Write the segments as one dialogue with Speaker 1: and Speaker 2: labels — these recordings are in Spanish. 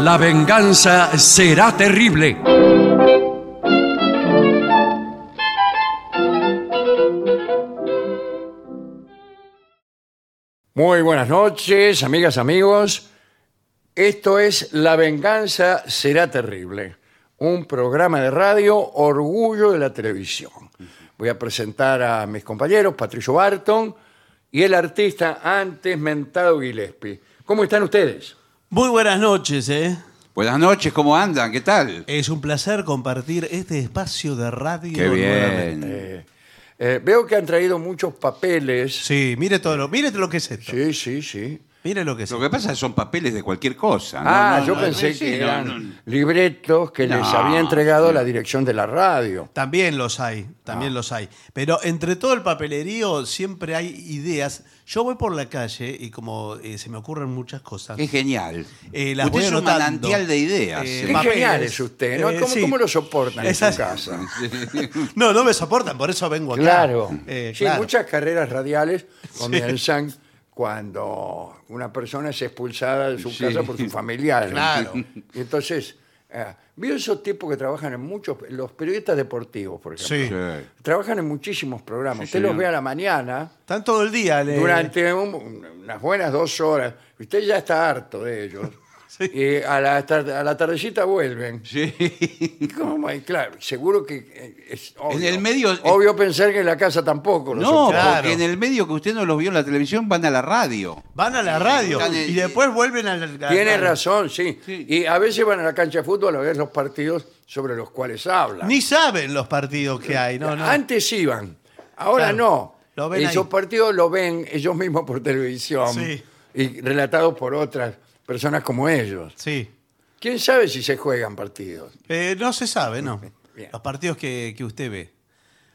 Speaker 1: La venganza será terrible.
Speaker 2: Muy buenas noches, amigas, amigos. Esto es La venganza será terrible, un programa de radio orgullo de la televisión. Voy a presentar a mis compañeros, Patricio Barton y el artista antes mentado Gillespie. ¿Cómo están ustedes?
Speaker 3: Muy buenas noches, ¿eh?
Speaker 4: Buenas noches, ¿cómo andan? ¿Qué tal?
Speaker 3: Es un placer compartir este espacio de radio.
Speaker 4: Qué bien.
Speaker 3: nuevamente.
Speaker 2: Eh, veo que han traído muchos papeles.
Speaker 3: Sí, mire todo lo, mire lo que es esto.
Speaker 2: Sí, sí, sí.
Speaker 3: Mire lo que es
Speaker 4: Lo
Speaker 3: esto.
Speaker 4: que pasa es que son papeles de cualquier cosa. ¿no?
Speaker 2: Ah,
Speaker 4: No,
Speaker 2: yo
Speaker 4: no,
Speaker 2: pensé
Speaker 4: sí,
Speaker 2: que
Speaker 4: no,
Speaker 2: eran
Speaker 4: no.
Speaker 2: libretos que les
Speaker 4: No.
Speaker 2: había entregado la dirección de la radio.
Speaker 3: También los hay,
Speaker 2: Ah.
Speaker 3: también los hay. Pero entre todo el papelerío siempre hay ideas. Yo voy por la calle y como eh, se me ocurren muchas cosas.
Speaker 4: Es genial.
Speaker 3: eh, las
Speaker 4: Usted
Speaker 3: voy
Speaker 4: es un
Speaker 3: anotando.
Speaker 4: manantial de ideas.
Speaker 3: Eh,
Speaker 4: sí.
Speaker 2: Qué
Speaker 3: papeles.
Speaker 2: genial es usted, ¿no?
Speaker 3: Eh,
Speaker 2: ¿Cómo,
Speaker 3: sí.
Speaker 2: cómo lo soportan en
Speaker 3: Esas-
Speaker 2: su casa?
Speaker 4: Eh,
Speaker 3: No, no me soportan, por eso vengo acá.
Speaker 2: Claro.
Speaker 3: Eh,
Speaker 2: sí,
Speaker 3: claro.
Speaker 2: muchas carreras radiales comienzan cuando una persona es expulsada de su casa por sus familiares.
Speaker 3: Claro.
Speaker 2: Y entonces, eh, ¿vio esos tipos que trabajan en muchos, los periodistas deportivos, por ejemplo?
Speaker 3: Sí.
Speaker 4: Sí.
Speaker 2: Trabajan en muchísimos programas. Usted los
Speaker 4: señor.
Speaker 2: ve a la mañana
Speaker 3: Están todo el día. le-
Speaker 2: durante un- unas buenas dos horas. Usted ya está harto de ellos. Y a la, tar- a la tardecita vuelven.
Speaker 4: Sí.
Speaker 2: Y como, y claro, seguro que eh, es obvio,
Speaker 4: En el medio-
Speaker 2: obvio pensar que en la casa tampoco. lo
Speaker 4: No,
Speaker 2: soporta.
Speaker 3: Claro.
Speaker 4: porque en el medio que usted no los vio en la televisión van a la radio.
Speaker 3: Van a la radio
Speaker 4: Están en-
Speaker 3: y después vuelven a la
Speaker 2: Tiene
Speaker 3: a-
Speaker 2: razón, sí.
Speaker 4: Sí.
Speaker 2: Y a veces van a la cancha de fútbol a ver los partidos sobre los cuales hablan.
Speaker 3: Ni saben los partidos que hay, no, no.
Speaker 2: Antes iban, ahora
Speaker 3: Claro.
Speaker 2: no.
Speaker 3: Lo ven
Speaker 2: Esos
Speaker 3: ahí.
Speaker 2: partidos lo ven ellos mismos por televisión
Speaker 3: Sí.
Speaker 2: y relatados por otras personas como ellos.
Speaker 3: Sí.
Speaker 2: ¿Quién sabe si se juegan partidos?
Speaker 3: Eh, no se sabe, no.
Speaker 2: Bien.
Speaker 3: Los partidos que, que usted ve.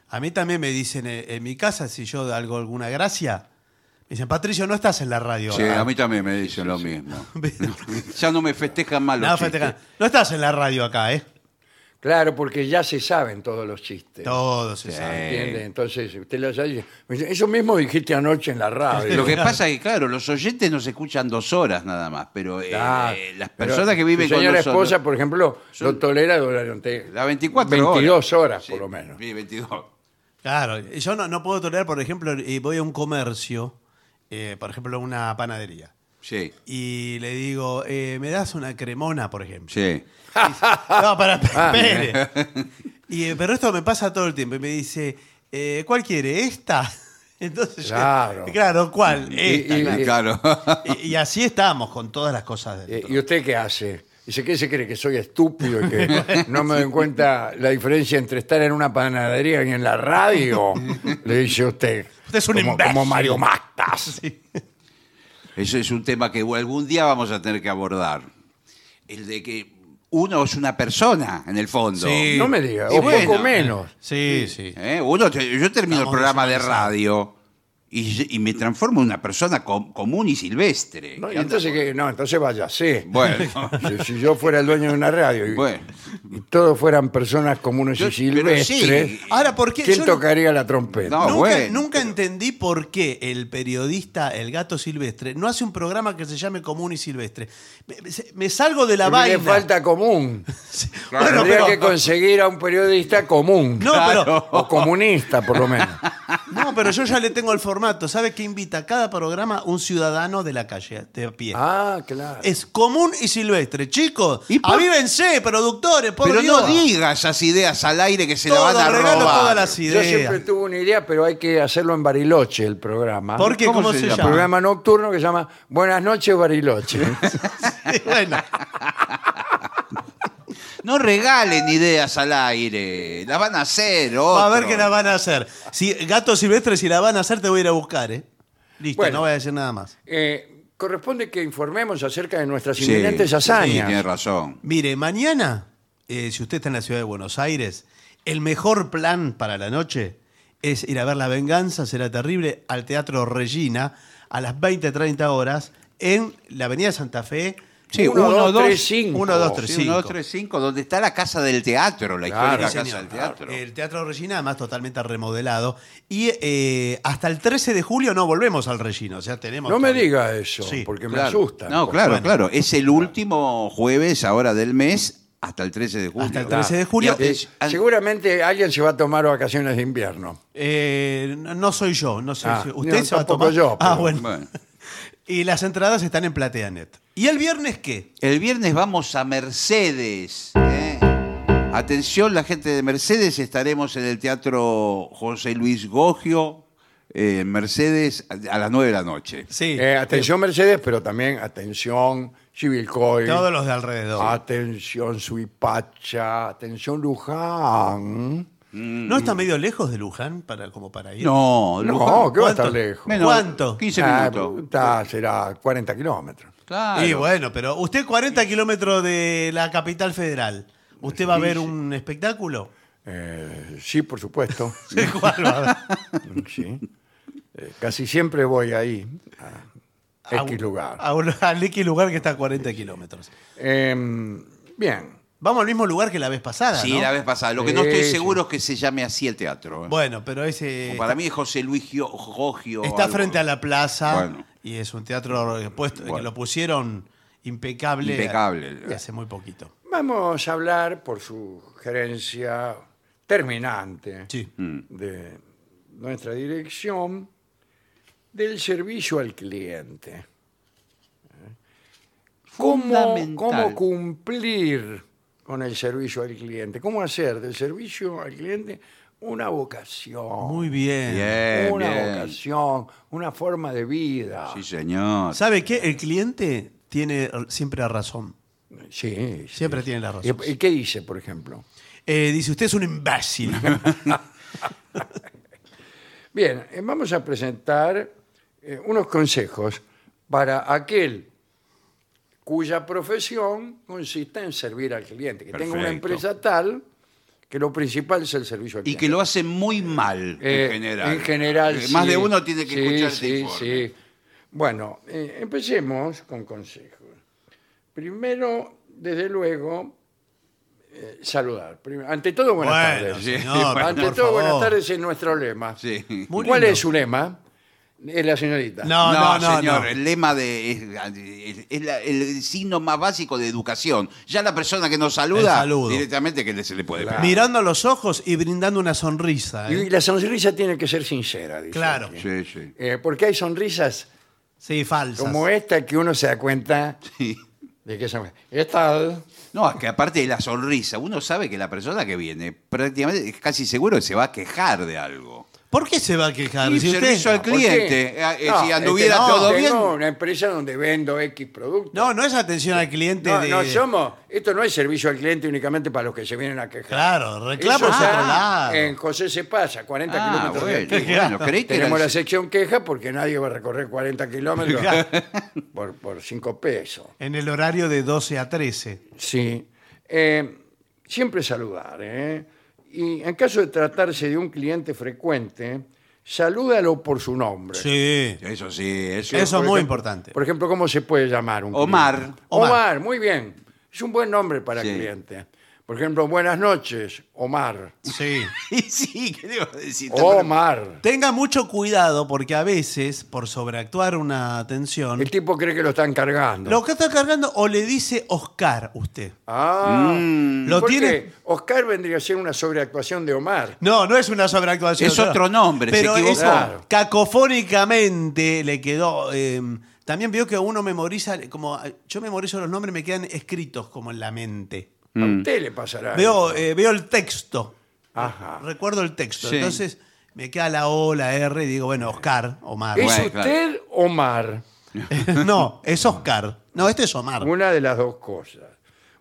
Speaker 3: A mí también me dicen eh, en mi casa, si yo hago alguna gracia, me dicen, Patricio, no estás en la radio.
Speaker 4: Ah. Sí,
Speaker 3: ahora".
Speaker 4: a mí también me dicen lo mismo.
Speaker 3: No,
Speaker 4: Ya no me festejan mal los chistes.
Speaker 3: festejan. No estás en la radio acá, ¿eh?
Speaker 2: Claro, porque ya se saben todos los chistes.
Speaker 3: Todo se
Speaker 4: Sí.
Speaker 3: sabe.
Speaker 2: ¿Entiende? Entonces, usted los dice, me dice, Eso mismo dijiste anoche en la radio.
Speaker 4: Lo que pasa es que, claro, los oyentes nos escuchan dos horas nada más, pero eh,
Speaker 2: Ah,
Speaker 4: eh, las
Speaker 2: pero
Speaker 4: personas que viven
Speaker 2: su
Speaker 4: con
Speaker 2: señora
Speaker 4: nosotros...
Speaker 2: esposa, por ejemplo, lo tolera durante
Speaker 4: La 24 horas.
Speaker 2: 22 horas,
Speaker 4: Sí,
Speaker 2: por lo menos.
Speaker 4: sí, 22.
Speaker 3: Claro, yo no, no puedo tolerar, por ejemplo, eh, voy a un comercio, eh, por ejemplo, a una panadería,
Speaker 4: Sí,
Speaker 3: y le digo, eh, ¿me das una cremona, por ejemplo?
Speaker 4: sí.
Speaker 2: Ah.
Speaker 3: No, para, espere. Y, eh, pero esto me pasa todo el tiempo. Y me dice, eh, ¿cuál quiere? ¿Esta? Entonces, yo-
Speaker 2: Claro.
Speaker 3: claro, ¿cuál? Esta.
Speaker 2: Y-
Speaker 3: claro.
Speaker 4: Y eh, claro.
Speaker 3: Y, y así estamos con todas las cosas.
Speaker 2: Eh, ¿Y usted qué hace? Dice, ¿qué se cree? ¿Que soy estúpido y que no me doy cuenta la diferencia entre estar en una panadería y en la radio? Le dice usted.
Speaker 3: Usted es un
Speaker 2: como,
Speaker 3: imbécil.
Speaker 2: como Mario Mastas.
Speaker 4: Eso es un tema que algún día vamos a tener que abordar. El de que uno es una persona, en el fondo.
Speaker 3: Sí.
Speaker 2: No me diga,
Speaker 4: Y
Speaker 2: o
Speaker 4: bueno.
Speaker 2: poco menos.
Speaker 3: Sí, sí.
Speaker 4: ¿Eh? Uno te- yo termino
Speaker 3: Estamos
Speaker 4: el programa de
Speaker 3: deshumanizados.
Speaker 4: radio y, y me transformo en una persona com- común y silvestre.
Speaker 2: ¿no? Y
Speaker 4: que anda
Speaker 2: entonces,
Speaker 4: por-
Speaker 2: que, no, entonces váyase.
Speaker 4: Bueno.
Speaker 2: Si, si yo fuera el dueño de una radio y,
Speaker 4: Bueno.
Speaker 2: y todos fueran personas comunes
Speaker 4: Yo-
Speaker 2: y
Speaker 4: pero
Speaker 2: silvestres,
Speaker 4: sí. ah,
Speaker 3: Ahora, ¿por qué?
Speaker 2: Eh, ¿quién Ah,
Speaker 3: yo
Speaker 2: tocaría la trompeta?
Speaker 4: No,
Speaker 3: nunca,
Speaker 4: bueno,
Speaker 3: nunca entendí por qué el periodista El Gato Silvestre no hace un programa que se llame Común y Silvestre. Me, me- me salgo de la
Speaker 2: Le
Speaker 3: vaina.
Speaker 2: falta común.
Speaker 3: Bueno,
Speaker 2: Tendría
Speaker 3: pero-
Speaker 2: que conseguir a un periodista común.
Speaker 3: No, pero,
Speaker 2: O comunista, por lo menos.
Speaker 3: No, pero yo ya le tengo el formato. ¿Sabe qué invita a cada programa un ciudadano de la calle, de a pie?
Speaker 2: Ah, claro.
Speaker 3: Es común y silvestre, chicos.
Speaker 4: ¿Y por-
Speaker 3: Avívense, productores, por
Speaker 4: Pero
Speaker 3: Dios.
Speaker 4: no digas esas ideas al aire que se la
Speaker 3: Todo,
Speaker 4: van a
Speaker 3: regalo
Speaker 4: robar.
Speaker 3: todas las
Speaker 2: Yo siempre
Speaker 3: ideas.
Speaker 2: tuve una idea, pero hay que hacerlo en Bariloche el programa.
Speaker 3: ¿Por qué? ¿Cómo,
Speaker 4: ¿Cómo
Speaker 3: se,
Speaker 4: se
Speaker 2: Un
Speaker 4: llama?
Speaker 3: llama?
Speaker 2: programa nocturno que se llama Buenas noches Bariloche.
Speaker 3: bueno,
Speaker 4: No regalen ideas al aire. Las van a hacer. Otro.
Speaker 3: va a ver qué la van a hacer. Si, gato silvestre, si la van a hacer, te voy a ir a buscar, ¿eh? Listo,
Speaker 2: Bueno.
Speaker 3: no voy a decir nada más.
Speaker 2: Eh, corresponde que informemos acerca de nuestras
Speaker 4: Sí,
Speaker 2: inminentes
Speaker 4: Sí, tiene
Speaker 2: hazañas.
Speaker 4: razón.
Speaker 3: Mire, mañana, eh, si usted está en la ciudad de Buenos Aires, el mejor plan para la noche es ir a ver La Venganza será terrible al Teatro Regina a las 20-30 horas en la Avenida Santa Fe,
Speaker 4: Sí,
Speaker 2: Uno, dos, tres, cinco.
Speaker 3: Uno, dos, tres,
Speaker 4: Sí, uno, dos,
Speaker 3: cinco.
Speaker 4: tres, cinco, donde está la casa del teatro, la
Speaker 2: Claro,
Speaker 4: historia
Speaker 2: sí,
Speaker 4: casa
Speaker 3: señor. Ah,
Speaker 4: del teatro.
Speaker 3: El Teatro Regina, además, totalmente remodelado. Y eh, hasta el 13 de julio no volvemos al Regina. O sea, tenemos.
Speaker 2: No me
Speaker 3: todavía-
Speaker 2: diga eso,
Speaker 3: Sí,
Speaker 2: porque me
Speaker 4: Claro.
Speaker 2: asusta.
Speaker 4: No, claro,
Speaker 3: Bueno.
Speaker 4: claro. Es el último jueves ahora del mes hasta el 13 de julio.
Speaker 3: Hasta el 13 de julio.
Speaker 4: Ah, Y-
Speaker 2: Eh,
Speaker 4: an-
Speaker 2: seguramente alguien se va a tomar vacaciones de invierno.
Speaker 3: Eh, no no soy yo, no soy
Speaker 2: Ah,
Speaker 3: yo. Usted
Speaker 2: no,
Speaker 3: se va a
Speaker 2: tampoco
Speaker 3: tomar.
Speaker 2: yo,
Speaker 3: ah,
Speaker 2: pero-
Speaker 3: bueno.
Speaker 4: Bueno.
Speaker 3: Y las entradas están en PlateaNet. ¿Y el viernes qué?
Speaker 4: El viernes vamos a Mercedes. ¿eh? Atención, la gente de Mercedes, estaremos en el Teatro José Luis Gogio, eh, en Mercedes, a a las 9 de la noche.
Speaker 3: Sí.
Speaker 2: Eh, atención Mercedes, pero también atención Chivilcoy,
Speaker 3: Eh, Todos los de alrededor.
Speaker 2: Ah, atención Suipacha, atención Luján.
Speaker 3: ¿No está medio lejos de Luján para, como para ir?
Speaker 4: No,
Speaker 2: mm. No,
Speaker 4: Luján.
Speaker 2: que va a
Speaker 3: ¿Cuánto?
Speaker 2: estar lejos.
Speaker 4: Menos
Speaker 3: ¿Cuánto?
Speaker 4: 15
Speaker 2: Ah,
Speaker 4: minutos.
Speaker 2: está- será 40 kilómetros.
Speaker 4: Claro.
Speaker 3: Y bueno, pero usted 40 kilómetros de la capital federal. ¿Usted va a ver un espectáculo?
Speaker 2: Eh, sí, por supuesto.
Speaker 3: ¿Cuál va a ver?
Speaker 2: Sí. Eh, casi siempre voy ahí, a
Speaker 3: un-
Speaker 2: X lugar.
Speaker 3: A un, al X lugar que está a 40 kilómetros.
Speaker 2: Em, bien.
Speaker 3: Vamos al mismo lugar que la vez pasada,
Speaker 4: Sí,
Speaker 3: ¿no?
Speaker 4: la vez pasada. Lo que no
Speaker 2: Sí,
Speaker 4: estoy
Speaker 2: sí.
Speaker 4: seguro es que se llame así el teatro. ¿eh?
Speaker 3: Bueno, pero ese...
Speaker 4: Para mí es José Luis Gio- Gogio.
Speaker 3: Eh, Está
Speaker 4: algo.
Speaker 3: frente a la plaza
Speaker 4: Bueno.
Speaker 3: y es un teatro eh, puesto, que
Speaker 4: Bueno.
Speaker 3: lo pusieron impecable.
Speaker 4: Impecable.
Speaker 3: eh, Hace muy poquito.
Speaker 2: Vamos a hablar, por su gerencia terminante
Speaker 3: Sí.
Speaker 2: de nuestra dirección, del servicio al cliente. ¿Cómo,
Speaker 4: Fundamental.
Speaker 2: cómo cumplir con el servicio al cliente? ¿Cómo hacer del servicio al cliente una vocación?
Speaker 3: Muy bien.
Speaker 4: Bien,
Speaker 2: una
Speaker 4: bien.
Speaker 2: vocación, una forma de vida.
Speaker 4: Sí, señor.
Speaker 3: ¿Sabe qué? El cliente tiene siempre la razón.
Speaker 2: Sí, sí.
Speaker 3: Siempre tiene la razón.
Speaker 2: ¿Y, y qué dice, por ejemplo?
Speaker 3: Eh, dice, usted es un imbécil.
Speaker 2: Bien, eh, vamos a presentar eh, unos consejos para aquel cuya profesión consiste en servir al cliente, que tenga una
Speaker 4: Perfecto.
Speaker 2: empresa tal que lo principal es el servicio al
Speaker 4: Y
Speaker 2: cliente.
Speaker 4: que lo hacen muy mal
Speaker 2: Eh,
Speaker 4: en general.
Speaker 2: En general,
Speaker 4: Eh, Más
Speaker 2: sí.
Speaker 4: de uno tiene que
Speaker 2: Sí,
Speaker 4: escuchar este
Speaker 2: sí,
Speaker 4: informe.
Speaker 2: sí. Bueno, eh, empecemos con consejos. Primero, desde luego, eh, saludar. Prim- Ante todo, buenas
Speaker 3: bueno,
Speaker 2: tardes.
Speaker 4: sí,
Speaker 3: señor,
Speaker 4: bueno.
Speaker 2: Ante
Speaker 3: por
Speaker 2: Ah, todo, buenas
Speaker 3: favor.
Speaker 2: tardes es nuestro lema.
Speaker 4: Sí.
Speaker 3: Muy
Speaker 2: ¿Cuál
Speaker 3: lindo.
Speaker 2: es su lema? Es la señorita.
Speaker 3: No, no, no,
Speaker 4: señor,
Speaker 3: no.
Speaker 4: el lema de es, es- es la- el signo más básico de educación. Ya la persona que nos
Speaker 3: El
Speaker 4: saluda
Speaker 3: saludo.
Speaker 4: directamente que le- se le puede pegar.
Speaker 3: Mirando a los ojos y brindando una sonrisa. ¿eh?
Speaker 2: Y la sonrisa tiene que ser sincera, dice
Speaker 3: Claro.
Speaker 2: aquí.
Speaker 4: Sí, sí.
Speaker 2: Eh, porque hay sonrisas
Speaker 3: Sí, falsas.
Speaker 2: como esta que uno se da cuenta
Speaker 4: Sí.
Speaker 2: de que son... ¿Qué tal?
Speaker 4: No, es que aparte de la sonrisa, uno sabe que la persona que viene prácticamente es casi seguro que se va a quejar de algo.
Speaker 3: ¿Por qué se va a quejar?
Speaker 4: Y
Speaker 3: Si usted-
Speaker 4: servicio al
Speaker 2: ¿Por qué?
Speaker 4: cliente. eh, eh, si
Speaker 2: este,
Speaker 4: anduviera
Speaker 2: no,
Speaker 4: todo bien.
Speaker 2: Tengo una empresa donde vendo X productos.
Speaker 3: No, no es atención al cliente
Speaker 2: No,
Speaker 3: de...
Speaker 2: no somos... Esto no es servicio al cliente únicamente para los que se vienen a quejar.
Speaker 3: Claro,
Speaker 2: Eso
Speaker 3: reclamo es
Speaker 2: está
Speaker 3: otro lado.
Speaker 2: En José se pasa, 40
Speaker 4: Ah,
Speaker 2: kilómetros de
Speaker 4: bueno,
Speaker 2: aquí.
Speaker 4: bueno, creí que era
Speaker 2: Tenemos
Speaker 4: el-
Speaker 2: la sección queja porque nadie va a recorrer 40 kilómetros por, por 5 pesos.
Speaker 3: En el horario de 12 a 13.
Speaker 2: Sí. Eh, siempre saludar. ¿eh? Y en caso de tratarse de un cliente frecuente, salúdalo por su nombre.
Speaker 3: Sí.
Speaker 4: Eso sí,
Speaker 3: Eso
Speaker 4: eso.
Speaker 3: es muy
Speaker 2: ejemplo-
Speaker 3: importante.
Speaker 2: Por ejemplo, ¿cómo se puede llamar un
Speaker 4: Omar.
Speaker 2: cliente?
Speaker 3: Omar.
Speaker 2: Omar. muy bien. Es un buen nombre para
Speaker 4: Sí.
Speaker 2: cliente. Por ejemplo, buenas noches, Omar.
Speaker 3: Sí.
Speaker 4: Y sí, ¿qué le iba a decir?
Speaker 2: Oh, Omar.
Speaker 3: Tenga mucho cuidado porque a veces, por sobreactuar una atención,
Speaker 2: El tipo cree que lo están cargando.
Speaker 3: lo que está cargando o le dice Oscar usted.
Speaker 2: Ah,
Speaker 4: Mm.
Speaker 3: Lo
Speaker 2: ¿por
Speaker 3: tiene-
Speaker 2: qué? Oscar vendría a ser una sobreactuación de Omar.
Speaker 3: No, no es una sobreactuación.
Speaker 4: Es otro nombre, se
Speaker 3: Pero
Speaker 4: equivocó.
Speaker 3: eso,
Speaker 2: Claro.
Speaker 3: cacofónicamente le quedó. eh, también vio que uno memoriza, como yo memorizo los nombres, me quedan escritos como en la mente.
Speaker 2: A
Speaker 4: Mm.
Speaker 2: usted le pasará.
Speaker 3: Veo,
Speaker 2: eso.
Speaker 3: eh, veo el texto,
Speaker 2: Ajá.
Speaker 3: recuerdo el texto.
Speaker 4: Sí.
Speaker 3: Entonces me queda la O, la R y digo, bueno, Oscar, Omar.
Speaker 2: ¿Es
Speaker 4: Bueno,
Speaker 2: usted Omar?
Speaker 3: no, es Oscar. No, este es Omar.
Speaker 2: Una de las dos cosas.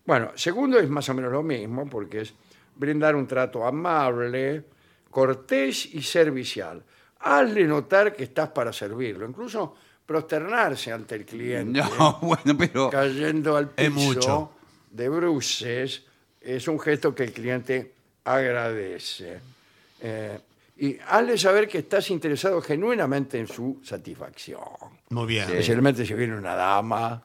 Speaker 2: Bueno, segundo es más o menos lo mismo, porque es brindar un trato amable, cortés y servicial. Hazle notar que estás para servirlo, incluso prosternarse ante el cliente,
Speaker 4: No, bueno, pero.
Speaker 2: cayendo al piso
Speaker 3: Es mucho.
Speaker 2: de bruces, es un gesto que el cliente agradece. Eh, y hazle saber que estás interesado genuinamente en su satisfacción.
Speaker 3: Muy bien.
Speaker 2: Especialmente si viene una dama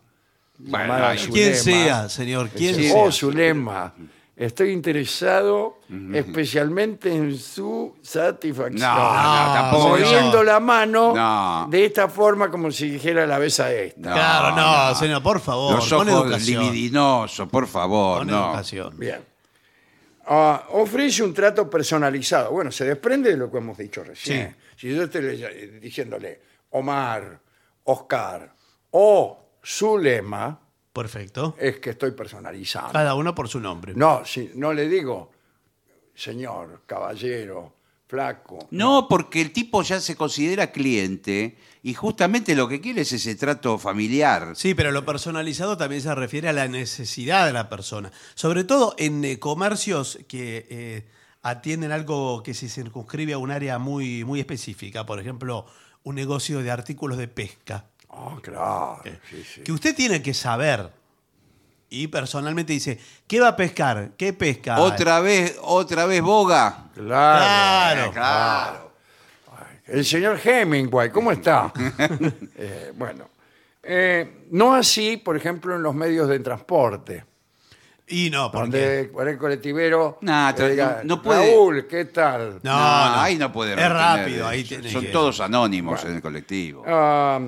Speaker 2: Bueno,
Speaker 4: Llamada
Speaker 2: ahí.
Speaker 3: Quien
Speaker 2: Zulema.
Speaker 3: sea, señor, quien
Speaker 4: Sí.
Speaker 3: sea.
Speaker 2: Oh, Zulema, estoy interesado especialmente en su satisfacción.
Speaker 4: No, no, tampoco.
Speaker 2: Moviendo la mano
Speaker 4: No.
Speaker 2: de esta forma como si dijera la besa esta.
Speaker 4: No,
Speaker 3: claro, no,
Speaker 4: no.
Speaker 3: señor, por favor.
Speaker 4: Los
Speaker 3: con
Speaker 4: ojos
Speaker 3: educación.
Speaker 4: libidinosos, por favor,
Speaker 3: Con
Speaker 4: no.
Speaker 3: educación.
Speaker 2: Bien. Ah, ofrece un trato personalizado. Bueno, se desprende de lo que hemos dicho recién. Si yo estoy le- diciéndole Omar, Oscar o Zulema,
Speaker 3: Perfecto.
Speaker 2: es que estoy personalizando.
Speaker 3: Cada uno por su nombre.
Speaker 2: No, si, no le digo señor, caballero, flaco.
Speaker 4: No, porque el tipo ya se considera cliente y justamente lo que quiere es ese trato familiar.
Speaker 3: Sí, pero lo personalizado también se refiere a la necesidad de la persona. Sobre todo en eh, comercios que eh, atienden algo que se circunscribe a un área muy, muy específica. Por ejemplo, un negocio de artículos de pesca.
Speaker 2: Ah, claro. sí, sí.
Speaker 3: Que usted tiene que saber. Y personalmente dice, ¿qué va a pescar? ¿Qué pesca?
Speaker 4: Otra vez, otra vez boga.
Speaker 2: Claro.
Speaker 3: Claro.
Speaker 4: Claro.
Speaker 2: El señor Hemingway, ¿cómo está? Eh, bueno, Eh, no así, por ejemplo, en los medios de transporte.
Speaker 3: Y no, porque...
Speaker 2: Donde por el colectivero.
Speaker 4: Nah,
Speaker 2: que diga,
Speaker 4: no puede.
Speaker 2: Raúl, ¿qué tal?
Speaker 3: No, no.
Speaker 4: ahí no puede.
Speaker 3: Es
Speaker 4: retener
Speaker 3: rápido,
Speaker 4: eso.
Speaker 3: ahí tiene
Speaker 4: Son
Speaker 3: que-
Speaker 4: todos anónimos en el colectivo.
Speaker 2: Ah,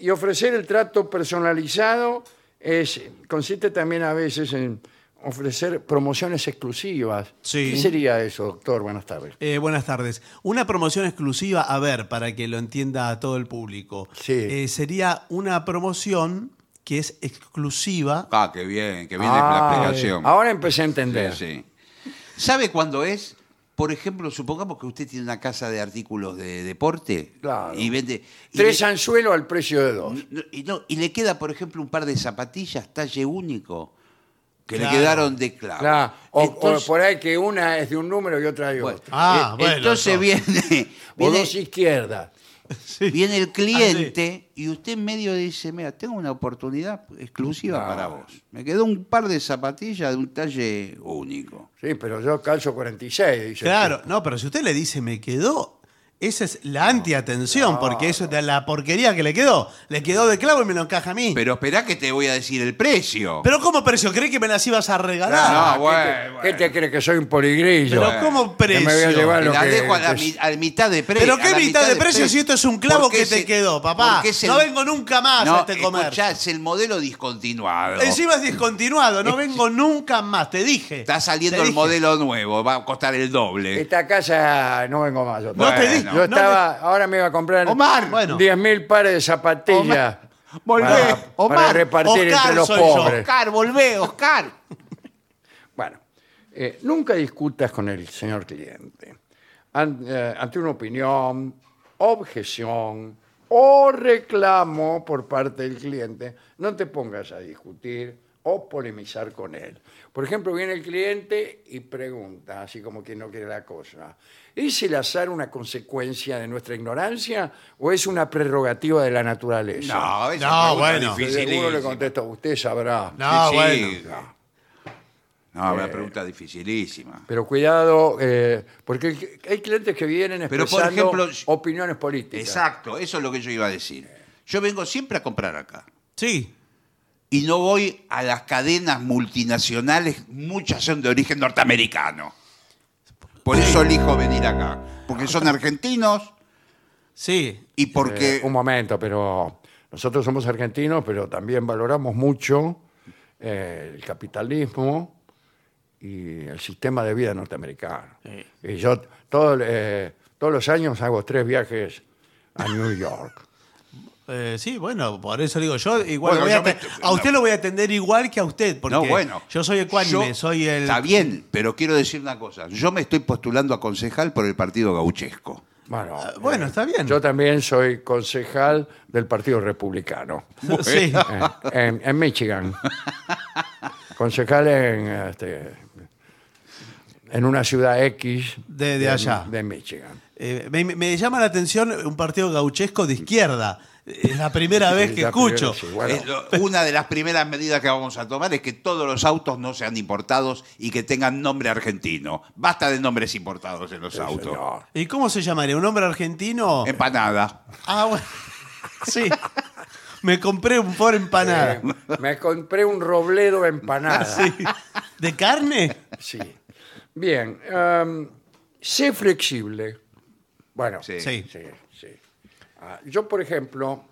Speaker 2: y ofrecer el trato personalizado es, consiste también a veces en ofrecer promociones exclusivas.
Speaker 3: Sí.
Speaker 2: ¿Qué sería eso, doctor? Buenas tardes.
Speaker 3: Eh, buenas tardes. Una promoción exclusiva, a ver, para que lo entienda todo el público.
Speaker 2: Sí.
Speaker 3: Eh, sería una promoción que es exclusiva.
Speaker 4: Ah, qué bien, qué bien es
Speaker 2: Ah,
Speaker 4: la explicación.
Speaker 2: Ahora empecé a entender.
Speaker 4: Sí, sí. ¿Sabe cuándo es? Por ejemplo, supongamos que usted tiene una casa de artículos de deporte
Speaker 2: Claro.
Speaker 4: y vende y
Speaker 2: Tres
Speaker 4: le-
Speaker 2: anzuelos al precio de dos.
Speaker 4: no, y, no, y le queda, por ejemplo, un par de zapatillas talle único que
Speaker 3: Claro.
Speaker 4: le quedaron de clavo.
Speaker 2: Claro. O, o
Speaker 4: Ah. Entonces-
Speaker 2: por ahí que una es de un número y otra de
Speaker 4: bueno,
Speaker 2: otro.
Speaker 3: Ah,
Speaker 4: eh,
Speaker 3: bueno,
Speaker 4: entonces
Speaker 3: eso.
Speaker 4: viene,
Speaker 2: O
Speaker 4: viene-
Speaker 2: dos izquierdas.
Speaker 4: viene
Speaker 3: Ah,
Speaker 4: el cliente y usted en medio dice, mira, tengo una oportunidad exclusiva
Speaker 2: Claro.
Speaker 4: para vos. Me quedó un par de zapatillas de un talle único.
Speaker 2: Sí, pero yo calzo 46, dice.
Speaker 3: Claro, no, pero si usted le dice me quedó, esa es la antiatención, porque eso es de la porquería que le quedó. Le quedó de clavo y me lo encaja a mí. Pero,
Speaker 4: Pero esperá que te voy a decir el precio.
Speaker 3: ¿cómo precio? ¿Cree que me las ibas a regalar?
Speaker 2: Ah,
Speaker 4: No, bueno,
Speaker 2: ¿qué, te,
Speaker 4: bueno.
Speaker 2: qué te crees que soy un poligrillo?
Speaker 3: pero ¿cómo
Speaker 2: Que
Speaker 3: precio?
Speaker 2: me voy a llevar lo
Speaker 4: la
Speaker 2: que-
Speaker 4: dejo a la,
Speaker 2: que-
Speaker 4: mi- a la mitad de precio.
Speaker 3: ¿Pero qué mitad, de precio, si esto es un clavo que te quedó, papá? No vengo nunca más a este comercio.
Speaker 4: Ya es el modelo discontinuado.
Speaker 3: Encima es discontinuado, no vengo nunca más, te dije.
Speaker 4: Está saliendo
Speaker 3: Te
Speaker 4: el
Speaker 3: dije.
Speaker 4: modelo nuevo, va a costar el doble.
Speaker 2: Esta casa no vengo más. otra
Speaker 3: No
Speaker 2: vez.
Speaker 3: te di-
Speaker 2: Yo
Speaker 3: no
Speaker 2: estaba, ahora me iba a comprar
Speaker 4: Omar,
Speaker 3: bueno.
Speaker 2: 10.000 pares de zapatillas.
Speaker 4: volvé,
Speaker 2: para,
Speaker 4: Omar.
Speaker 2: para repartir
Speaker 3: Oscar
Speaker 2: entre los
Speaker 3: soy yo.
Speaker 2: pobres.
Speaker 4: Oscar, volvé, Oscar.
Speaker 2: Bueno, eh, nunca discutas con el señor cliente An- eh, ante una opinión, objeción o reclamo por parte del cliente. No te pongas a discutir o polemizar con él. Por ejemplo, viene el cliente y pregunta, así como quien no quiere la cosa, ¿es el azar una consecuencia de nuestra ignorancia o es una prerrogativa de la naturaleza?
Speaker 4: No, esa
Speaker 3: No,
Speaker 4: pregunta
Speaker 3: bueno.
Speaker 4: es
Speaker 2: Yo seguro le
Speaker 4: dificilísima.
Speaker 2: contesto, usted sabrá.
Speaker 3: No,
Speaker 4: Sí,
Speaker 3: bueno.
Speaker 4: sí. No,
Speaker 2: Eh,
Speaker 4: una pregunta dificilísima.
Speaker 2: Pero cuidado, eh, porque hay- hay clientes que vienen
Speaker 4: Pero, por
Speaker 2: expresando
Speaker 4: ejemplo, yo-
Speaker 2: opiniones políticas.
Speaker 4: Exacto, eso es lo que yo iba a decir. Yo vengo siempre a comprar acá.
Speaker 3: Sí.
Speaker 4: y no voy a las cadenas multinacionales, muchas son de origen norteamericano. Por eso elijo venir acá, porque son argentinos
Speaker 3: Sí.
Speaker 4: y
Speaker 2: Eh,
Speaker 4: porque...
Speaker 2: un momento, pero nosotros somos argentinos, pero también valoramos mucho eh, el capitalismo y el sistema de vida norteamericano. Y yo todo, eh, todos los años hago tres viajes a New York.
Speaker 3: Eh, sí, bueno, por eso digo, yo igual
Speaker 4: Bueno,
Speaker 3: voy a,
Speaker 4: yo me-
Speaker 3: aten- a usted lo voy a atender igual que a usted, porque
Speaker 4: no, bueno.
Speaker 3: yo soy ecuánime,
Speaker 4: Yo-
Speaker 3: soy el...
Speaker 4: Está bien, pero quiero decir una cosa. Yo me estoy postulando a concejal por el partido gauchesco.
Speaker 2: Bueno, eh,
Speaker 3: Ah, bueno, está bien.
Speaker 2: Yo también soy concejal del Partido Republicano.
Speaker 3: Sí.
Speaker 2: Eh, en, en Michigan. Concejal en, este, en una ciudad X.
Speaker 3: De- de allá.
Speaker 2: De Michigan.
Speaker 3: Eh, me, me llama la atención un partido gauchesco de izquierda. Es la primera vez que
Speaker 2: La primera-
Speaker 3: escucho. Eh,
Speaker 2: sí, bueno.
Speaker 4: Es lo- una de las primeras medidas que vamos a tomar es que todos los autos no sean importados y que tengan nombre argentino. Basta de nombres importados en los autos.
Speaker 2: Señor.
Speaker 3: ¿Y
Speaker 4: Em-
Speaker 3: cómo se llamaría? ¿Un hombre argentino?
Speaker 4: Empanada.
Speaker 3: Ah, bueno. Ah, Sí. Me compré un por empanada.
Speaker 2: Eh,
Speaker 4: Em-
Speaker 2: me compré un robledo de empanada.
Speaker 3: ¿De carne?
Speaker 2: Sí. Bien. em, sé flexible. Bueno,
Speaker 4: Sí.
Speaker 3: Sí.
Speaker 2: sí, sí. Ah, yo, por ejemplo,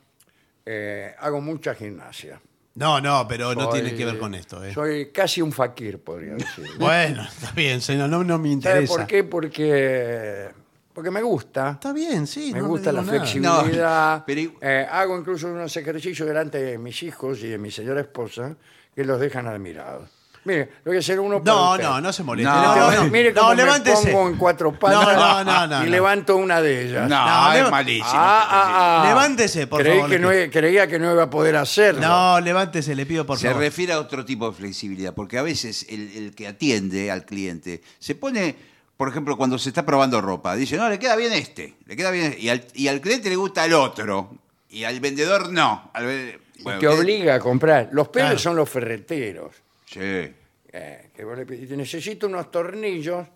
Speaker 2: eh, hago mucha gimnasia.
Speaker 3: No, no, pero no
Speaker 2: Soy-
Speaker 3: tiene que ver con esto. ¿eh?
Speaker 2: Soy casi un fakir, podría decir.
Speaker 3: Bueno, está bien, señor, no, no me
Speaker 2: ¿Sabe
Speaker 3: interesa.
Speaker 2: por qué? Porque, porque me gusta.
Speaker 3: Está bien, sí.
Speaker 2: Me
Speaker 3: no le
Speaker 2: gusta la
Speaker 3: digo nada.
Speaker 2: flexibilidad.
Speaker 4: No, pero i-
Speaker 2: Eh, hago incluso unos ejercicios delante de mis hijos y de mi señora esposa que los dejan admirados. Mire, le voy a hacer uno para
Speaker 3: No,
Speaker 2: usted. este
Speaker 3: no, no se moleste.
Speaker 4: No,
Speaker 3: No, no, no.
Speaker 2: Mire cómo
Speaker 3: No,
Speaker 2: me
Speaker 3: levántese.
Speaker 2: pongo en cuatro patas
Speaker 3: No, no, no, no,
Speaker 2: y
Speaker 3: no.
Speaker 2: levanto una de ellas.
Speaker 4: No,
Speaker 3: No,
Speaker 4: es
Speaker 3: le-
Speaker 4: malísimo.
Speaker 2: Ah, ah, ah.
Speaker 3: Levántese, por
Speaker 2: Creí
Speaker 3: favor,
Speaker 2: Que
Speaker 3: le
Speaker 2: no,
Speaker 3: pido.
Speaker 2: he- creía que no iba a poder hacerlo.
Speaker 3: No, levántese, le pido por
Speaker 4: se
Speaker 3: favor.
Speaker 4: refiere a otro tipo de flexibilidad, porque a veces el, el que atiende al cliente se pone, por ejemplo, cuando se está probando ropa, dice, no, le queda bien este, le queda bien este", y al, y al cliente le gusta el otro, y al vendedor no. Al ve-
Speaker 2: Y
Speaker 4: bueno, eh,
Speaker 2: te
Speaker 4: ¿qué-
Speaker 2: obliga a comprar. Los peores
Speaker 3: Claro.
Speaker 2: son los ferreteros.
Speaker 4: Sí.
Speaker 2: Eh, que vos le pedís, necesito unos tornillos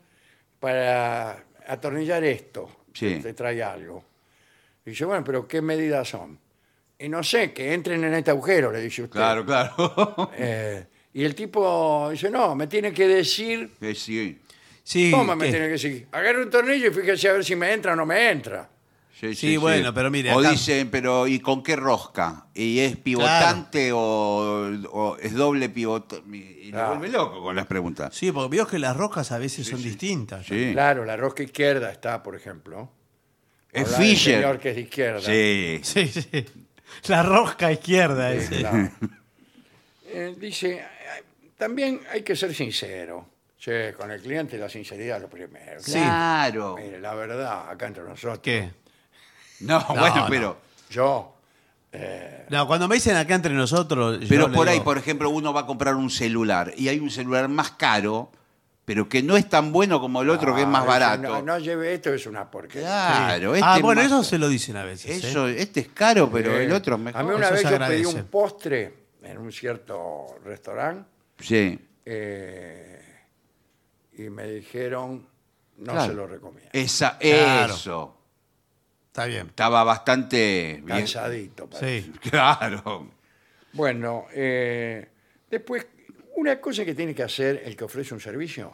Speaker 2: para atornillar esto.
Speaker 4: Sí.
Speaker 2: Te trae algo. Y dice, bueno, pero ¿qué medidas son? Y no sé, que entren en este agujero, le dice usted.
Speaker 4: Claro, claro.
Speaker 2: Eh, y el tipo dice, no, me tiene que decir,
Speaker 4: Que Eh, sí,
Speaker 3: Sí,
Speaker 2: toma, me
Speaker 3: ¿qué?
Speaker 2: tiene que decir, agarre un tornillo y fíjese a ver si me entra o no me entra.
Speaker 4: sí, sí,
Speaker 3: Sí, bueno, pero mire,
Speaker 4: O
Speaker 3: acá-
Speaker 4: dicen, pero ¿y con qué rosca? ¿Y es pivotante o, o es doble pivote? Y lo
Speaker 2: Ah.
Speaker 4: vuelve loco con las preguntas.
Speaker 3: Sí, porque veo que las rocas a veces son distintas.
Speaker 4: Sí.
Speaker 2: Claro, la rosca izquierda está, por ejemplo.
Speaker 4: es
Speaker 2: Habla del
Speaker 4: Fisher.
Speaker 2: señor que es de izquierda.
Speaker 4: Sí.
Speaker 3: Sí, sí. La rosca izquierda.
Speaker 2: Sí,
Speaker 3: ese.
Speaker 2: claro. Este, Eh, dice, "Ay, también hay que ser sincero. Che, con el cliente la sinceridad es lo primero.
Speaker 3: Sí.
Speaker 4: Claro.
Speaker 2: Mire, la verdad, acá entre nosotros.
Speaker 3: ¿Qué?
Speaker 4: No, bueno,
Speaker 3: no.
Speaker 4: pero,
Speaker 2: Yo,
Speaker 3: No, cuando me dicen acá entre nosotros. yo
Speaker 4: pero
Speaker 3: le
Speaker 4: por ahí,
Speaker 3: digo,
Speaker 4: por ejemplo, uno va a comprar un celular y hay un celular más caro, pero que no es tan bueno como el otro que es
Speaker 2: ah,
Speaker 4: más
Speaker 2: dice,
Speaker 4: barato.
Speaker 2: No, no lleve esto, es una porquería.
Speaker 4: Claro, este
Speaker 3: ah,
Speaker 4: es
Speaker 3: bueno,
Speaker 4: más-
Speaker 3: eso se lo dicen a veces. ¿eh?
Speaker 4: eso- este es caro, pero
Speaker 2: Eh,
Speaker 4: el otro es
Speaker 2: A mí
Speaker 4: mejor.
Speaker 2: una
Speaker 3: Eso
Speaker 2: vez
Speaker 3: se
Speaker 2: yo pedí
Speaker 3: agradece.
Speaker 2: un postre en un cierto restaurante
Speaker 4: Sí.
Speaker 2: eh, y me dijeron, no
Speaker 4: Claro.
Speaker 2: se lo recomiendo.
Speaker 4: Esa,
Speaker 3: Claro.
Speaker 4: Eso.
Speaker 3: Está bien.
Speaker 4: Estaba bastante bien.
Speaker 2: Cansadito. parece.
Speaker 3: Sí.
Speaker 4: Claro.
Speaker 2: Bueno, eh, después, una cosa que tiene que hacer el que ofrece un servicio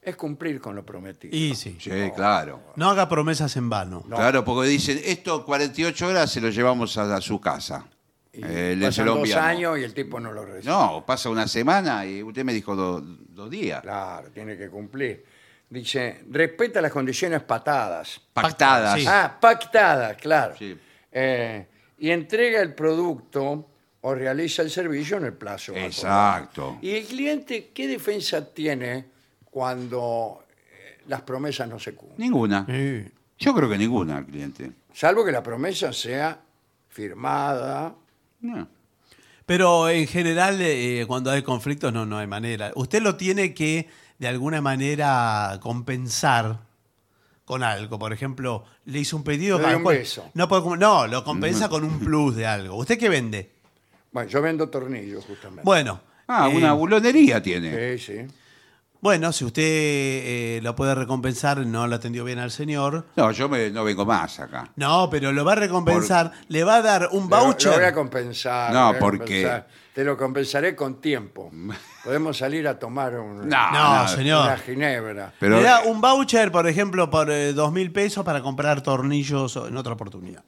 Speaker 2: es cumplir con lo prometido.
Speaker 3: Y sí.
Speaker 4: Sí, claro.
Speaker 3: No haga promesas en vano.
Speaker 2: No.
Speaker 4: Claro, porque dicen, esto 48 horas se lo llevamos a, a su casa.
Speaker 2: Y
Speaker 4: Eh, le- se
Speaker 2: pasan
Speaker 4: lo
Speaker 2: dos
Speaker 4: enviamos.
Speaker 2: años y el tipo no lo recibe.
Speaker 4: No, pasa una semana y usted me dijo do- dos días.
Speaker 2: Claro, tiene que cumplir. Dice, respeta las condiciones patadas.
Speaker 4: Pactadas.
Speaker 3: Sí.
Speaker 2: Ah, pactadas, claro.
Speaker 4: Sí.
Speaker 2: Eh, y entrega el producto o realiza el servicio en el plazo. acordado.
Speaker 4: Exacto.
Speaker 2: ¿Y el cliente qué defensa tiene cuando eh, las promesas no se cumplen?
Speaker 4: Ninguna.
Speaker 3: Sí.
Speaker 4: Yo creo que ninguna, el cliente.
Speaker 2: Salvo que la promesa sea firmada.
Speaker 4: No.
Speaker 3: Pero en general, eh, cuando hay conflictos, no, no hay manera. Usted lo tiene que, de alguna manera, compensar con algo. Por ejemplo, le hizo un pedido
Speaker 2: Le doy
Speaker 3: para el
Speaker 2: un
Speaker 3: cual-
Speaker 2: beso.
Speaker 3: No, puede com- no, lo compensa con un plus de algo. ¿Usted qué vende?
Speaker 2: Bueno, yo vendo tornillos justamente.
Speaker 3: Bueno.
Speaker 4: Ah,
Speaker 3: eh,
Speaker 4: una bulonería tiene.
Speaker 2: Sí, sí.
Speaker 3: Bueno, si usted eh, lo puede recompensar, no lo atendió bien al señor.
Speaker 4: No, yo me- no vengo más acá.
Speaker 3: No, pero lo va a recompensar, le va a dar un
Speaker 2: Lo-
Speaker 3: voucher.
Speaker 2: Lo, voy a compensar.
Speaker 4: No,
Speaker 2: lo voy a
Speaker 4: ¿por
Speaker 2: compensar. Te lo compensaré con tiempo. Podemos salir a tomar un-
Speaker 4: No,
Speaker 3: no,
Speaker 4: no,
Speaker 2: una
Speaker 3: señor.
Speaker 2: ginebra.
Speaker 4: Pero
Speaker 3: le da un voucher, por ejemplo, por eh, dos mil pesos para comprar tornillos en otra oportunidad.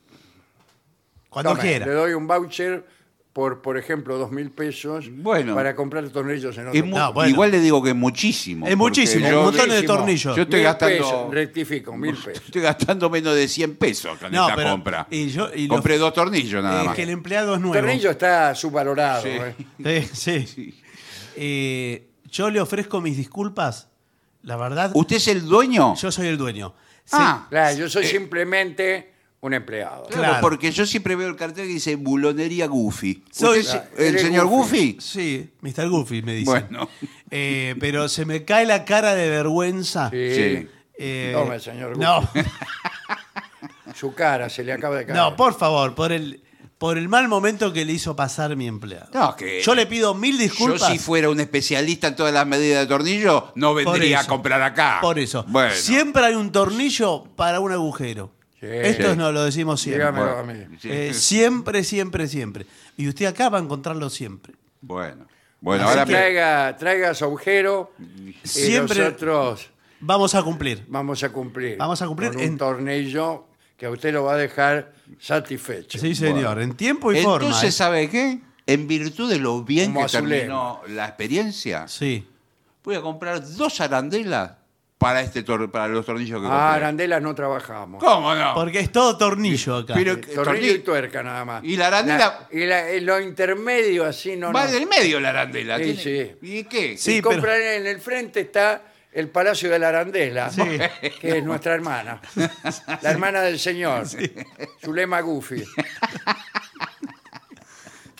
Speaker 3: Cuando
Speaker 2: Tome,
Speaker 3: quiera.
Speaker 2: Le doy un voucher por, por ejemplo, dos mil pesos
Speaker 4: Bueno.
Speaker 2: para comprar tornillos en otro
Speaker 4: es mu-
Speaker 2: país.
Speaker 3: No, bueno.
Speaker 4: igual le digo que es muchísimo.
Speaker 3: Es
Speaker 4: porque
Speaker 3: muchísimo,
Speaker 4: yo-
Speaker 3: un montón de
Speaker 2: Muchísimo.
Speaker 3: tornillos.
Speaker 4: Yo estoy
Speaker 2: Mil
Speaker 4: gastando-
Speaker 2: pesos, rectifico, mil pesos.
Speaker 4: Estoy gastando menos de 100 pesos acá en
Speaker 3: No,
Speaker 4: esta
Speaker 3: pero-
Speaker 4: compra.
Speaker 3: y yo- y lo-
Speaker 4: Compré dos tornillos nada
Speaker 3: Eh,
Speaker 4: más.
Speaker 3: que el empleado es
Speaker 2: El
Speaker 3: nuevo.
Speaker 2: tornillo está subvalorado.
Speaker 4: Sí.
Speaker 2: ¿eh?
Speaker 3: Sí, sí. Eh, yo le ofrezco mis disculpas. La verdad,
Speaker 4: ¿Usted es el dueño?
Speaker 3: yo soy el dueño. Sí.
Speaker 4: Ah,
Speaker 2: Claro, yo soy simplemente un empleado.
Speaker 4: claro,
Speaker 3: claro.
Speaker 4: porque yo siempre veo el cartel que dice bulonería Goofy.
Speaker 3: Soy-
Speaker 4: ¿Usted es
Speaker 2: Ah,
Speaker 4: el
Speaker 2: eres
Speaker 4: señor
Speaker 2: Goofy.
Speaker 4: Goofy?
Speaker 3: Sí, Mr. Goofy me dice.
Speaker 4: Bueno.
Speaker 3: Eh, pero se me cae la cara de vergüenza.
Speaker 2: Sí.
Speaker 4: Sí.
Speaker 3: Eh,
Speaker 2: Tome, señor Goofy.
Speaker 3: No,
Speaker 2: Su cara se le acaba de caer.
Speaker 3: no, por favor, por el, por el mal momento que le hizo pasar mi empleado.
Speaker 4: No, que-
Speaker 3: Yo le pido mil disculpas.
Speaker 4: Yo si fuera un especialista en todas las medidas de tornillo, no
Speaker 3: Por
Speaker 4: vendría a
Speaker 3: eso.
Speaker 4: comprar acá.
Speaker 3: Por eso.
Speaker 4: Ah, Bueno,
Speaker 3: Siempre hay un tornillo para un agujero.
Speaker 2: Sí.
Speaker 3: Esto no lo decimos siempre.
Speaker 2: Dígamelo a mí.
Speaker 4: Sí.
Speaker 3: Eh, siempre, siempre, siempre. Y usted acá va a encontrarlo siempre.
Speaker 4: Bueno. Bueno,
Speaker 2: Ahora
Speaker 4: ahora me-
Speaker 2: traiga, traiga su agujero y
Speaker 3: Siempre-
Speaker 2: nosotros
Speaker 3: Vamos a cumplir.
Speaker 2: vamos a cumplir.
Speaker 3: Vamos a cumplir
Speaker 2: con un
Speaker 3: en-
Speaker 2: tornillo que a usted lo va a dejar satisfecho.
Speaker 3: Sí, señor, en tiempo y forma. ¿eh?
Speaker 4: Entonces, ¿sabe qué? En virtud de lo bien
Speaker 2: Como
Speaker 4: que
Speaker 2: azulema.
Speaker 4: terminó la experiencia,
Speaker 3: Sí.
Speaker 4: voy a comprar dos arandelas para este tor- para los tornillos que
Speaker 2: Ah,
Speaker 4: compré.
Speaker 2: arandelas no trabajamos.
Speaker 4: ¿Cómo no?
Speaker 3: Porque es todo tornillo acá.
Speaker 4: Pero-
Speaker 2: Eh,
Speaker 4: qué
Speaker 2: Tornillo
Speaker 4: tornillo?
Speaker 2: y tuerca nada más.
Speaker 4: Y la arandela-
Speaker 2: La- y la- y lo intermedio así no.
Speaker 4: Va
Speaker 2: no.
Speaker 4: del medio la arandela.
Speaker 2: Sí,
Speaker 4: tiene- ¿Y qué?
Speaker 3: Sí,
Speaker 2: y
Speaker 3: pero-
Speaker 2: compran en el frente está el Palacio de la Arandela,
Speaker 3: Sí.
Speaker 2: que es nuestra hermana, la hermana del señor, Zulema Gufi.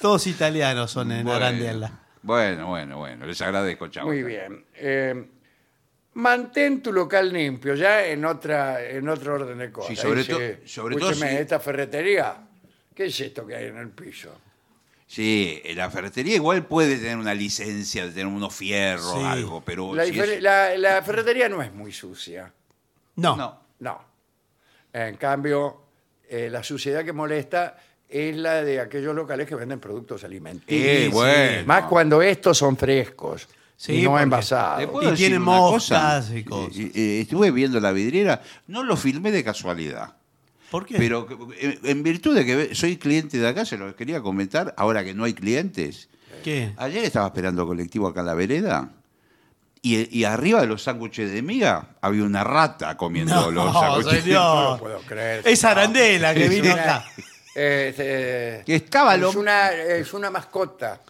Speaker 3: Todos italianos son en
Speaker 4: Bueno,
Speaker 3: Arandela.
Speaker 4: Bueno, bueno, bueno. Les agradezco, chao.
Speaker 2: Muy bien. Eh, mantén tu local limpio, ya en otra en otro orden de cosas.
Speaker 4: Sí, sobre
Speaker 2: Dice,
Speaker 4: to- sobre todo
Speaker 2: "Escúcheme,
Speaker 4: si-
Speaker 2: esta ferretería, ¿qué es esto que hay en el piso?
Speaker 4: Sí, la ferretería igual puede tener una licencia, de tener unos fierros,
Speaker 3: Sí.
Speaker 4: algo, pero.
Speaker 2: la,
Speaker 4: Oh, si
Speaker 2: difer-
Speaker 4: es-
Speaker 2: la- la ferretería no es muy sucia.
Speaker 3: No.
Speaker 4: No.
Speaker 2: No. En cambio, eh, la suciedad que molesta es la de aquellos locales que venden productos alimenticios.
Speaker 4: Eh,
Speaker 3: sí.
Speaker 4: bueno.
Speaker 2: Más cuando estos son frescos
Speaker 3: Sí,
Speaker 2: y no
Speaker 3: porque
Speaker 4: ¿Te
Speaker 2: envasados.
Speaker 4: Ah, puedo
Speaker 3: Y
Speaker 4: decir
Speaker 3: tiene
Speaker 4: una
Speaker 3: moscas
Speaker 4: cosa?
Speaker 3: y cosas.
Speaker 4: Eh, eh, estuve viendo la vidriera, no lo filmé de casualidad.
Speaker 3: ¿Por qué?
Speaker 4: Pero eh, en virtud de que ve- soy cliente de acá, se lo quería comentar, ahora que no hay clientes.
Speaker 3: ¿Qué?
Speaker 4: Ayer estaba esperando colectivo acá en la vereda y, y arriba de los sándwiches de miga había una rata comiendo los
Speaker 3: No,
Speaker 4: sándwiches.
Speaker 2: No lo
Speaker 3: señor.
Speaker 2: puedo creer.
Speaker 3: Es Arandela que
Speaker 2: Es
Speaker 3: vino
Speaker 2: una-
Speaker 3: acá.
Speaker 2: eh, eh,
Speaker 4: Que estaba
Speaker 2: es,
Speaker 4: lo-
Speaker 2: una, es una mascota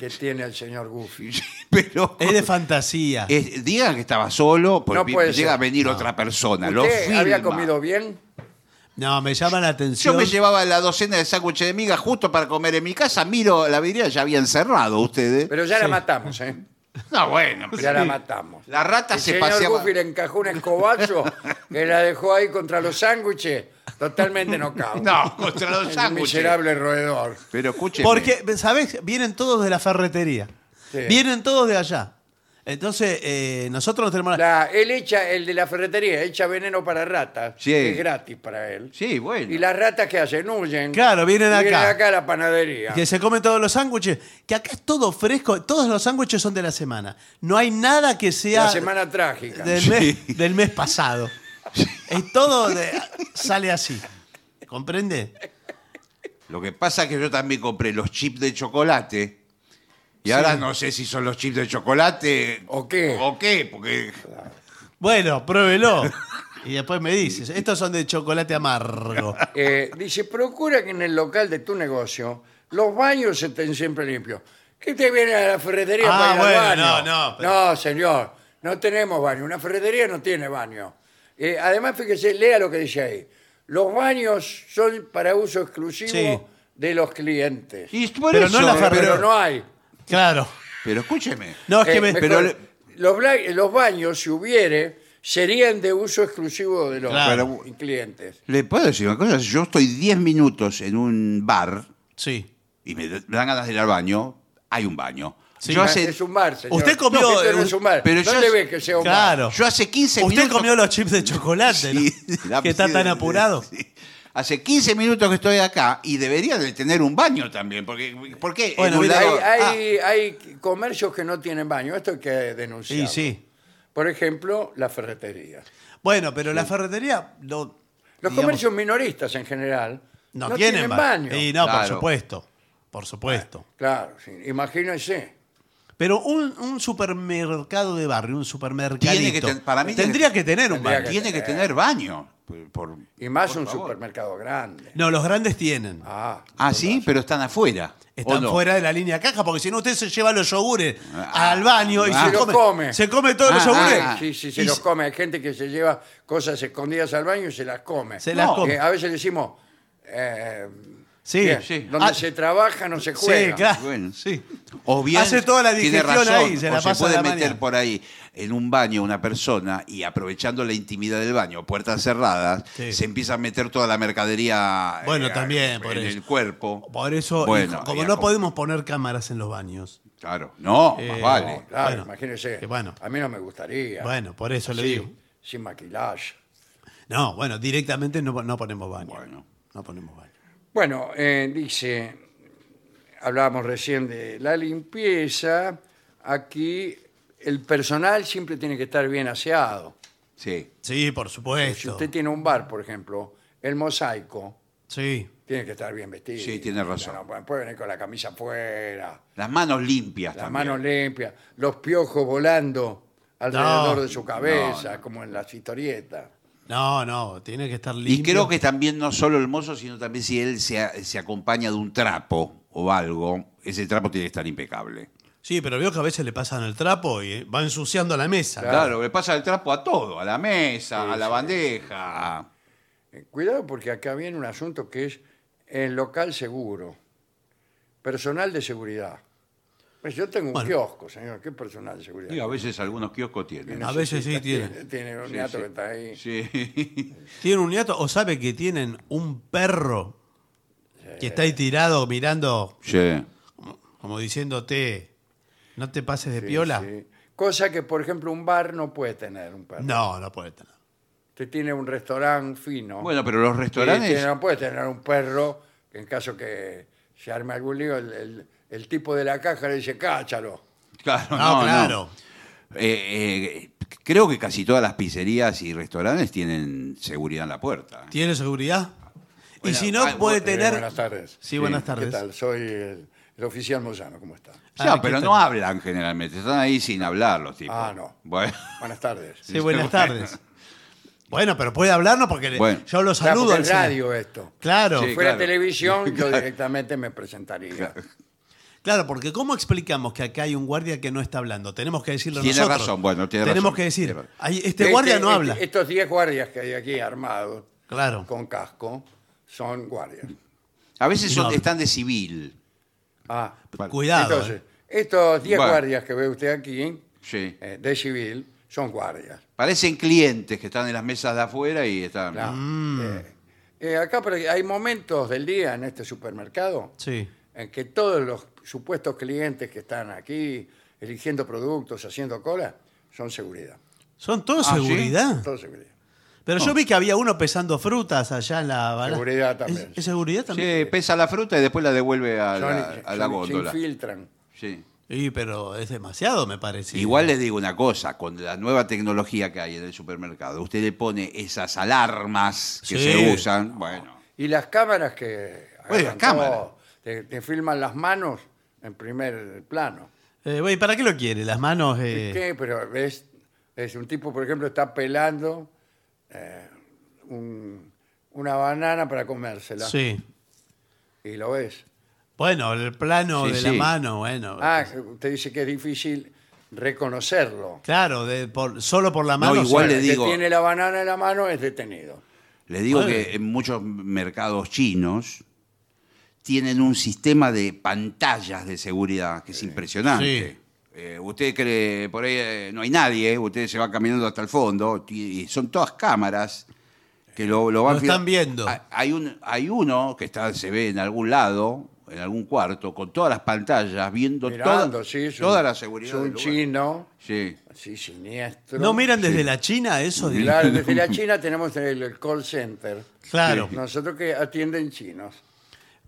Speaker 2: que tiene el señor Goofy.
Speaker 4: Pero
Speaker 3: Es de fantasía.
Speaker 4: es- digan que estaba solo, porque
Speaker 2: No puede
Speaker 4: llega a
Speaker 2: ser.
Speaker 4: venir otra persona. Lo
Speaker 2: ¿Usted había
Speaker 4: filma.
Speaker 2: comido bien?
Speaker 3: No, me llama la
Speaker 4: Yo
Speaker 3: atención.
Speaker 4: me llevaba la docena de sándwiches de miga justo para comer en mi casa, miro la vidriera, ya habían cerrado ustedes.
Speaker 2: Pero ya la matamos, ¿eh?
Speaker 4: no, bueno, pero-
Speaker 2: Ya la matamos.
Speaker 4: La rata
Speaker 2: El
Speaker 4: se
Speaker 2: señor
Speaker 4: paseaba-
Speaker 2: Goofy le encajó un escobazo que la dejó ahí contra los sándwiches, totalmente knockout.
Speaker 4: No, contra los
Speaker 2: El
Speaker 4: sándwiches.
Speaker 2: miserable roedor.
Speaker 4: Pero escúcheme.
Speaker 3: Porque, ¿sabés? Vienen todos de la ferretería.
Speaker 2: Sí.
Speaker 3: Vienen todos de allá. Entonces, eh, nosotros tenemos la...
Speaker 2: La- él echa, el de la ferretería, echa veneno para ratas.
Speaker 4: Sí.
Speaker 2: que es gratis para él.
Speaker 4: Sí, bueno.
Speaker 2: Y las ratas que hacen, huyen.
Speaker 3: Claro,
Speaker 2: Y
Speaker 3: vienen
Speaker 2: Vienen
Speaker 3: acá.
Speaker 2: acá a la panadería.
Speaker 3: Que se comen todos los sándwiches. Que acá es todo fresco. Todos los sándwiches son de la semana. No hay nada que sea...
Speaker 2: La semana trágica.
Speaker 3: del mes, del mes pasado. Es todo de- sale así. ¿Comprende?
Speaker 4: Lo que pasa es que yo también compré los chips de chocolate. Y ahora no sé si son los chips de chocolate.
Speaker 2: ¿O qué?
Speaker 4: O qué, porque.
Speaker 3: Bueno, pruébelo. Y después me dices, estos son de chocolate amargo.
Speaker 2: Eh, dice, procura que en el local de tu negocio los baños estén siempre limpios. ¿Qué te viene a la ferretería
Speaker 3: Ah,
Speaker 2: para ir al
Speaker 3: bueno,
Speaker 2: baño?
Speaker 3: no, no, pero-
Speaker 2: No, señor, no tenemos baño. Una ferretería no tiene baño. Eh, además, fíjese, lea lo que dice ahí. Los baños son para uso exclusivo
Speaker 3: Sí.
Speaker 2: de los clientes.
Speaker 4: Y por
Speaker 3: Pero
Speaker 4: eso- eh,
Speaker 3: no la
Speaker 2: pero,
Speaker 3: ferretería.
Speaker 2: pero no hay.
Speaker 3: Claro.
Speaker 4: Pero escúcheme.
Speaker 3: No, es que
Speaker 2: Eh,
Speaker 3: me-
Speaker 2: mejor,
Speaker 4: pero le-
Speaker 2: los, bla- los baños, si hubiere, serían de uso exclusivo de los
Speaker 3: Claro.
Speaker 2: clientes.
Speaker 4: Le puedo decir una cosa. Yo estoy 10 minutos en un bar
Speaker 3: Sí.
Speaker 4: y me da- me dan ganas de ir al baño. Hay un baño.
Speaker 3: Sí.
Speaker 4: yo, hace,
Speaker 2: Es un bar, señor.
Speaker 3: Usted comió- eh,
Speaker 2: No, esto no es un bar.
Speaker 4: Pero
Speaker 2: no
Speaker 4: yo-
Speaker 2: le ve que sea un bar.
Speaker 3: Claro.
Speaker 4: yo hace 15
Speaker 3: Usted
Speaker 4: minutos.
Speaker 3: comió los chips de chocolate, ¿no?
Speaker 4: Sí, la-
Speaker 3: que está
Speaker 4: sí,
Speaker 3: tan
Speaker 4: sí,
Speaker 3: apurado.
Speaker 4: sí. Hace 15 minutos que estoy acá y debería de tener un baño también. Porque, ¿Por qué?
Speaker 3: Bueno,
Speaker 4: En un
Speaker 3: mira,
Speaker 2: Hay,
Speaker 4: lado-
Speaker 2: hay,
Speaker 3: Ah.
Speaker 2: hay comercios que no tienen baño. Esto hay que denunciar.
Speaker 3: Sí, sí.
Speaker 2: Por ejemplo, la ferretería.
Speaker 3: Bueno, pero la ferretería no,
Speaker 2: Los
Speaker 3: digamos,
Speaker 2: comercios minoristas en general
Speaker 3: no, tienen, ba-
Speaker 2: baño.
Speaker 3: Y no,
Speaker 4: Claro.
Speaker 3: por supuesto. Por supuesto.
Speaker 2: Claro, sí, imagínense.
Speaker 3: Pero un, un supermercado de barrio, un supermercadito,
Speaker 4: ten- para mí tiene
Speaker 3: tendría
Speaker 4: que-
Speaker 3: que tener un
Speaker 2: Tendría
Speaker 3: baño.
Speaker 4: Ah, tiene que tener baño. por- por-
Speaker 2: Y más
Speaker 4: Por
Speaker 2: un
Speaker 4: favor.
Speaker 2: supermercado grande.
Speaker 3: No, los grandes tienen.
Speaker 2: Ah,
Speaker 4: ah, sí, pero están afuera. ¿o
Speaker 3: Están
Speaker 4: no?
Speaker 3: fuera de la línea caja, porque si no usted se lleva los yogures al baño y
Speaker 4: Ah.
Speaker 3: se,
Speaker 4: Se los
Speaker 3: come,
Speaker 2: come.
Speaker 3: Se come todos los
Speaker 4: Ah,
Speaker 3: yogures.
Speaker 4: ah,
Speaker 2: sí, sí, se
Speaker 3: Y
Speaker 2: los
Speaker 3: se-
Speaker 2: come. Hay gente que se lleva cosas escondidas al baño y se las come.
Speaker 3: Se las come.
Speaker 2: eh, a veces le decimos... eh,
Speaker 3: Sí,
Speaker 2: bien,
Speaker 4: sí.
Speaker 2: Donde
Speaker 3: Ah,
Speaker 2: se trabaja no se
Speaker 3: sí,
Speaker 2: juega.
Speaker 3: claro.
Speaker 4: Bueno,
Speaker 3: sí.
Speaker 4: O bien
Speaker 3: Hace toda la
Speaker 4: tiene
Speaker 3: digestión
Speaker 4: razón,
Speaker 3: ahí, se
Speaker 4: o
Speaker 3: la pasa a
Speaker 4: puede
Speaker 3: la
Speaker 4: meter
Speaker 3: mañana.
Speaker 4: por ahí en un baño una persona y aprovechando la intimidad del baño, puertas cerradas,
Speaker 3: Sí.
Speaker 4: se empieza a meter toda la mercadería eh,
Speaker 3: Bueno, también,
Speaker 4: en
Speaker 3: por eso.
Speaker 4: el cuerpo.
Speaker 3: Por eso,
Speaker 4: Bueno,
Speaker 3: hijo, como
Speaker 4: ya,
Speaker 3: no
Speaker 4: como-
Speaker 3: podemos poner cámaras en los baños.
Speaker 4: Claro, no, más
Speaker 3: Eh,
Speaker 4: vale.
Speaker 2: Claro,
Speaker 3: Bueno,
Speaker 2: imagínese.
Speaker 3: que bueno.
Speaker 2: A mí no me gustaría.
Speaker 3: Bueno, por eso le
Speaker 2: Sí,
Speaker 3: digo.
Speaker 2: Sin maquillaje.
Speaker 3: No, bueno, directamente no, no ponemos baño.
Speaker 4: Bueno.
Speaker 3: No ponemos baño.
Speaker 2: Bueno, eh, dice, hablábamos recién de la limpieza, aquí el personal siempre tiene que estar bien aseado.
Speaker 4: Sí.
Speaker 3: Sí, por
Speaker 2: Si
Speaker 3: supuesto.
Speaker 2: usted tiene un bar, por ejemplo, el mosaico
Speaker 3: Sí.
Speaker 2: tiene que estar bien vestido.
Speaker 4: Sí, tiene razón.
Speaker 2: No, no, puede venir con la camisa afuera,
Speaker 4: Las manos limpias
Speaker 2: las
Speaker 4: también.
Speaker 2: manos limpias, los piojos volando alrededor
Speaker 3: No,
Speaker 2: de su cabeza, como en las historietas.
Speaker 3: No, no, tiene que estar limpio.
Speaker 4: y creo que también no solo el mozo, sino también si él se, a- se acompaña de un trapo o algo, ese trapo tiene que estar impecable.
Speaker 3: Sí, pero veo que a veces le pasan el trapo y eh, va ensuciando la mesa.
Speaker 4: Claro, le pasa el trapo a todo, a la mesa, a la bandeja.
Speaker 2: Eh, Cuidado porque acá viene un asunto que es el local seguro, personal de seguridad. Pues yo tengo un
Speaker 3: Bueno.
Speaker 2: kiosco, señor, ¿qué personal de seguridad?
Speaker 4: Y a veces algunos kioscos tienen.
Speaker 3: A veces sí tiene.
Speaker 2: Tiene un
Speaker 4: Sí,
Speaker 2: gato
Speaker 4: sí.
Speaker 2: que está ahí.
Speaker 4: Sí.
Speaker 3: Tiene un nieto o sabe que tienen un perro que está ahí tirado mirando
Speaker 4: sí.
Speaker 3: como diciéndote, no te pases de
Speaker 2: Sí,
Speaker 3: piola.
Speaker 2: sí. Cosa que, por ejemplo, un bar no puede tener un perro.
Speaker 3: No, no puede tener.
Speaker 2: Usted tiene un restaurante fino.
Speaker 4: Bueno, pero los
Speaker 2: Sí,
Speaker 4: restaurantes.
Speaker 2: tiene- no puede tener un perro que en caso que se arme algún lío, el, el- el tipo de la caja le dice, cáchalo.
Speaker 4: Claro,
Speaker 3: No,
Speaker 4: no, no.
Speaker 3: claro.
Speaker 4: Eh, eh, creo que casi todas las pizzerías y restaurantes tienen seguridad en la puerta.
Speaker 3: ¿Tiene seguridad? y
Speaker 4: Bueno,
Speaker 3: si no,
Speaker 4: ay,
Speaker 3: puede
Speaker 4: bueno,
Speaker 2: Eh,
Speaker 3: tener.
Speaker 2: buenas tardes.
Speaker 3: sí, buenas
Speaker 2: ¿Qué
Speaker 3: tardes.
Speaker 2: tal? Soy el, el oficial Moyano, ¿cómo está?
Speaker 4: O sea,
Speaker 3: Ah,
Speaker 4: pero
Speaker 3: ¿qué
Speaker 4: no
Speaker 3: tal?
Speaker 4: hablan generalmente, están ahí sin hablar los tipos.
Speaker 2: Ah, no.
Speaker 4: Bueno,
Speaker 2: Buenas tardes.
Speaker 3: Sí, buenas
Speaker 4: Bueno.
Speaker 3: tardes. Bueno, pero puede hablarnos porque le-
Speaker 4: Bueno.
Speaker 3: yo lo
Speaker 2: Claro,
Speaker 3: saludo
Speaker 2: porque
Speaker 3: al
Speaker 2: es
Speaker 3: señor.
Speaker 2: radio esto.
Speaker 3: Claro,
Speaker 4: Sí.
Speaker 2: Si fuera
Speaker 4: claro.
Speaker 2: televisión, yo directamente me presentaría.
Speaker 3: claro, porque ¿cómo explicamos que acá hay un guardia que no está hablando? Tenemos que decirlo
Speaker 4: Tiene
Speaker 3: nosotros.
Speaker 4: razón, bueno, tiene
Speaker 3: Tenemos
Speaker 4: razón.
Speaker 3: que decir,
Speaker 4: Tiene razón.
Speaker 3: "Ay, este, guardia no
Speaker 2: este-
Speaker 3: habla.
Speaker 2: Estos 10 guardias que hay aquí armados
Speaker 3: claro.
Speaker 2: con casco son guardias.
Speaker 4: a veces son-
Speaker 3: No.
Speaker 4: están de civil.
Speaker 2: Ah,
Speaker 3: Cuidado.
Speaker 2: Entonces,
Speaker 3: eh.
Speaker 2: estos 10
Speaker 4: Bueno.
Speaker 2: guardias que ve usted aquí,
Speaker 4: Sí.
Speaker 2: eh, de civil, son guardias.
Speaker 4: Parecen clientes que están en las mesas de afuera y están.
Speaker 2: Claro.
Speaker 3: Mm.
Speaker 2: Eh, eh, acá pero hay momentos del día en este supermercado
Speaker 3: Sí.
Speaker 2: en que todos los supuestos clientes que están aquí eligiendo productos, haciendo cola, son seguridad.
Speaker 3: Son todos
Speaker 4: Ah, ¿sí? Oh.
Speaker 3: seguridad.
Speaker 2: Todo seguridad.
Speaker 3: Pero yo vi que había uno pesando frutas allá en la bala-
Speaker 2: Seguridad también.
Speaker 3: ¿Es, es seguridad también?
Speaker 4: Sí, pesa la fruta y después la devuelve a
Speaker 2: Son-
Speaker 4: la, a la
Speaker 2: son-
Speaker 4: góndola.
Speaker 2: Se infiltran.
Speaker 4: Sí.
Speaker 3: Sí, pero es demasiado, me parece.
Speaker 4: Igual les digo una cosa, con la nueva tecnología que hay en el supermercado, usted le pone esas alarmas que
Speaker 3: Sí.
Speaker 4: se usan, bueno,
Speaker 2: Y las cámaras que...
Speaker 4: Bueno, las
Speaker 2: agarran
Speaker 4: cámaras.
Speaker 2: todo, Te, te filman las manos en primer plano.
Speaker 3: Eh, güey, ¿Para qué lo quiere? Las manos... eh,
Speaker 2: ¿Qué? Pero ves, es un tipo, por ejemplo, está pelando eh, un- una banana para comérsela.
Speaker 3: Sí.
Speaker 2: Y lo ves.
Speaker 3: Bueno, el plano
Speaker 4: Sí,
Speaker 3: de
Speaker 4: sí.
Speaker 3: la mano, bueno.
Speaker 2: Ah, usted dice que es difícil reconocerlo.
Speaker 3: Claro, de- por- solo por la
Speaker 4: No,
Speaker 3: mano.
Speaker 4: igual
Speaker 3: sí.
Speaker 4: le
Speaker 2: El que
Speaker 4: digo-
Speaker 2: tiene la banana en la mano es detenido.
Speaker 4: les digo
Speaker 3: Bueno.
Speaker 4: que en muchos mercados chinos tienen un sistema de pantallas de seguridad que es impresionante.
Speaker 3: Eh, Sí.
Speaker 4: Eh, usted cree, por ahí eh, no hay nadie, usted se va caminando hasta el fondo y y son todas cámaras que lo, lo van
Speaker 3: Lo
Speaker 4: fija-
Speaker 3: están viendo.
Speaker 4: Ha- Hay, un, hay uno que está, se ve en algún lado, en algún cuarto, con todas las pantallas, viendo
Speaker 2: Mirando,
Speaker 4: toda,
Speaker 2: sí. es un-
Speaker 4: toda la seguridad.
Speaker 2: Es un
Speaker 4: del lugar.
Speaker 2: chino,
Speaker 4: Sí.
Speaker 2: así siniestro.
Speaker 3: ¿No miran desde la China eso?
Speaker 2: Claro, desde la China tenemos el, el call center.
Speaker 3: Claro.
Speaker 2: Nosotros que atienden chinos.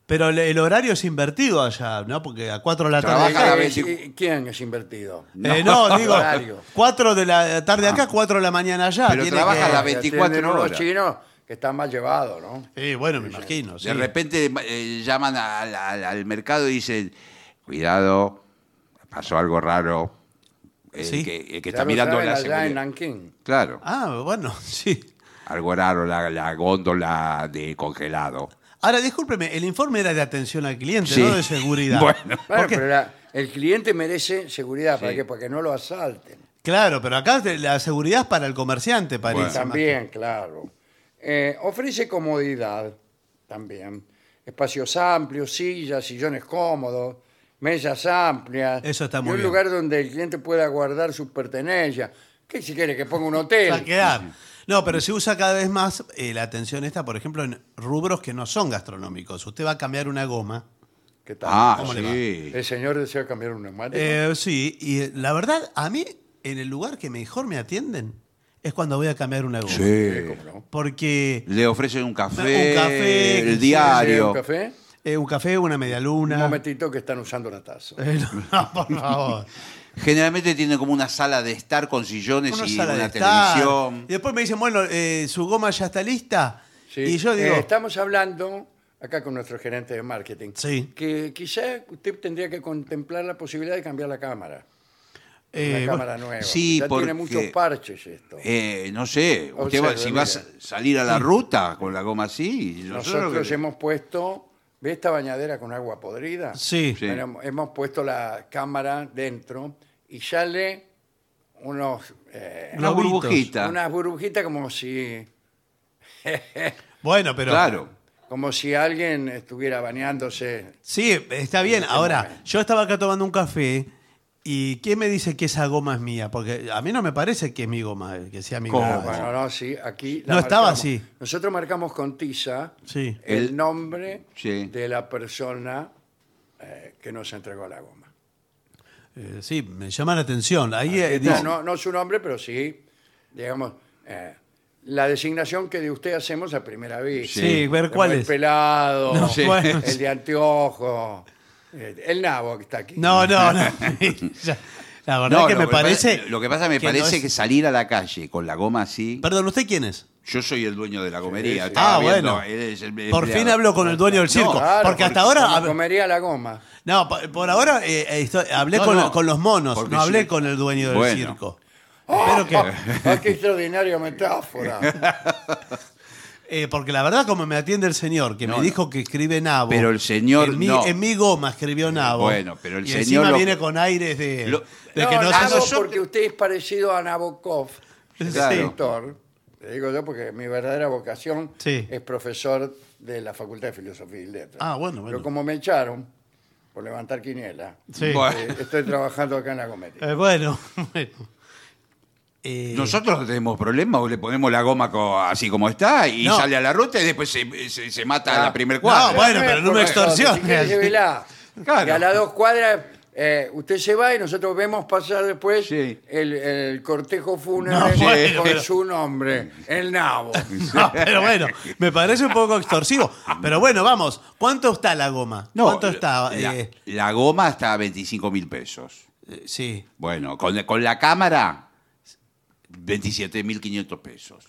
Speaker 3: Pero el, el horario es invertido allá, ¿no? Porque a 4 de la tarde
Speaker 4: Trabaja
Speaker 3: acá.
Speaker 4: la
Speaker 2: Eh,
Speaker 4: 24.
Speaker 2: eh, ¿Quién es invertido?
Speaker 3: Eh, no, digo,
Speaker 2: Horario.
Speaker 3: 4 de la tarde acá, 4 de la mañana allá.
Speaker 4: Ah. Pero
Speaker 3: Tiene
Speaker 4: trabaja
Speaker 3: que-
Speaker 4: la ve- 24
Speaker 2: Atienden unos
Speaker 4: horas.
Speaker 2: chinos que están mal llevados, ¿no?
Speaker 3: Sí, bueno, me imagino. Pues sí.
Speaker 4: De repente eh, llaman al, al- al mercado y dicen, cuidado, pasó algo raro. El
Speaker 3: Sí.
Speaker 4: que, el que
Speaker 2: Ya
Speaker 4: está
Speaker 2: lo
Speaker 4: mirando
Speaker 2: saben
Speaker 4: la
Speaker 2: allá en
Speaker 4: seguridad.
Speaker 2: Nankín.
Speaker 4: Claro,
Speaker 3: Ah, bueno, sí.
Speaker 4: algo raro, la, la góndola de congelado.
Speaker 3: Ahora, discúlpeme, el informe era de atención al cliente,
Speaker 4: Sí.
Speaker 3: no de seguridad.
Speaker 4: Bueno.
Speaker 2: Bueno,
Speaker 3: Porque-
Speaker 2: pero la- el cliente merece seguridad, ¿para
Speaker 4: Sí.
Speaker 2: qué? Para que no lo asalten.
Speaker 3: Claro, pero acá te- la seguridad es para el comerciante, parece.
Speaker 4: Bueno.
Speaker 3: más que-
Speaker 2: También, claro. Eh, ofrece comodidad también. Espacios amplios, sillas, sillones cómodos, mesas amplias.
Speaker 3: Eso está
Speaker 2: Y
Speaker 3: muy
Speaker 2: un
Speaker 3: bien.
Speaker 2: lugar donde el cliente pueda guardar sus pertenencias. ¿Qué si quiere? Que ponga un hotel.
Speaker 3: Va a quedar. No, pero se usa cada vez más eh, la atención esta, por ejemplo, en rubros que no son gastronómicos. Usted va a cambiar una goma.
Speaker 2: ¿Qué tal?
Speaker 4: Ah,
Speaker 3: ¿Cómo le va?
Speaker 4: sí.
Speaker 2: El señor desea cambiar un neumático.
Speaker 3: Eh, sí, y eh, la verdad, a mí, en el lugar que mejor me atienden es cuando voy a cambiar una goma.
Speaker 4: Sí.
Speaker 2: Sí, Eh, cómo no.
Speaker 3: Porque
Speaker 4: Le ofrecen un café,
Speaker 3: Un café, que sí,
Speaker 4: el
Speaker 2: ¿Desea
Speaker 4: diario.
Speaker 2: un café?
Speaker 3: Eh, un café, una media luna.
Speaker 2: Un momentito que están usando una taza.
Speaker 3: Eh, no, no, por favor.
Speaker 4: Generalmente tiene como una sala de estar con sillones
Speaker 3: Una
Speaker 4: y
Speaker 3: sala de
Speaker 4: una
Speaker 3: estar.
Speaker 4: televisión.
Speaker 3: Y después me dicen, bueno, eh, su goma ya está lista.
Speaker 2: Sí.
Speaker 3: Y yo digo,
Speaker 2: Eh, estamos hablando acá con nuestro gerente de marketing.
Speaker 3: Sí.
Speaker 2: Que quizá usted tendría que contemplar la posibilidad de cambiar la cámara.
Speaker 3: eh,
Speaker 2: Una
Speaker 3: bueno,
Speaker 2: cámara nueva.
Speaker 4: sí,
Speaker 2: ya
Speaker 4: porque-
Speaker 2: tiene muchos parches esto.
Speaker 4: Eh, no sé, usted va-
Speaker 2: Observe,
Speaker 4: si va a sa-
Speaker 2: mira.
Speaker 4: salir a la ruta con la goma así. y nosotros
Speaker 2: Nosotros
Speaker 4: que-
Speaker 2: hemos puesto, ¿ve esta bañadera con agua podrida?
Speaker 3: sí.
Speaker 4: Sí.
Speaker 2: Bueno, hemos puesto la cámara dentro y sale unos eh,
Speaker 4: Una
Speaker 3: globitos.
Speaker 4: burbujita.
Speaker 2: unas burbujitas como si
Speaker 3: Bueno, pero.
Speaker 4: Claro.
Speaker 2: como si alguien estuviera bañándose.
Speaker 3: Sí, está bien. Ahora, yo estaba acá tomando un café. ¿Y quién me dice que esa goma es mía? Porque a mí no me parece que es mi goma, eh, que sea mi
Speaker 4: ¿Cómo?
Speaker 3: goma.
Speaker 2: Bueno, no, sí, aquí
Speaker 3: No estaba
Speaker 2: marcamos.
Speaker 3: así.
Speaker 2: Nosotros marcamos con tiza
Speaker 3: Sí.
Speaker 2: el
Speaker 4: El-
Speaker 2: nombre
Speaker 4: Sí.
Speaker 2: de la persona eh, que nos entregó la goma.
Speaker 3: Eh, sí, me llama la atención. Ahí
Speaker 4: Ah,
Speaker 3: eh,
Speaker 2: No,
Speaker 3: dice-
Speaker 2: no, no su nombre, pero sí, digamos, eh, la designación que de usted hacemos a primera vista.
Speaker 3: Sí, ver
Speaker 2: El
Speaker 3: cuál
Speaker 2: muy
Speaker 3: es.
Speaker 2: pelado,
Speaker 3: No, Sí. bueno.
Speaker 2: el de anteojo, eh, el nabo que está aquí.
Speaker 3: No, no, no. Ya, La verdad
Speaker 4: No,
Speaker 3: que
Speaker 4: lo
Speaker 3: me
Speaker 4: pasa-
Speaker 3: parece.
Speaker 4: lo que pasa me
Speaker 3: no
Speaker 4: parece
Speaker 3: es-
Speaker 4: que salir a la calle con la goma así.
Speaker 3: Perdón, ¿usted quién es?
Speaker 4: Yo soy el dueño de la
Speaker 2: Sí,
Speaker 4: comería.
Speaker 2: sí.
Speaker 4: estaba
Speaker 3: Ah,
Speaker 4: viendo,
Speaker 3: bueno.
Speaker 4: él es el
Speaker 3: Por
Speaker 4: empleado.
Speaker 3: fin hablo con el dueño del circo.
Speaker 2: Claro,
Speaker 3: porque hasta ahora.
Speaker 2: se me comería la goma.
Speaker 3: No, por, por ahora eh, eh, estoy- hablé
Speaker 4: No,
Speaker 3: con,
Speaker 4: no.
Speaker 3: con los monos,
Speaker 4: Porque
Speaker 3: no hablé
Speaker 4: sí.
Speaker 3: con el dueño del
Speaker 4: Bueno.
Speaker 3: circo. Espero que.
Speaker 2: Ah, ¡Qué extraordinaria metáfora!
Speaker 3: eh, porque la verdad, como me atiende el señor, que
Speaker 4: No,
Speaker 3: me
Speaker 4: no.
Speaker 3: dijo que escribe Nabo.
Speaker 4: Pero el señor
Speaker 3: En mi,
Speaker 4: no. Eh,
Speaker 3: en mi goma escribió Nabo.
Speaker 4: Bueno, pero el
Speaker 3: y
Speaker 4: señor
Speaker 3: Encima
Speaker 4: lo-
Speaker 3: viene con aires de.
Speaker 4: Lo-
Speaker 3: de que no,
Speaker 2: Nabo,
Speaker 3: sabe-
Speaker 2: porque usted es parecido a Nabokov, el
Speaker 4: Claro.
Speaker 2: escritor. Le digo yo porque mi verdadera vocación
Speaker 3: Sí.
Speaker 2: es profesor de la Facultad de Filosofía y Letras.
Speaker 3: Ah, bueno, bueno.
Speaker 2: Pero como me echaron por levantar quiniela,
Speaker 3: Sí.
Speaker 4: Bueno.
Speaker 2: eh, estoy trabajando acá en la comedia.
Speaker 3: Eh, bueno, bueno. Eh,
Speaker 4: Nosotros no tenemos problemas, o le ponemos la goma co- así como está y
Speaker 3: No.
Speaker 4: sale a la ruta y después se, se- se mata a
Speaker 2: Ah.
Speaker 4: la primer cuadra.
Speaker 3: No, bueno, pero no me
Speaker 2: extorsión.
Speaker 3: extorsione.
Speaker 2: Si quiere, llévela.
Speaker 4: Claro.
Speaker 2: Y a las dos cuadras eh, usted se va y nosotros vemos pasar después
Speaker 4: Sí.
Speaker 2: el, el cortejo fúnebre
Speaker 3: No, bueno,
Speaker 2: con
Speaker 3: pero-
Speaker 2: su nombre, el nabo.
Speaker 3: no, pero bueno, me parece un poco extorsivo. Pero bueno, vamos. ¿Cuánto está la goma?
Speaker 4: No,
Speaker 3: ¿Cuánto está?
Speaker 4: La,
Speaker 3: Eh,
Speaker 4: la goma está a 25 mil pesos.
Speaker 3: eh, sí.
Speaker 4: Bueno, con, con la cámara, 27 mil 500 pesos.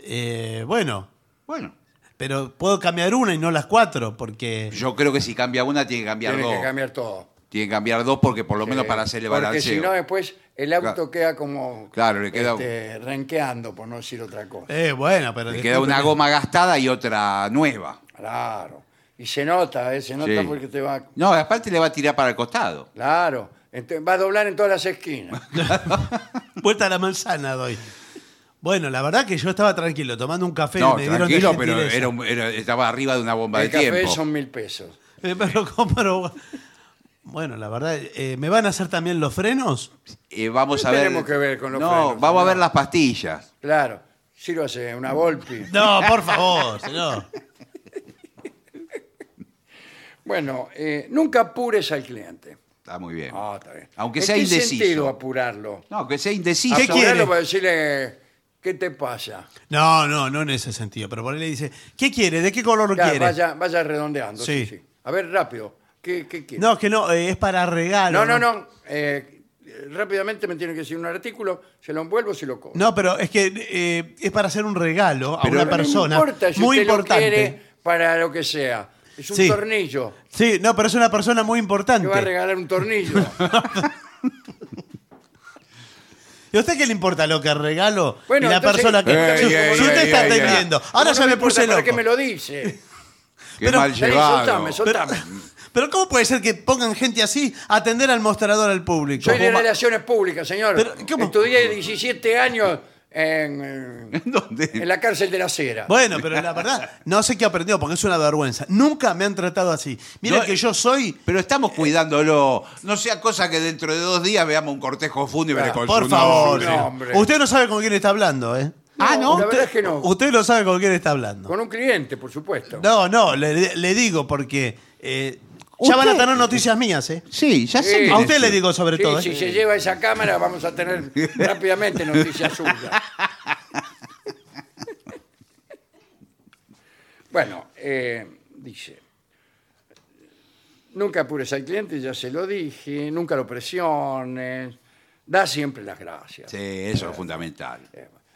Speaker 3: Eh, bueno,
Speaker 4: Bueno,
Speaker 3: pero puedo cambiar una y no las cuatro, porque.
Speaker 4: yo creo que si cambia una, tiene que cambiar
Speaker 2: Tiene
Speaker 4: dos.
Speaker 2: que cambiar todo.
Speaker 4: Tiene que cambiar dos porque por lo menos para hacerle
Speaker 2: Eh, Porque
Speaker 4: balanceo.
Speaker 2: si no, después el auto
Speaker 4: Claro.
Speaker 2: queda como
Speaker 4: Claro, le queda-
Speaker 2: este, renqueando, por no decir otra cosa.
Speaker 3: Eh, bueno, pero.
Speaker 4: Le queda una
Speaker 3: discúlpeme.
Speaker 4: goma gastada y otra nueva.
Speaker 2: Claro. Y se nota, ¿eh? se nota
Speaker 4: Sí.
Speaker 2: porque te va.
Speaker 4: No, aparte le va a tirar para el costado.
Speaker 2: Claro. Ente- va a doblar en todas las esquinas.
Speaker 3: Vuelta a la manzana doy. Bueno, la verdad que yo estaba tranquilo, tomando un café.
Speaker 4: no,
Speaker 3: me dieron de
Speaker 4: tranquilo, pero
Speaker 3: gentileza.
Speaker 4: era un- era- estaba arriba de una bomba
Speaker 2: El
Speaker 4: de
Speaker 2: café
Speaker 4: tiempo.
Speaker 2: son mil pesos.
Speaker 3: Eh, pero compro- Bueno, la verdad, eh, ¿me van a hacer también los frenos?
Speaker 4: Eh, vamos
Speaker 2: ¿Qué
Speaker 4: a ver.
Speaker 2: tenemos que ver con los
Speaker 4: No,
Speaker 2: frenos,
Speaker 4: vamos a ver
Speaker 2: señor?
Speaker 4: las pastillas.
Speaker 2: Claro. Sírvase una Volpi.
Speaker 3: No, por favor, señor.
Speaker 2: Bueno, eh, nunca apures al cliente.
Speaker 4: Está muy bien.
Speaker 2: Ah, está bien.
Speaker 4: Aunque
Speaker 2: ¿En
Speaker 4: sea
Speaker 2: qué
Speaker 4: indeciso.
Speaker 2: sentido apurarlo?
Speaker 4: No, que sea indeciso.
Speaker 3: ¿Qué quiere?
Speaker 2: Apurarlo para decirle, ¿qué te pasa?
Speaker 3: No, no, no en ese sentido. Pero por ahí le dice, ¿qué quiere? ¿De qué color
Speaker 2: Claro,
Speaker 3: quiere?
Speaker 2: vaya, vaya redondeando. Sí.
Speaker 3: Sí.
Speaker 2: sí. A ver, rápido. ¿Qué, qué quieres?
Speaker 3: No, que no, eh, es para regalo.
Speaker 2: no, no. no, eh, rápidamente me tiene que decir un artículo, se lo envuelvo, se lo cobro.
Speaker 3: No, pero es que eh, es para hacer un regalo a
Speaker 4: Pero
Speaker 3: una
Speaker 4: no
Speaker 3: persona
Speaker 2: No importa si
Speaker 3: muy
Speaker 2: usted
Speaker 3: importante.
Speaker 2: lo quiere para lo que sea. Es un
Speaker 3: Sí.
Speaker 2: tornillo.
Speaker 3: Sí, no, pero es una persona muy
Speaker 2: Te
Speaker 3: importante.
Speaker 2: va a regalar un tornillo.
Speaker 3: ¿Y a usted qué le importa lo que regalo
Speaker 2: Bueno,
Speaker 3: y la
Speaker 2: entonces-
Speaker 3: persona que
Speaker 4: Ey,
Speaker 3: si,
Speaker 4: ey,
Speaker 3: si usted
Speaker 4: ey,
Speaker 3: está
Speaker 4: ey, ey.
Speaker 3: atendiendo? Ahora
Speaker 2: No,
Speaker 3: ya
Speaker 2: no
Speaker 3: me
Speaker 2: importa
Speaker 3: puse loco.
Speaker 2: ¿Para qué me lo dice?
Speaker 4: Qué
Speaker 3: pero-
Speaker 4: mal
Speaker 2: Dale,
Speaker 4: llevado.
Speaker 2: soltame, soltame.
Speaker 3: Pero ¿cómo puede ser que pongan gente así a atender al mostrador al público?
Speaker 2: Soy de
Speaker 3: Como-
Speaker 2: Relaciones Públicas, señor.
Speaker 3: Pero, ¿cómo?
Speaker 2: Estudié 17 años en, eh,
Speaker 4: ¿Dónde?
Speaker 2: en la cárcel de la cera.
Speaker 3: Bueno, pero la verdad, no sé qué aprendió porque es una vergüenza. Nunca me han tratado así. Mira
Speaker 4: No,
Speaker 3: que
Speaker 4: eh,
Speaker 3: yo soy
Speaker 4: Pero estamos cuidándolo. No sea cosa que dentro de dos días veamos un cortejo fúnebre
Speaker 2: Claro,
Speaker 4: con
Speaker 3: Por
Speaker 4: su
Speaker 3: favor.
Speaker 4: nombre.
Speaker 2: no,
Speaker 3: señor.
Speaker 2: hombre.
Speaker 3: Usted no sabe con quién está hablando, ¿eh?
Speaker 4: Ah, ¿no?
Speaker 2: La
Speaker 3: Usted-
Speaker 2: verdad es que no.
Speaker 3: Usted no sabe con quién está hablando.
Speaker 2: Con un cliente, por supuesto.
Speaker 3: No, no, le, le digo porque eh, ya
Speaker 4: Usted-
Speaker 3: van a tener noticias mías, ¿eh?
Speaker 4: Sí, ya
Speaker 2: Sí.
Speaker 4: sé. quién
Speaker 3: A
Speaker 4: es.
Speaker 3: usted le digo sobre
Speaker 2: Sí,
Speaker 3: todo. ¿eh?
Speaker 2: si se lleva esa cámara vamos a tener rápidamente noticias suyas. Bueno, eh, dice, Nunca apures al cliente, ya se lo dije, nunca lo presiones, da siempre las gracias.
Speaker 4: Sí, eso es fundamental.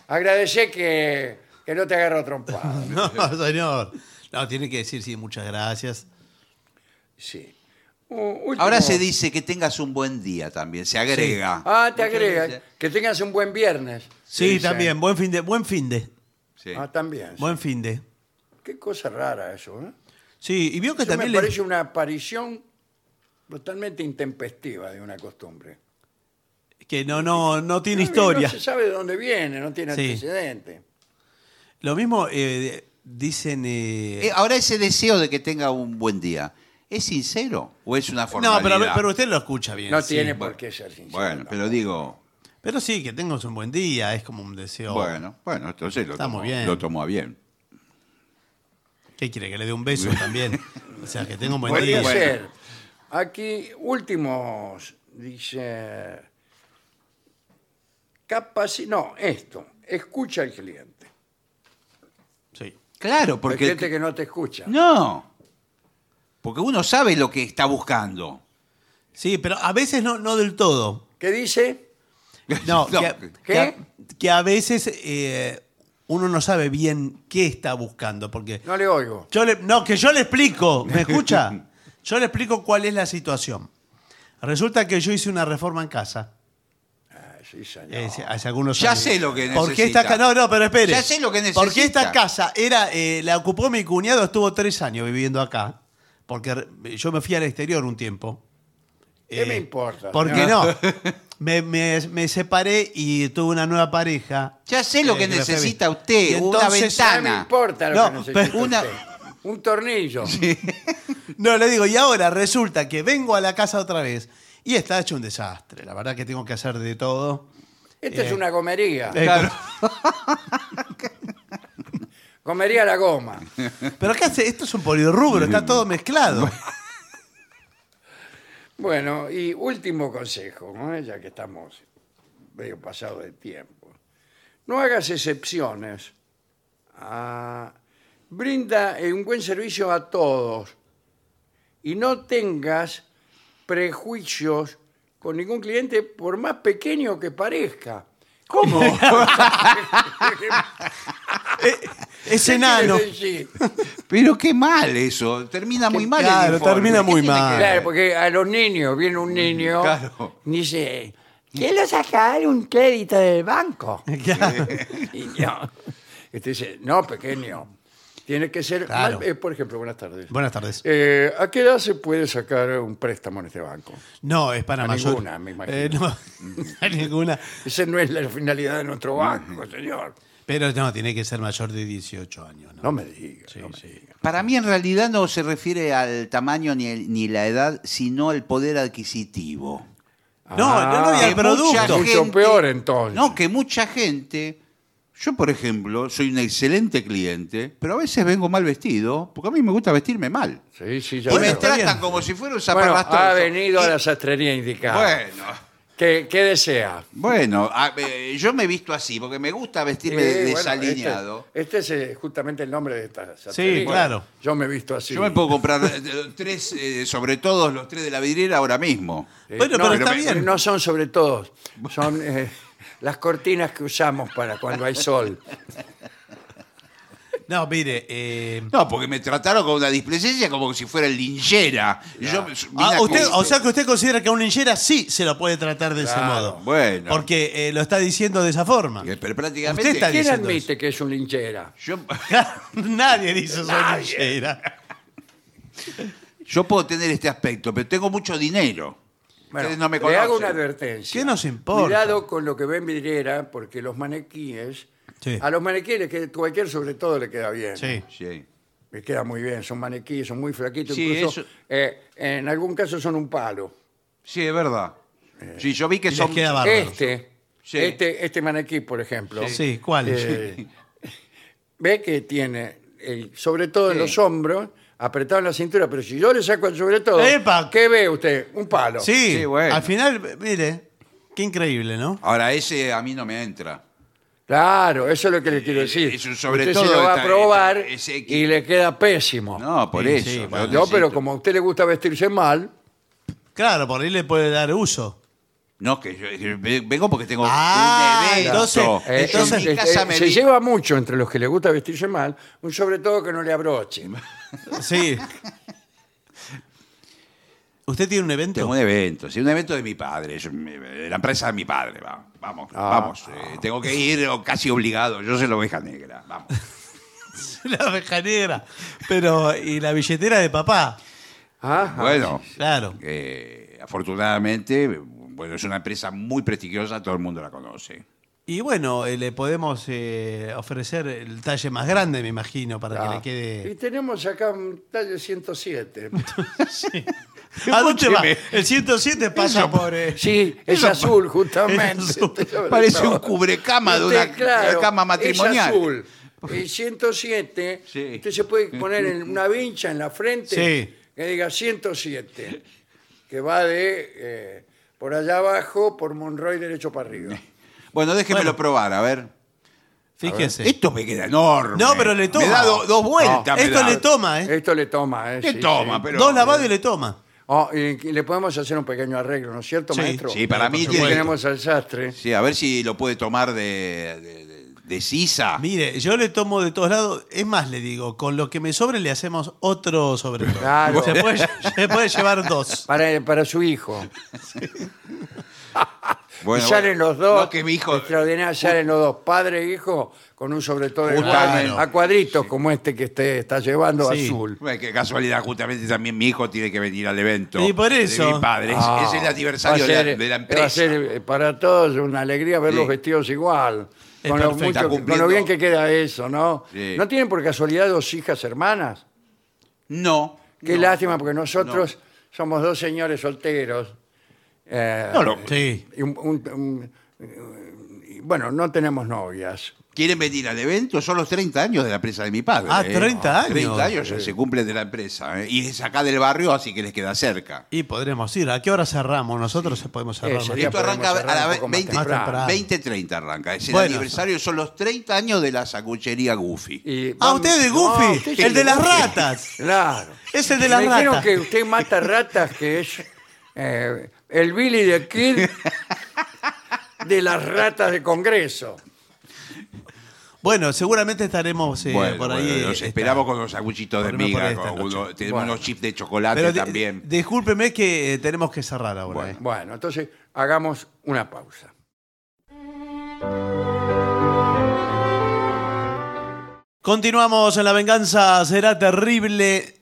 Speaker 2: Agradece que, que no te agarro trompado.
Speaker 3: No, señor. No, tiene que decir, sí, muchas gracias.
Speaker 2: Sí. U- último-
Speaker 4: Ahora se dice que tengas un buen día también, se agrega.
Speaker 2: Ah, te agrega. Que tengas un buen viernes.
Speaker 3: Sí,
Speaker 2: Dice.
Speaker 3: también. Buen fin de. Buen fin de.
Speaker 4: Sí.
Speaker 2: Ah, también.
Speaker 3: Buen fin de.
Speaker 2: Qué cosa rara eso, ¿eh?
Speaker 3: Sí, y vio que
Speaker 2: Eso
Speaker 3: también.
Speaker 2: me
Speaker 3: le-
Speaker 2: parece una aparición totalmente intempestiva de una costumbre.
Speaker 3: Que no, no, no
Speaker 2: No,
Speaker 3: tiene historia.
Speaker 2: No se sabe de dónde viene, no tiene
Speaker 3: Sí.
Speaker 2: antecedente.
Speaker 3: Lo mismo eh, dicen. eh,
Speaker 4: Eh, Ahora ese deseo de que tenga un buen día, ¿es sincero o es una
Speaker 3: no,
Speaker 4: formalidad?
Speaker 3: pero, pero usted lo escucha bien.
Speaker 2: No
Speaker 3: sí.
Speaker 2: tiene por qué ser sincero.
Speaker 4: Bueno, pero digo,
Speaker 3: Pero sí, que tengas un buen día, es como un deseo.
Speaker 4: bueno, bueno, entonces lo
Speaker 3: Está
Speaker 4: tomó,
Speaker 3: muy bien.
Speaker 4: lo tomó a bien.
Speaker 3: ¿Qué quiere? Que le dé un beso también. O sea, que tenga un buen
Speaker 2: Podría
Speaker 3: día.
Speaker 4: bueno.
Speaker 2: ser. Aquí, últimos, dice. Capaci no, esto. Escucha al cliente.
Speaker 3: Sí.
Speaker 4: Claro,
Speaker 2: Porque
Speaker 4: porque...
Speaker 2: cliente que no te escucha.
Speaker 4: No, porque uno sabe lo que está buscando.
Speaker 3: Sí, pero a veces no, no del todo.
Speaker 2: ¿Qué dice?
Speaker 3: No,
Speaker 4: No,
Speaker 3: que, a-
Speaker 4: ¿qué?
Speaker 3: que a, que a veces eh, uno no sabe bien qué está buscando. Porque
Speaker 2: No le oigo.
Speaker 3: Yo le- no, que yo le explico, ¿me escucha? Yo le explico cuál es la situación. Resulta que yo hice una reforma en casa
Speaker 2: Ah, sí, señor.
Speaker 3: eh, hace algunos
Speaker 4: Ya
Speaker 3: años.
Speaker 4: sé lo que
Speaker 3: Porque esta,
Speaker 4: necesita.
Speaker 3: ca- no, no, pero espere.
Speaker 4: Ya sé lo que
Speaker 3: Porque
Speaker 4: necesita.
Speaker 3: esta casa era, eh, la ocupó mi cuñado, estuvo tres años viviendo acá. Porque re- yo me fui al exterior un tiempo.
Speaker 2: ¿Qué
Speaker 3: Eh,
Speaker 2: me importa?
Speaker 3: Porque
Speaker 2: señor?
Speaker 3: no. Me, me- me separé y tuve una nueva pareja.
Speaker 4: Ya sé lo
Speaker 3: eh,
Speaker 4: que
Speaker 3: me fue bien.
Speaker 4: necesita
Speaker 3: Y
Speaker 4: usted, una
Speaker 3: entonces-
Speaker 2: No me
Speaker 4: ventana.
Speaker 2: importa lo
Speaker 3: No,
Speaker 2: que necesita
Speaker 3: pero
Speaker 4: una-
Speaker 2: usted. Un tornillo.
Speaker 3: No, le digo, y ahora resulta que vengo a la casa otra vez y está hecho un desastre. La verdad que tengo que hacer de todo.
Speaker 2: Esto es
Speaker 3: Eh,
Speaker 2: una gomería.
Speaker 3: Eh,
Speaker 2: Gomería la goma.
Speaker 3: Pero acá se- esto es un polirrubro, está todo mezclado.
Speaker 2: Bueno, y último consejo, ¿no? ya que estamos medio pasado de tiempo. No hagas excepciones. Ah, brinda eh, un buen servicio a todos y no tengas prejuicios con ningún cliente, por más pequeño que parezca. ¿Cómo?
Speaker 3: Es enano.
Speaker 4: Pero qué mal eso, termina muy mal. el
Speaker 3: claro,
Speaker 4: informe.
Speaker 3: termina
Speaker 4: ¿Qué
Speaker 3: muy
Speaker 4: tiene que
Speaker 3: mal.
Speaker 4: ver?
Speaker 2: Claro, porque a los niños, viene un niño
Speaker 4: claro.
Speaker 2: y dice, quiero sacar un crédito del banco.
Speaker 3: Claro.
Speaker 2: Y no. Y te dice, no, pequeño, tiene que ser...
Speaker 3: Claro.
Speaker 2: más- eh, por ejemplo, buenas tardes.
Speaker 3: Buenas tardes.
Speaker 2: Eh, ¿A qué edad se puede sacar un préstamo en este banco?
Speaker 3: No, es para
Speaker 2: a
Speaker 3: mayor.
Speaker 2: ninguna, me imagino.
Speaker 3: Eh, no, a ninguna.
Speaker 2: Esa no es la finalidad de nuestro banco, señor.
Speaker 3: Pero no, tiene que ser mayor de 18 años. ¿no?
Speaker 2: No me diga.
Speaker 3: Sí,
Speaker 2: no me
Speaker 3: sí.
Speaker 2: diga.
Speaker 4: Para mí en realidad no se refiere al tamaño ni, el- ni la edad, sino al poder adquisitivo.
Speaker 3: No, no, no, y
Speaker 2: Ah,
Speaker 3: al
Speaker 4: Que mucha
Speaker 3: producto.
Speaker 2: gente- Mucho peor, entonces.
Speaker 4: No, que mucha gente. Yo, por ejemplo, soy un excelente cliente, pero a veces vengo mal vestido, porque a mí me gusta vestirme mal.
Speaker 2: Sí, sí, ya
Speaker 4: Y me
Speaker 2: veo.
Speaker 3: está
Speaker 4: tratan
Speaker 3: bien.
Speaker 4: como si fuera un
Speaker 2: Bueno,
Speaker 4: zaparrastro.
Speaker 2: ha venido a la sastrería indicada.
Speaker 4: Bueno,
Speaker 2: ¿Qué, qué desea?
Speaker 4: bueno, a- eh, yo me visto así, porque me gusta vestirme de-
Speaker 2: Eh, bueno,
Speaker 4: desalineado.
Speaker 2: este, este es eh, justamente el nombre de esta sastrería.
Speaker 3: Sí, claro.
Speaker 2: Yo me he visto así.
Speaker 4: Yo me puedo comprar eh, tres, eh, sobre todo los tres de la vidriera ahora mismo.
Speaker 2: Eh,
Speaker 3: Bueno, pero está
Speaker 2: me-
Speaker 3: bien.
Speaker 2: No son sobre todos, son eh, las cortinas que usamos para cuando hay sol.
Speaker 3: No, mire. eh,
Speaker 4: No, porque me trataron con una displicencia como si fuera el linchera. Y yo me- vine
Speaker 3: ah,
Speaker 4: a
Speaker 3: usted-
Speaker 4: com-
Speaker 3: o sea que usted considera que a un linchera sí se lo puede tratar de ese
Speaker 2: Claro,
Speaker 3: modo.
Speaker 4: bueno.
Speaker 3: Porque eh, lo está diciendo de esa forma.
Speaker 4: Eh, Pero prácticamente...
Speaker 3: Usted está
Speaker 2: ¿Quién
Speaker 3: diciendo
Speaker 2: admite que es un linchera?
Speaker 4: Yo,
Speaker 3: Nadie dice soy
Speaker 2: Nadie.
Speaker 3: linchera.
Speaker 4: yo puedo tener este aspecto, pero tengo mucho dinero. Ustedes no me
Speaker 2: le hago una
Speaker 4: conocen.
Speaker 2: advertencia.
Speaker 3: ¿Qué nos importa?
Speaker 2: Cuidado con lo que ven vidriera, porque los maniquíes,
Speaker 3: Sí.
Speaker 2: a los maniquíes que cualquier sobre todo le queda bien.
Speaker 3: Sí.
Speaker 4: Sí.
Speaker 2: Le queda muy bien, son maniquíes, son muy flaquitos.
Speaker 4: Sí,
Speaker 2: incluso,
Speaker 4: eso-
Speaker 2: eh, en algún caso son un palo.
Speaker 4: Sí, es verdad. Sí, yo vi que
Speaker 3: Eh, les
Speaker 4: son...
Speaker 3: queda bárbaro. Bárbaros.
Speaker 2: Este,
Speaker 4: Sí.
Speaker 2: este, este maniquí, por ejemplo.
Speaker 3: Sí, ¿cuál?
Speaker 2: Eh, ve que tiene, el- sobre todo en
Speaker 4: Sí.
Speaker 2: los hombros, apretado en la cintura, pero si yo le saco el sobre todo,
Speaker 3: ¡Epa!
Speaker 2: ¿qué ve usted? Un palo.
Speaker 3: Sí,
Speaker 4: Sí, bueno.
Speaker 3: al final, mire, qué increíble, ¿no?
Speaker 4: Ahora, ese a mí no me entra.
Speaker 2: Claro, eso es lo que le quiero decir.
Speaker 4: eso Eh, sobre
Speaker 2: usted se
Speaker 4: todo
Speaker 2: lo va
Speaker 4: está-
Speaker 2: a probar
Speaker 4: está- ese que-
Speaker 2: y le queda pésimo.
Speaker 4: No, por
Speaker 3: Sí,
Speaker 4: eso.
Speaker 3: sí,
Speaker 4: yo
Speaker 3: bueno.
Speaker 2: no,
Speaker 4: necesito-
Speaker 2: pero como a usted le gusta vestirse mal,
Speaker 3: Claro, por ahí le puede dar uso.
Speaker 4: No, que yo que vengo porque tengo
Speaker 3: Ah,
Speaker 4: un evento.
Speaker 3: entonces-
Speaker 2: eh,
Speaker 3: Entonces,
Speaker 2: eh,
Speaker 4: en mi casa
Speaker 2: eh,
Speaker 4: me
Speaker 2: se
Speaker 4: vi-
Speaker 2: lleva mucho entre los que le gusta vestirse mal, un sobre todo que no le abrochen.
Speaker 3: Sí. ¿Usted tiene un evento?
Speaker 4: Tengo un evento, sí, un evento de mi padre, yo- mi- la empresa de mi padre, va, vamos,
Speaker 3: Ah.
Speaker 4: vamos, eh, tengo que ir o casi obligado, yo soy la oveja negra, vamos.
Speaker 3: la oveja negra. Pero, ¿y la billetera de papá?
Speaker 2: Ajá.
Speaker 4: Bueno,
Speaker 3: Claro.
Speaker 4: eh, afortunadamente, bueno, es una empresa muy prestigiosa, todo el mundo la conoce.
Speaker 3: Y bueno, eh, le podemos eh, ofrecer el talle más grande, me imagino, para
Speaker 4: Ah.
Speaker 3: que le
Speaker 2: Y
Speaker 3: quede.
Speaker 2: tenemos acá un talle 1esssiete.
Speaker 3: ¿A dónde va?
Speaker 4: Escúcheme.
Speaker 3: El 107 pasa por. eh,
Speaker 2: Sí, es azul, justamente.
Speaker 3: Es azul.
Speaker 4: Parece un cubrecama de una
Speaker 2: Usted, claro,
Speaker 4: cama
Speaker 2: Es
Speaker 4: matrimonial.
Speaker 2: azul. El 107,
Speaker 4: Sí.
Speaker 2: usted se puede poner en una vincha en la frente
Speaker 3: Sí.
Speaker 2: que diga 107, que va de eh, por allá abajo, por Monroy derecho para arriba.
Speaker 4: Bueno, déjemelo
Speaker 3: Bueno.
Speaker 4: probar, a ver.
Speaker 3: Fíjese.
Speaker 4: Esto me queda enorme.
Speaker 3: No, pero le toma.
Speaker 4: Me da do- dos vueltas. me
Speaker 3: Esto
Speaker 4: da.
Speaker 3: le toma, ¿eh?
Speaker 2: Esto le toma, ¿eh?
Speaker 4: Ah, Le
Speaker 2: Sí,
Speaker 4: toma,
Speaker 2: sí.
Speaker 4: pero. eh,
Speaker 3: Dos lavados y le toma.
Speaker 2: Oh, y, y le podemos hacer un pequeño arreglo, ¿no es cierto,
Speaker 3: Sí,
Speaker 2: maestro?
Speaker 4: Sí, para mí
Speaker 2: Aquí
Speaker 4: tiene-
Speaker 2: tenemos al sastre.
Speaker 4: Sí, a ver si lo puede tomar de, de, de- de sisa.
Speaker 3: Mire, yo le tomo de todos lados. Es más, le digo, con lo que me sobre le hacemos otro sobre todo.
Speaker 2: Claro.
Speaker 3: Se puede, se puede llevar dos.
Speaker 2: Para, para su hijo.
Speaker 4: Bueno,
Speaker 2: y salen
Speaker 4: bueno.
Speaker 2: los dos.
Speaker 4: No, que mi hijo.
Speaker 2: Extraordinario, salen los dos, padre e hijo, con un sobre todo de
Speaker 4: Justamente.
Speaker 2: cuadro- a cuadritos como este que usted está llevando
Speaker 3: Sí.
Speaker 2: azul.
Speaker 4: Bueno, Qué casualidad, justamente también mi hijo tiene que venir al evento.
Speaker 3: Y por
Speaker 4: de
Speaker 3: eso.
Speaker 4: mi padre. Es-
Speaker 2: Ah,
Speaker 4: es el aniversario
Speaker 2: va a
Speaker 4: de la-
Speaker 2: ser-
Speaker 4: de la
Speaker 2: Va a
Speaker 4: empresa.
Speaker 2: ser eh, para todos una alegría verlos
Speaker 4: Sí.
Speaker 2: vestidos igual.
Speaker 3: Es
Speaker 2: Con lo,
Speaker 3: perfecto.
Speaker 2: mucho-
Speaker 4: Está
Speaker 2: con lo
Speaker 4: cumpliendo.
Speaker 2: bien que queda eso, ¿no?
Speaker 4: Sí.
Speaker 2: ¿No tienen por casualidad dos hijas hermanas?
Speaker 4: No.
Speaker 2: Qué
Speaker 4: no.
Speaker 2: lástima, porque nosotros somos dos señores solteros. eh,
Speaker 4: No, no.
Speaker 3: Sí.
Speaker 2: y un- un- un- y, bueno, no tenemos novias.
Speaker 4: Quieren venir al evento, son los 30 años de la empresa de mi padre.
Speaker 3: Ah,
Speaker 4: ¿eh?
Speaker 3: 30 años.
Speaker 4: 30 años ya se cumplen de la empresa. ¿eh? Y es acá del barrio, así que les queda cerca.
Speaker 3: Y podremos ir. ¿A qué hora cerramos? Nosotros podemos cerrar.
Speaker 2: Eh,
Speaker 3: más
Speaker 2: sería-
Speaker 4: Esto
Speaker 2: podemos cerrar
Speaker 4: arranca a
Speaker 2: un
Speaker 4: las
Speaker 2: poco más
Speaker 4: 20,
Speaker 2: temprano.
Speaker 4: 20, 30 arranca. Es el
Speaker 3: Bueno.
Speaker 4: aniversario, son los 30 años de la sacuchería Goofy.
Speaker 2: Y
Speaker 3: Ah,
Speaker 2: vamos-
Speaker 3: usted es de
Speaker 2: No,
Speaker 3: Goofy,
Speaker 2: usted es
Speaker 3: el de las
Speaker 2: Goofy.
Speaker 3: ratas.
Speaker 2: Claro.
Speaker 3: Es el de las
Speaker 2: Me dijeron
Speaker 3: ratas.
Speaker 2: que usted mata ratas, que es eh, el Billy de Kid de las ratas de Congreso.
Speaker 3: Bueno, seguramente estaremos eh,
Speaker 4: Bueno,
Speaker 3: por ahí.
Speaker 4: bueno,
Speaker 3: eh,
Speaker 4: los
Speaker 3: está.
Speaker 4: esperamos con los aguchitos de
Speaker 3: Por lo menos por
Speaker 4: miga,
Speaker 3: esta
Speaker 4: con uno-
Speaker 3: noche.
Speaker 4: tenemos
Speaker 2: Bueno.
Speaker 4: unos chips de chocolate
Speaker 3: Pero di-
Speaker 4: también.
Speaker 3: discúlpeme que eh, tenemos que cerrar ahora. eh.
Speaker 2: Bueno, entonces hagamos una pausa.
Speaker 3: Continuamos en La Venganza Será Terrible.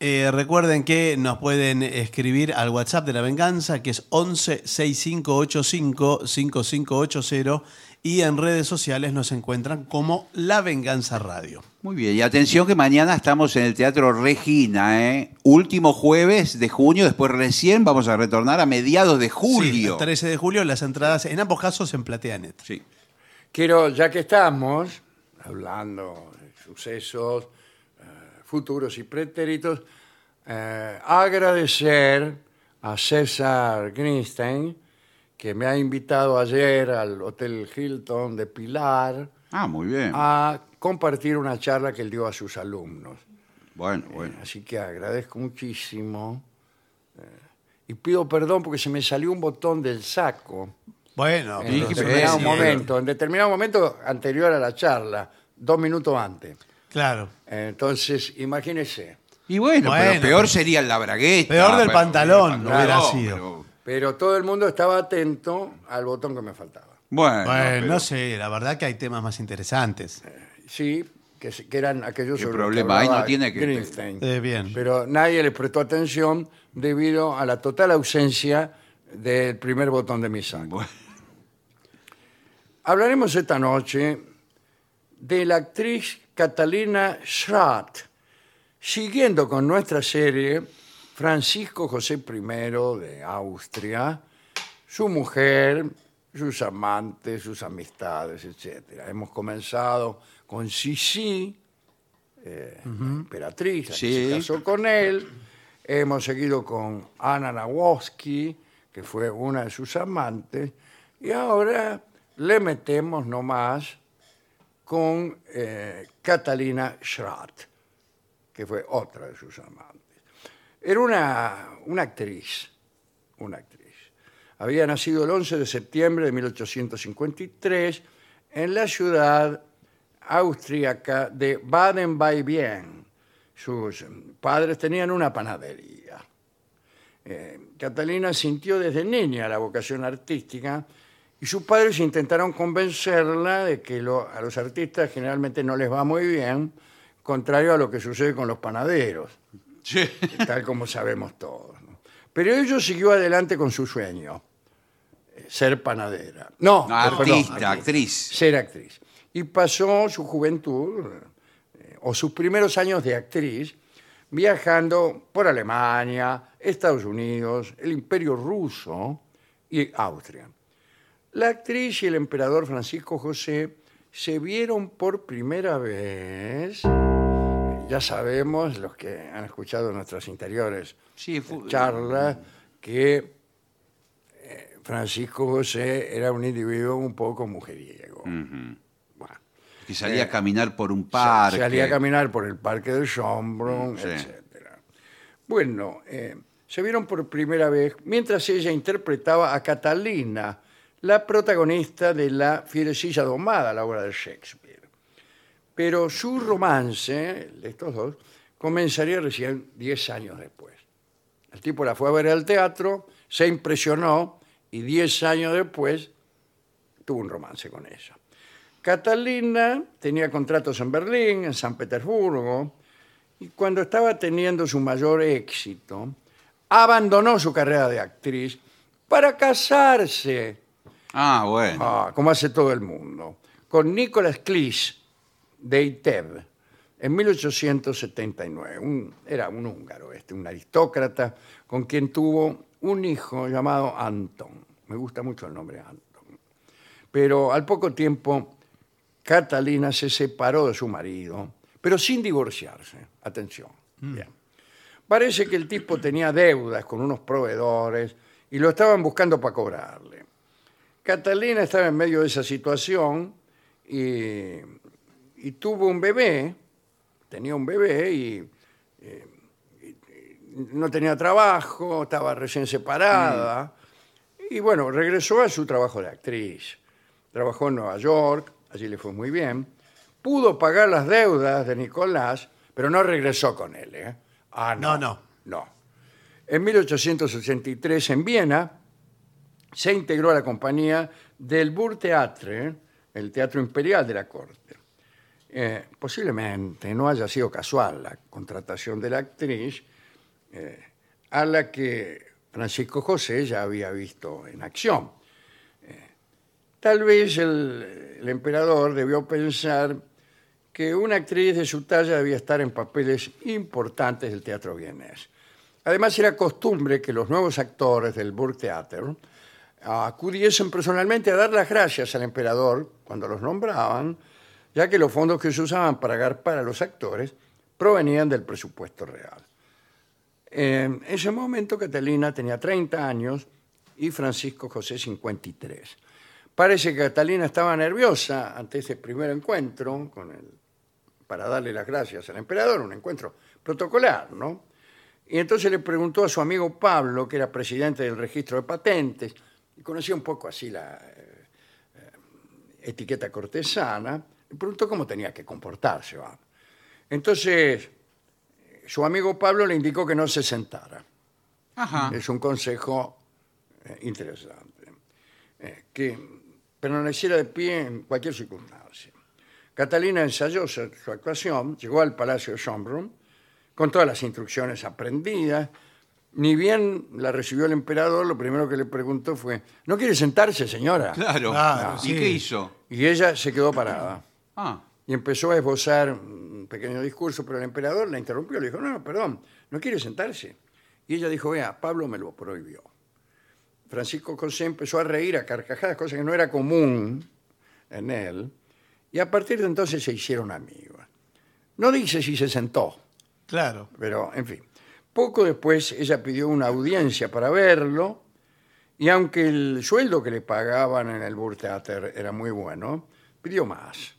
Speaker 3: Eh, recuerden que nos pueden escribir al WhatsApp de La Venganza, que es 11 6585 5580. Y en redes sociales nos encuentran como La Venganza Radio.
Speaker 4: Muy bien, y atención que mañana estamos en el Teatro Regina, ¿eh? último jueves de junio, después recién vamos a retornar a mediados de
Speaker 3: Sí,
Speaker 4: julio.
Speaker 3: el 13 de julio, las entradas en ambos casos en Plateanet.
Speaker 4: Sí.
Speaker 2: Quiero, ya que estamos hablando de sucesos eh, futuros y pretéritos, eh, agradecer a César Greenstein, que me ha invitado ayer al Hotel Hilton de Pilar
Speaker 4: Ah, muy bien.
Speaker 2: a compartir una charla que él dio a sus alumnos.
Speaker 4: Bueno, bueno.
Speaker 2: Así que agradezco muchísimo. eh, y pido perdón porque se me salió un botón del saco.
Speaker 3: Bueno,
Speaker 2: En
Speaker 3: pero-
Speaker 2: determinado
Speaker 3: sí,
Speaker 2: momento, en determinado momento anterior a la charla, dos minutos antes.
Speaker 3: Claro.
Speaker 2: Entonces, imagínese.
Speaker 4: Y bueno,
Speaker 3: Bueno.
Speaker 4: pero peor sería el labragueta.
Speaker 3: Peor del
Speaker 4: pero-
Speaker 3: pantalón,
Speaker 4: el
Speaker 3: hubiera
Speaker 4: pantalón,
Speaker 3: sido.
Speaker 4: pero-
Speaker 2: Pero todo el mundo estaba atento al botón que me faltaba.
Speaker 4: Bueno,
Speaker 3: Bueno,
Speaker 4: pero-
Speaker 3: no sé, la verdad que hay temas más interesantes.
Speaker 2: Sí, que, se- que eran aquellos
Speaker 4: ¿Qué
Speaker 2: sobre los
Speaker 4: problema hay? No
Speaker 2: hablaba
Speaker 4: tiene que-
Speaker 2: Greenstein.
Speaker 3: Eh, bien.
Speaker 2: Pero nadie le prestó atención debido a la total ausencia del primer botón de mi saco.
Speaker 4: Bueno.
Speaker 2: Hablaremos esta noche de la actriz Catalina Schrat, siguiendo con nuestra serie Francisco José I de Austria, su mujer, sus amantes, sus amistades, etc. Hemos comenzado con Sisi, eh, la emperatriz, la que
Speaker 4: Sí.
Speaker 2: se casó con él. Hemos seguido con Anna Nawoski, que fue una de sus amantes. Y ahora le metemos nomás con eh, Catalina Schratt, que fue otra de sus amantes. Era una, una actriz, una actriz. Había nacido el 11 de septiembre de 1853 en la ciudad austríaca de Baden-Baden. Sus padres tenían una panadería. Eh, Catalina sintió desde niña la vocación artística y sus padres intentaron convencerla de que lo- a los artistas generalmente no les va muy bien, contrario a lo que sucede con los panaderos,
Speaker 4: Sí.
Speaker 2: tal como sabemos todos. ¿no? Pero ella siguió adelante con su sueño, eh, ser panadera. No,
Speaker 4: No,
Speaker 2: eh, perdón,
Speaker 4: artista, actriz.
Speaker 2: ser actriz. Y pasó su juventud eh, o sus primeros años de actriz viajando por Alemania, Estados Unidos, el Imperio Ruso y Austria. La actriz y el emperador Francisco José se vieron por primera vez, ya sabemos, los que han escuchado nuestras interiores
Speaker 4: Sí, fu-
Speaker 2: charlas, que eh, Francisco José era un individuo un poco mujeriego.
Speaker 4: Mm.
Speaker 2: Bueno,
Speaker 4: que salía a caminar por un
Speaker 2: se-
Speaker 4: parque. Mm,
Speaker 2: Salía a caminar por el parque de Schombrun,
Speaker 4: Sí.
Speaker 2: etcétera. Bueno, eh, se vieron por primera vez mientras ella interpretaba a Catalina, la protagonista de La fierecilla domada, la obra de Shakespeare. Pero su romance, el de estos dos, comenzaría recién 10 años después. El tipo la fue a ver al teatro, se impresionó y 10 años después tuvo un romance con ella. Catalina tenía contratos en Berlín, en San Petersburgo, y cuando estaba teniendo su mayor éxito, abandonó su carrera de actriz para casarse,
Speaker 4: Ah, bueno.
Speaker 2: ah, como hace todo el mundo, con Nicolas Clis de ITEB en 1879. Un- era un húngaro este, un aristócrata con quien tuvo un hijo llamado Anton. Me gusta mucho el nombre Anton pero al poco tiempo Catalina se separó de su marido, pero sin divorciarse. Atención. Bien. Parece que el tipo tenía deudas con unos proveedores y lo estaban buscando para cobrarle. Catalina estaba en medio de esa situación y, y tuvo un bebé, tenía un bebé y eh, no tenía trabajo, estaba recién separada. Y bueno, regresó a su trabajo de actriz. Trabajó en Nueva York, allí le fue muy bien. Pudo pagar las deudas de Nicolás, pero no regresó con él. ¿eh? Ah, no.
Speaker 3: No, no.
Speaker 2: No. En 1883, en Viena, se integró a la compañía del Burgtheatre, el Teatro Imperial de la Corte. Eh, posiblemente no haya sido casual la contratación de la actriz, eh, a la que Francisco José ya había visto en acción. Eh, Tal vez el, el emperador debió pensar que una actriz de su talla debía estar en papeles importantes del teatro vienés. Además, era costumbre que los nuevos actores del Burgtheater acudiesen personalmente a dar las gracias al emperador cuando los nombraban, ya que los fondos que se usaban para agarpar a los actores provenían del presupuesto real. En ese momento Catalina tenía 30 años y Francisco José 53. Parece que Catalina estaba nerviosa ante ese primer encuentro con el, para darle las gracias al emperador, un encuentro protocolar, ¿no? Y entonces le preguntó a su amigo Pablo, que era presidente del registro de patentes, y conocía un poco así la eh, eh, etiqueta cortesana, le preguntó cómo tenía que comportarse. va. Entonces, su amigo Pablo le indicó que no se sentara.
Speaker 4: Ajá.
Speaker 2: Es un consejo eh, interesante. Eh, que permaneciera de pie en cualquier circunstancia. Catalina ensayó su, su actuación, llegó al Palacio Schönbrunn con todas las instrucciones aprendidas. Ni bien la recibió el emperador, lo primero que le preguntó fue, ¿no quiere sentarse, señora?
Speaker 4: Claro.
Speaker 3: Claro,
Speaker 4: ¿Y
Speaker 3: sí.
Speaker 4: qué hizo?
Speaker 2: Y ella se quedó parada
Speaker 4: Ah,
Speaker 2: y empezó a esbozar un pequeño discurso, pero el emperador la interrumpió, le dijo, no, no, perdón, no quiere sentarse. Y ella dijo, vea, Pablo me lo prohibió. Francisco José empezó a reír a carcajadas, cosa que no era común en él, y a partir de entonces se hicieron amigos. No dice si se sentó,
Speaker 3: Claro.
Speaker 2: pero en fin. Poco después ella pidió una audiencia para verlo Y aunque el sueldo que le pagaban en el Burtheater era muy bueno, pidió más.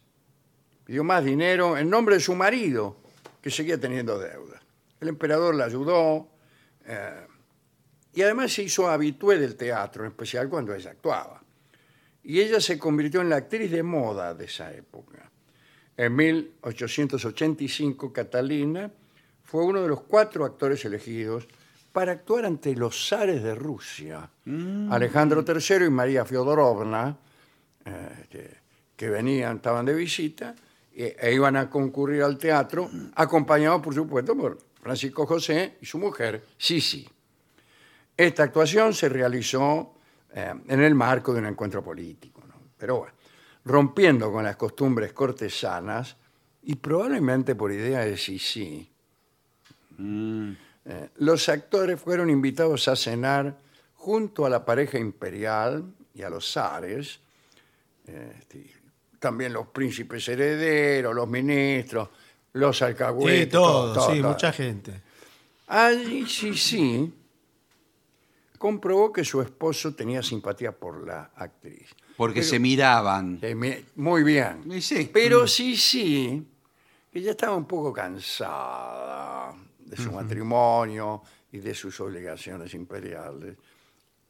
Speaker 2: Pidió más dinero en nombre de su marido, que seguía teniendo deudas. El emperador le ayudó eh, y además se hizo habitué del teatro, en especial cuando ella actuaba. Y ella se convirtió en la actriz de moda de esa época. En 1885, Catalina fue uno de los cuatro actores elegidos para actuar ante los zares de Rusia. Alejandro III y María Fiodorovna, eh, este, que venían, estaban de visita, e, e iban a concurrir al teatro, acompañados, por supuesto, por Francisco José y su mujer, Sisi. Esta actuación se realizó eh, en el marco de un encuentro político, ¿no? pero bueno, rompiendo con las costumbres cortesanas y probablemente por idea de Sisi.
Speaker 4: mm,
Speaker 2: Eh, los actores fueron invitados a cenar junto a la pareja imperial y a los zares, eh, este, también los príncipes herederos, los ministros, los alcahuetes.
Speaker 3: Sí, todo,
Speaker 2: todo,
Speaker 3: sí,
Speaker 2: todo.
Speaker 3: mucha gente.
Speaker 2: Allí sí, sí, comprobó que su esposo tenía simpatía por la actriz.
Speaker 4: Porque se miraban.
Speaker 2: Eh, me- Muy bien.
Speaker 4: Y sí. Mm.
Speaker 2: Pero sí, sí, que ya estaba un poco cansada de su matrimonio y de sus obligaciones imperiales.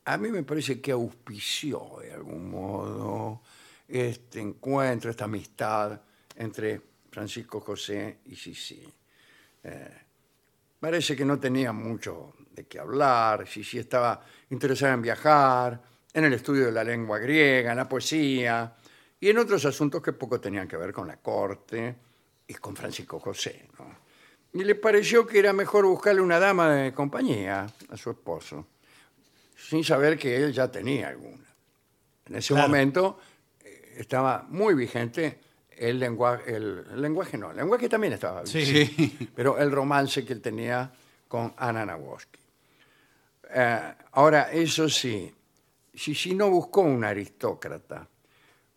Speaker 2: A mí me parece que auspició de algún modo este encuentro, esta amistad entre Francisco José y Sisi. Eh, parece que no tenía mucho de qué hablar, Sisi estaba interesada en viajar, en el estudio de la lengua griega, en la poesía y en otros asuntos que poco tenían que ver con la corte y con Francisco José. ¿no? Y le pareció que era mejor buscarle una dama de compañía a su esposo, sin saber que él ya tenía alguna. En ese
Speaker 3: Claro.
Speaker 2: momento eh, estaba muy vigente el lenguaje, el, el lenguaje no, el lenguaje también estaba vigente, pero el romance que él tenía con Ana Nawoski. Eh, ahora, eso sí, Sisi no buscó un aristócrata,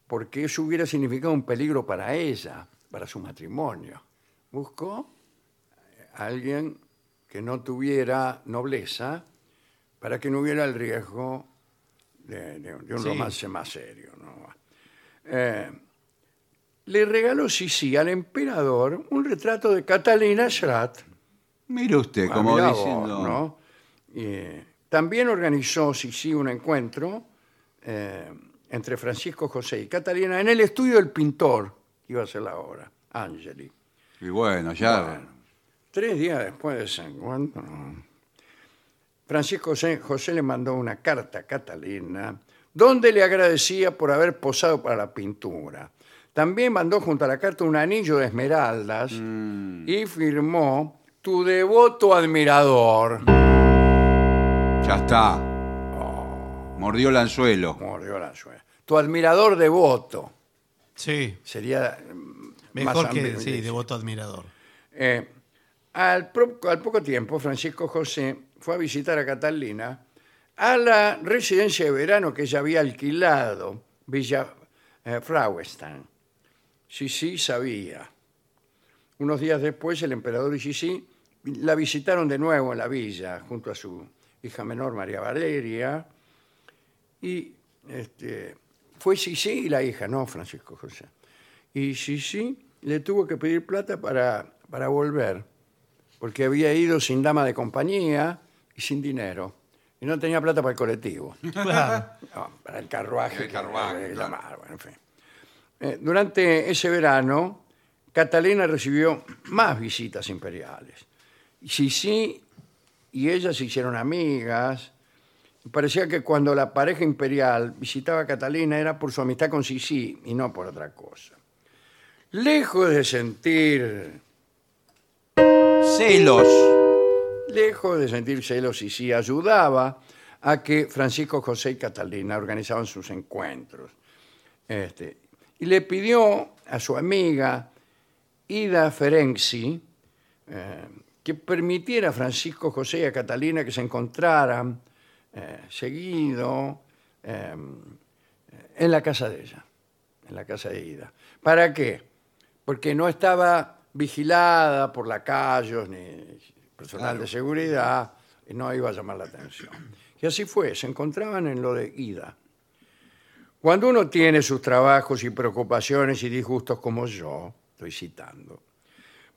Speaker 2: porque eso hubiera significado un peligro para ella, para su matrimonio. Buscó a alguien que no tuviera nobleza para que no hubiera el riesgo de, de- de un
Speaker 3: Sí.
Speaker 2: romance más serio. ¿no? Eh, le regaló Sisi al emperador un retrato de Catalina Schrat.
Speaker 4: Mire usted,
Speaker 2: Ah,
Speaker 4: como
Speaker 2: mirá vos,
Speaker 4: diciendo.
Speaker 2: ¿no? Eh, también organizó Sisi un encuentro eh, entre Francisco José y Catalina en el estudio del pintor que iba a hacer la obra, Angeli.
Speaker 4: Y bueno, ya.
Speaker 2: Tres días después de ese encuentro, Francisco José, José le mandó una carta a Catalina donde le agradecía por haber posado para la pintura. También mandó junto a la carta un anillo de esmeraldas y firmó tu devoto admirador.
Speaker 4: Ya está.
Speaker 2: Oh.
Speaker 4: Mordió el anzuelo.
Speaker 2: Mordió la suegra. Tu admirador devoto.
Speaker 3: Sí.
Speaker 2: Sería mm,
Speaker 3: Mejor
Speaker 2: más
Speaker 3: que
Speaker 2: ambiguo.
Speaker 3: sí, devoto admirador.
Speaker 2: Eh, al, pro- al poco tiempo, Francisco José fue a visitar a Catalina a la residencia de verano que ella había alquilado, Villa eh, Frauenstein. Sisi sabía. Unos días después, el emperador y Sisi la visitaron de nuevo en la villa, junto a su hija menor, María Valeria, y este, fue Sisi y la hija, no Francisco José. Y Sisi le tuvo que pedir plata para, para volver, porque había ido sin dama de compañía y sin dinero. Y no tenía plata para el colectivo.
Speaker 3: Claro.
Speaker 2: No, para el carruaje.
Speaker 4: El
Speaker 2: que
Speaker 4: carruaje,
Speaker 2: era de
Speaker 4: claro.
Speaker 2: llamar, bueno, en fin. Eh, durante ese verano, Catalina recibió más visitas imperiales. Sisi y ella se hicieron amigas. Parecía que cuando la pareja imperial visitaba a Catalina era por su amistad con Sisi y no por otra cosa. Lejos de sentir
Speaker 4: Celos.
Speaker 2: Lejos de sentir celos y sí ayudaba a que Francisco José y Catalina organizaban sus encuentros. Este, y le pidió a su amiga Ida Ferenzi eh, que permitiera a Francisco José y a Catalina que se encontraran eh, seguido eh, en la casa de ella, en la casa de Ida. ¿Para qué? Porque no estaba vigilada por lacayos ni personal de seguridad, y no iba a llamar la atención. Y Y así fue, se encontraban en lo de ida. Cuando uno tiene sus trabajos y preocupaciones y disgustos como yo, estoy citando,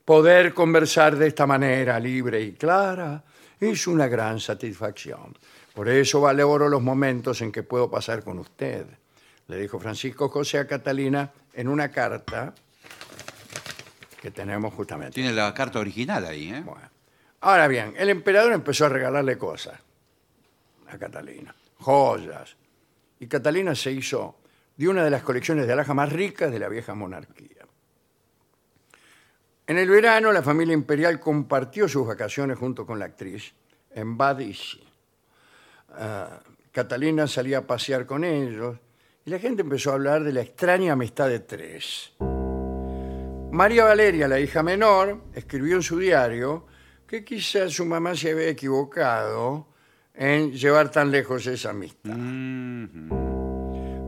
Speaker 2: poder conversar de esta manera libre y clara es una gran satisfacción. Por eso valoro los momentos en que puedo pasar con usted, le dijo Francisco José a Catalina en una carta que tenemos justamente.
Speaker 4: Tiene la carta original ahí, ¿eh?
Speaker 2: Bueno. Ahora bien, el emperador empezó a regalarle cosas a Catalina, joyas. Y Catalina se hizo de una de las colecciones de alhaja más ricas de la vieja monarquía. En el verano, la familia imperial compartió sus vacaciones junto con la actriz en Badisi. Ah, Catalina salía a pasear con ellos y la gente empezó a hablar de la extraña amistad de tres. María Valeria, la hija menor, escribió en su diario que quizás su mamá se había equivocado en llevar tan lejos esa amistad.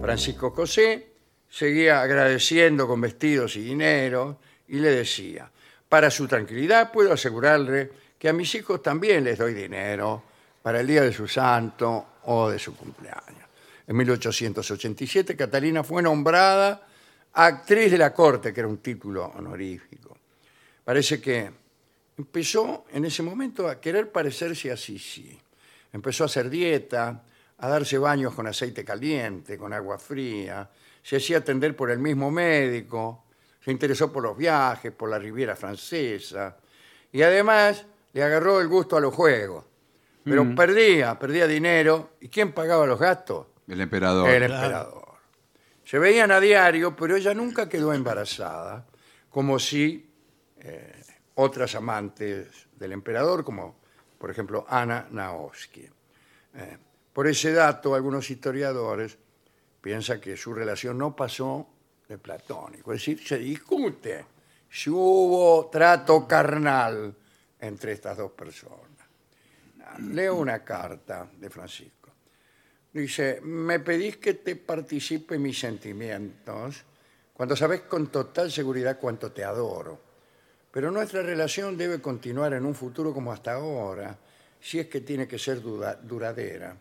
Speaker 2: Francisco José seguía agradeciendo con vestidos y dinero y le decía, para su tranquilidad puedo asegurarle que a mis hijos también les doy dinero para el día de su santo o de su cumpleaños. En 1887 Catalina fue nombrada actriz de la corte, que era un título honorífico. Parece que empezó en ese momento a querer parecerse a Sisi. Empezó a hacer dieta, a darse baños con aceite caliente, con agua fría, se hacía atender por el mismo médico, se interesó por los viajes, por la Riviera Francesa y además le agarró el gusto a los juegos. Pero perdía, perdía dinero. ¿Y quién pagaba los gastos?
Speaker 4: El emperador.
Speaker 2: El em- emperador. Se veían a diario, pero ella nunca quedó embarazada, como si eh, otras amantes del emperador, como por ejemplo Ana Naoski. Eh, por ese dato, algunos historiadores piensan que su relación no pasó de platónico, es decir, se discute si hubo trato carnal entre estas dos personas. Leo una carta de Francisco. Dice, me pedís que te participe mis sentimientos cuando sabes con total seguridad cuánto te adoro. Pero nuestra relación debe continuar en un futuro como hasta ahora, si es que tiene que ser dura- duradera,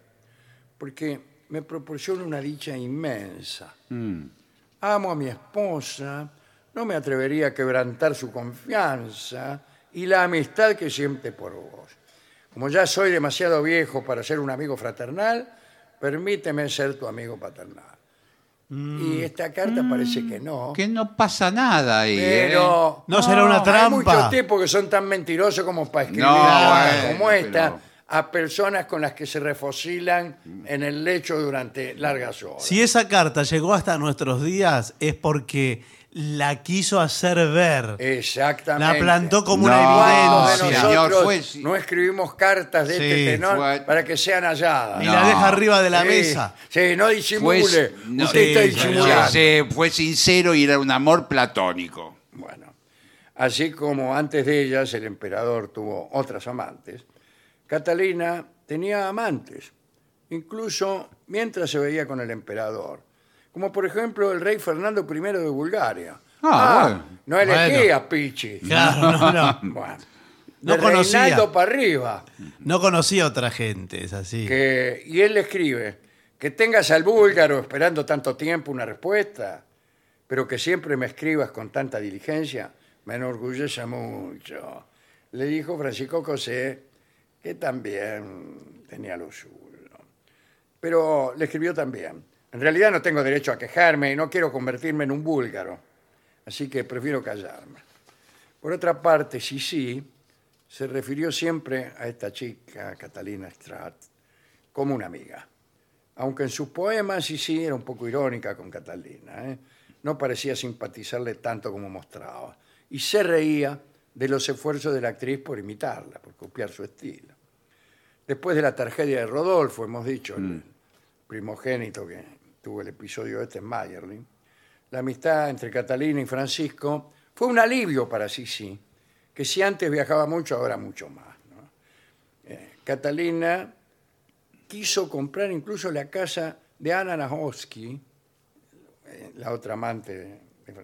Speaker 2: porque me proporciona una dicha inmensa. Amo a mi esposa, no me atrevería a quebrantar su confianza y la amistad que siente por vos. Como ya soy demasiado viejo para ser un amigo fraternal, permíteme ser tu amigo paternal. Y esta carta parece que no.
Speaker 4: Que no pasa nada ahí, ¿eh?
Speaker 2: Pero Ah,
Speaker 3: No será una
Speaker 2: Hay
Speaker 3: trampa.
Speaker 2: muchos tipos que son tan mentirosos como para escribir
Speaker 4: No,
Speaker 2: cartas
Speaker 4: bueno,
Speaker 2: como esta
Speaker 4: pero-
Speaker 2: a personas con las que se refocilan en el lecho durante largas horas.
Speaker 3: Si esa carta llegó hasta nuestros días es porque la quiso hacer
Speaker 2: Eh,
Speaker 3: ver.
Speaker 2: Exactamente.
Speaker 3: La plantó como
Speaker 4: No,
Speaker 3: una
Speaker 2: ¿Cuántos de
Speaker 3: evidencia.
Speaker 4: señor,
Speaker 2: nosotros
Speaker 4: fue, sí.
Speaker 2: no escribimos cartas de
Speaker 3: Sí,
Speaker 2: este tenor
Speaker 4: fue-
Speaker 2: para que sean halladas?
Speaker 3: Y la
Speaker 4: No.
Speaker 3: deja arriba de la
Speaker 2: Sí,
Speaker 3: mesa.
Speaker 2: Sí, no disimule.
Speaker 4: Pues, no,
Speaker 2: Usted está
Speaker 3: sí,
Speaker 2: disimulando.
Speaker 3: señor.
Speaker 4: Sí, fue sincero y era un amor platónico.
Speaker 2: Bueno, así como antes de ellas el emperador tuvo otras amantes, Catalina tenía amantes, incluso mientras se veía con el emperador, como por ejemplo el rey Fernando I de Bulgaria.
Speaker 4: Ah, bueno.
Speaker 2: no elegía Pichi.
Speaker 3: Claro, no, no.
Speaker 2: Bueno,
Speaker 3: No
Speaker 2: de
Speaker 3: conocía.
Speaker 2: Reinaldo para arriba.
Speaker 3: No conocí a otra gente, es así.
Speaker 2: que- y él le escribe que tengas al búlgaro esperando tanto tiempo una respuesta, pero que siempre me escribas con tanta diligencia, me enorgullece mucho. Le dijo Francisco José, que también tenía lo suyo. Pero le escribió también, en realidad no tengo derecho a quejarme y no quiero convertirme en un búlgaro, así que prefiero callarme. Por otra parte, Sisi se refirió siempre a esta chica, Catalina Stratt, como una amiga. Aunque en sus poemas Sisi era un poco irónica con Catalina, ¿eh? no parecía simpatizarle tanto como mostraba. Y se reía de los esfuerzos de la actriz por imitarla, por copiar su estilo. Después de la tragedia de Rodolfo, hemos dicho, el primogénito que tuvo el episodio este en Mayerling, la amistad entre Catalina y Francisco fue un alivio para Sisi, que si antes viajaba mucho, ahora mucho más. ¿no? Eh, Catalina quiso comprar incluso la casa de Ana Najowski, eh, la otra amante de Fra-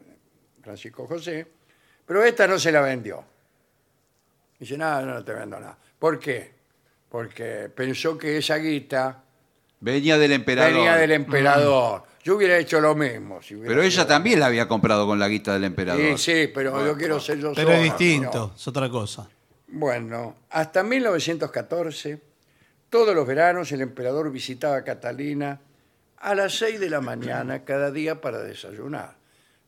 Speaker 2: Francisco José, pero esta no se la vendió. Dice, nada, no, no te vendo nada. ¿Por qué? porque pensó que esa guita
Speaker 4: Venía del emperador. Mm.
Speaker 2: venía del emperador. Yo hubiera hecho lo mismo. si hubiera
Speaker 4: Pero
Speaker 2: sido-
Speaker 4: ella también la había comprado con la guita del emperador.
Speaker 2: Sí, sí, pero yo quiero ser yo
Speaker 3: Pero es
Speaker 2: solo,
Speaker 3: distinto,
Speaker 2: ¿no?
Speaker 3: es otra cosa.
Speaker 2: Bueno, hasta 1914, todos los veranos el emperador visitaba a Catalina a las 6 de la mañana cada día para desayunar.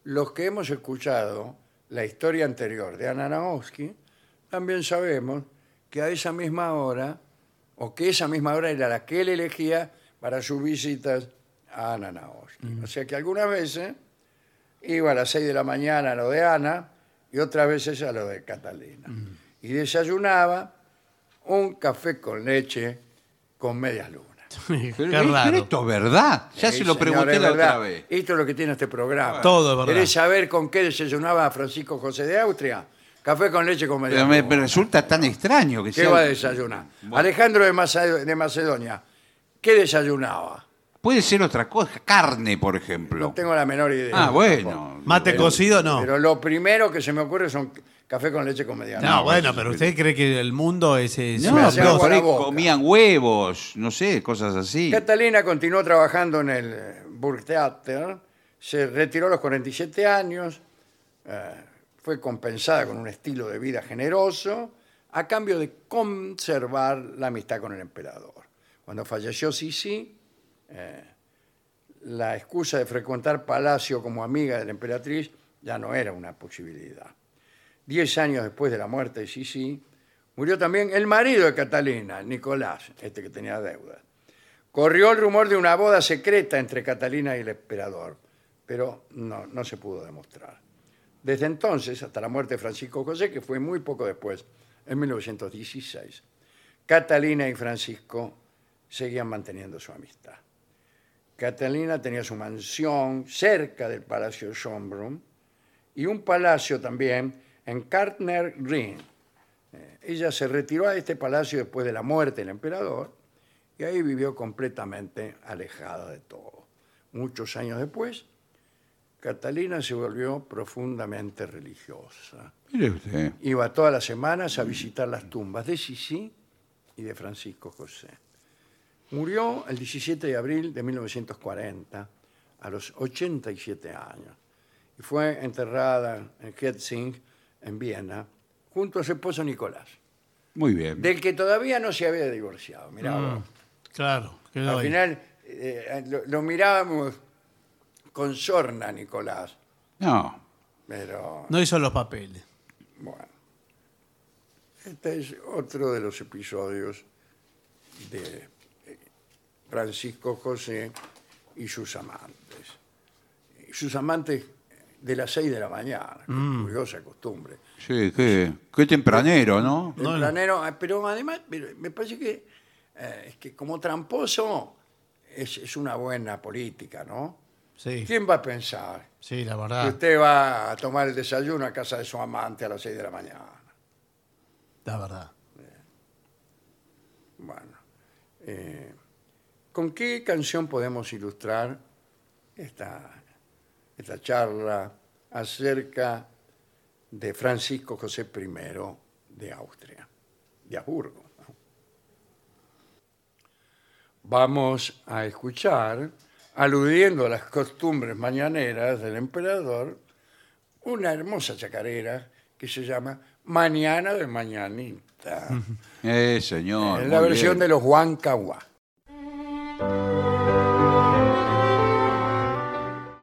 Speaker 2: Los que hemos escuchado la historia anterior de Ana Naoski, también sabemos que a esa misma hora, o que esa misma hora era la que él elegía para sus visitas a Ana Naoski. O sea que algunas veces iba a las 6 de la mañana a lo de Ana y otras veces a lo de Catalina. Y desayunaba un café con leche con medias lunas.
Speaker 4: Pero,
Speaker 3: Qué
Speaker 4: eh,
Speaker 3: raro.
Speaker 4: pero esto es verdad. Ya
Speaker 2: Sí,
Speaker 4: se lo
Speaker 2: señor,
Speaker 4: pregunté
Speaker 2: es
Speaker 4: la
Speaker 2: verdad.
Speaker 4: otra vez.
Speaker 2: Esto es lo que tiene este programa.
Speaker 3: Todo es verdad.
Speaker 2: ¿Querés saber con qué desayunaba Francisco José de Austria? Café con leche con medias
Speaker 4: Pero me
Speaker 2: lunas.
Speaker 4: pero resulta tan extraño que
Speaker 2: ¿Qué
Speaker 4: sea-
Speaker 2: va a desayunar? Alejandro de, Mace- de Macedonia, ¿qué desayunaba?
Speaker 4: Puede ser otra cosa. Carne, por ejemplo.
Speaker 2: No tengo la menor idea.
Speaker 4: ah, bueno.
Speaker 3: Mate cocido, no.
Speaker 2: Pero lo primero que se me ocurre son café con leche con medias
Speaker 3: no,
Speaker 2: lunas.
Speaker 3: bueno, pero usted cree que el mundo es, es
Speaker 4: No,
Speaker 3: una
Speaker 2: me hace
Speaker 4: pero
Speaker 2: agua
Speaker 4: por
Speaker 2: la
Speaker 4: ahí
Speaker 2: boca.
Speaker 4: comían huevos, no sé, cosas así.
Speaker 2: Catalina continuó trabajando en el eh, Burgtheater, se retiró a los 47 años, eh, fue compensada con un estilo de vida generoso a cambio de conservar la amistad con el emperador. Cuando falleció Sisi, eh, la excusa de frecuentar Palacio como amiga de la emperatriz ya no era una posibilidad. Diez años después de la muerte de Sisi, murió también el marido de Catalina, Nicolás, este que tenía deudas. Corrió el rumor de una boda secreta entre Catalina y el emperador, pero no, no se pudo demostrar. Desde entonces, hasta la muerte de Francisco José, que fue muy poco después, en 1916, Catalina y Francisco seguían manteniendo su amistad. Catalina tenía su mansión cerca del Palacio Schönbrunn y un palacio también en Kartner Ring. Ella se retiró a este palacio después de la muerte del emperador y ahí vivió completamente alejada de todo. Muchos años después, Catalina se volvió profundamente religiosa.
Speaker 4: Mire usted.
Speaker 2: Iba todas las semanas a visitar las tumbas de Sisi y de Francisco José. Murió el 17 de abril de 1940, a los 87 años, y fue enterrada en Hetzing, en Viena, junto a su esposo Nicolás,
Speaker 4: Muy bien.
Speaker 2: del que todavía no se había divorciado. Mirá vos.
Speaker 3: Mm, Claro, quedó
Speaker 2: Al
Speaker 3: ahí.
Speaker 2: final eh, lo, lo mirábamos con sorna, Nicolás,
Speaker 4: No.
Speaker 2: pero
Speaker 3: No hizo los papeles.
Speaker 2: Bueno, este es otro de los episodios de eh, Francisco José y sus amantes. Y Sus amantes de las 6 de la mañana, qué curiosa costumbre.
Speaker 4: Sí, qué, qué tempranero, ¿no?
Speaker 2: El planero, ah, pero además, pero me parece que, eh, es que como tramposo es, es una buena política, ¿no?
Speaker 3: Sí,
Speaker 2: ¿Quién va a pensar
Speaker 3: sí, la
Speaker 2: que
Speaker 3: verdad.
Speaker 2: usted va a tomar el desayuno a casa de su amante a las 6 de la mañana?
Speaker 3: La verdad.
Speaker 2: Bueno, eh, ¿con qué canción podemos ilustrar esta, esta charla acerca de Francisco José I de Austria, de Habsburgo? ¿no? Vamos a escuchar, aludiendo a las costumbres mañaneras del emperador, una hermosa chacarera que se llama Mañana de Mañanita.
Speaker 4: Eh, señor.
Speaker 2: En la
Speaker 4: muy
Speaker 2: versión
Speaker 4: bien.
Speaker 2: de los Juan Caguá.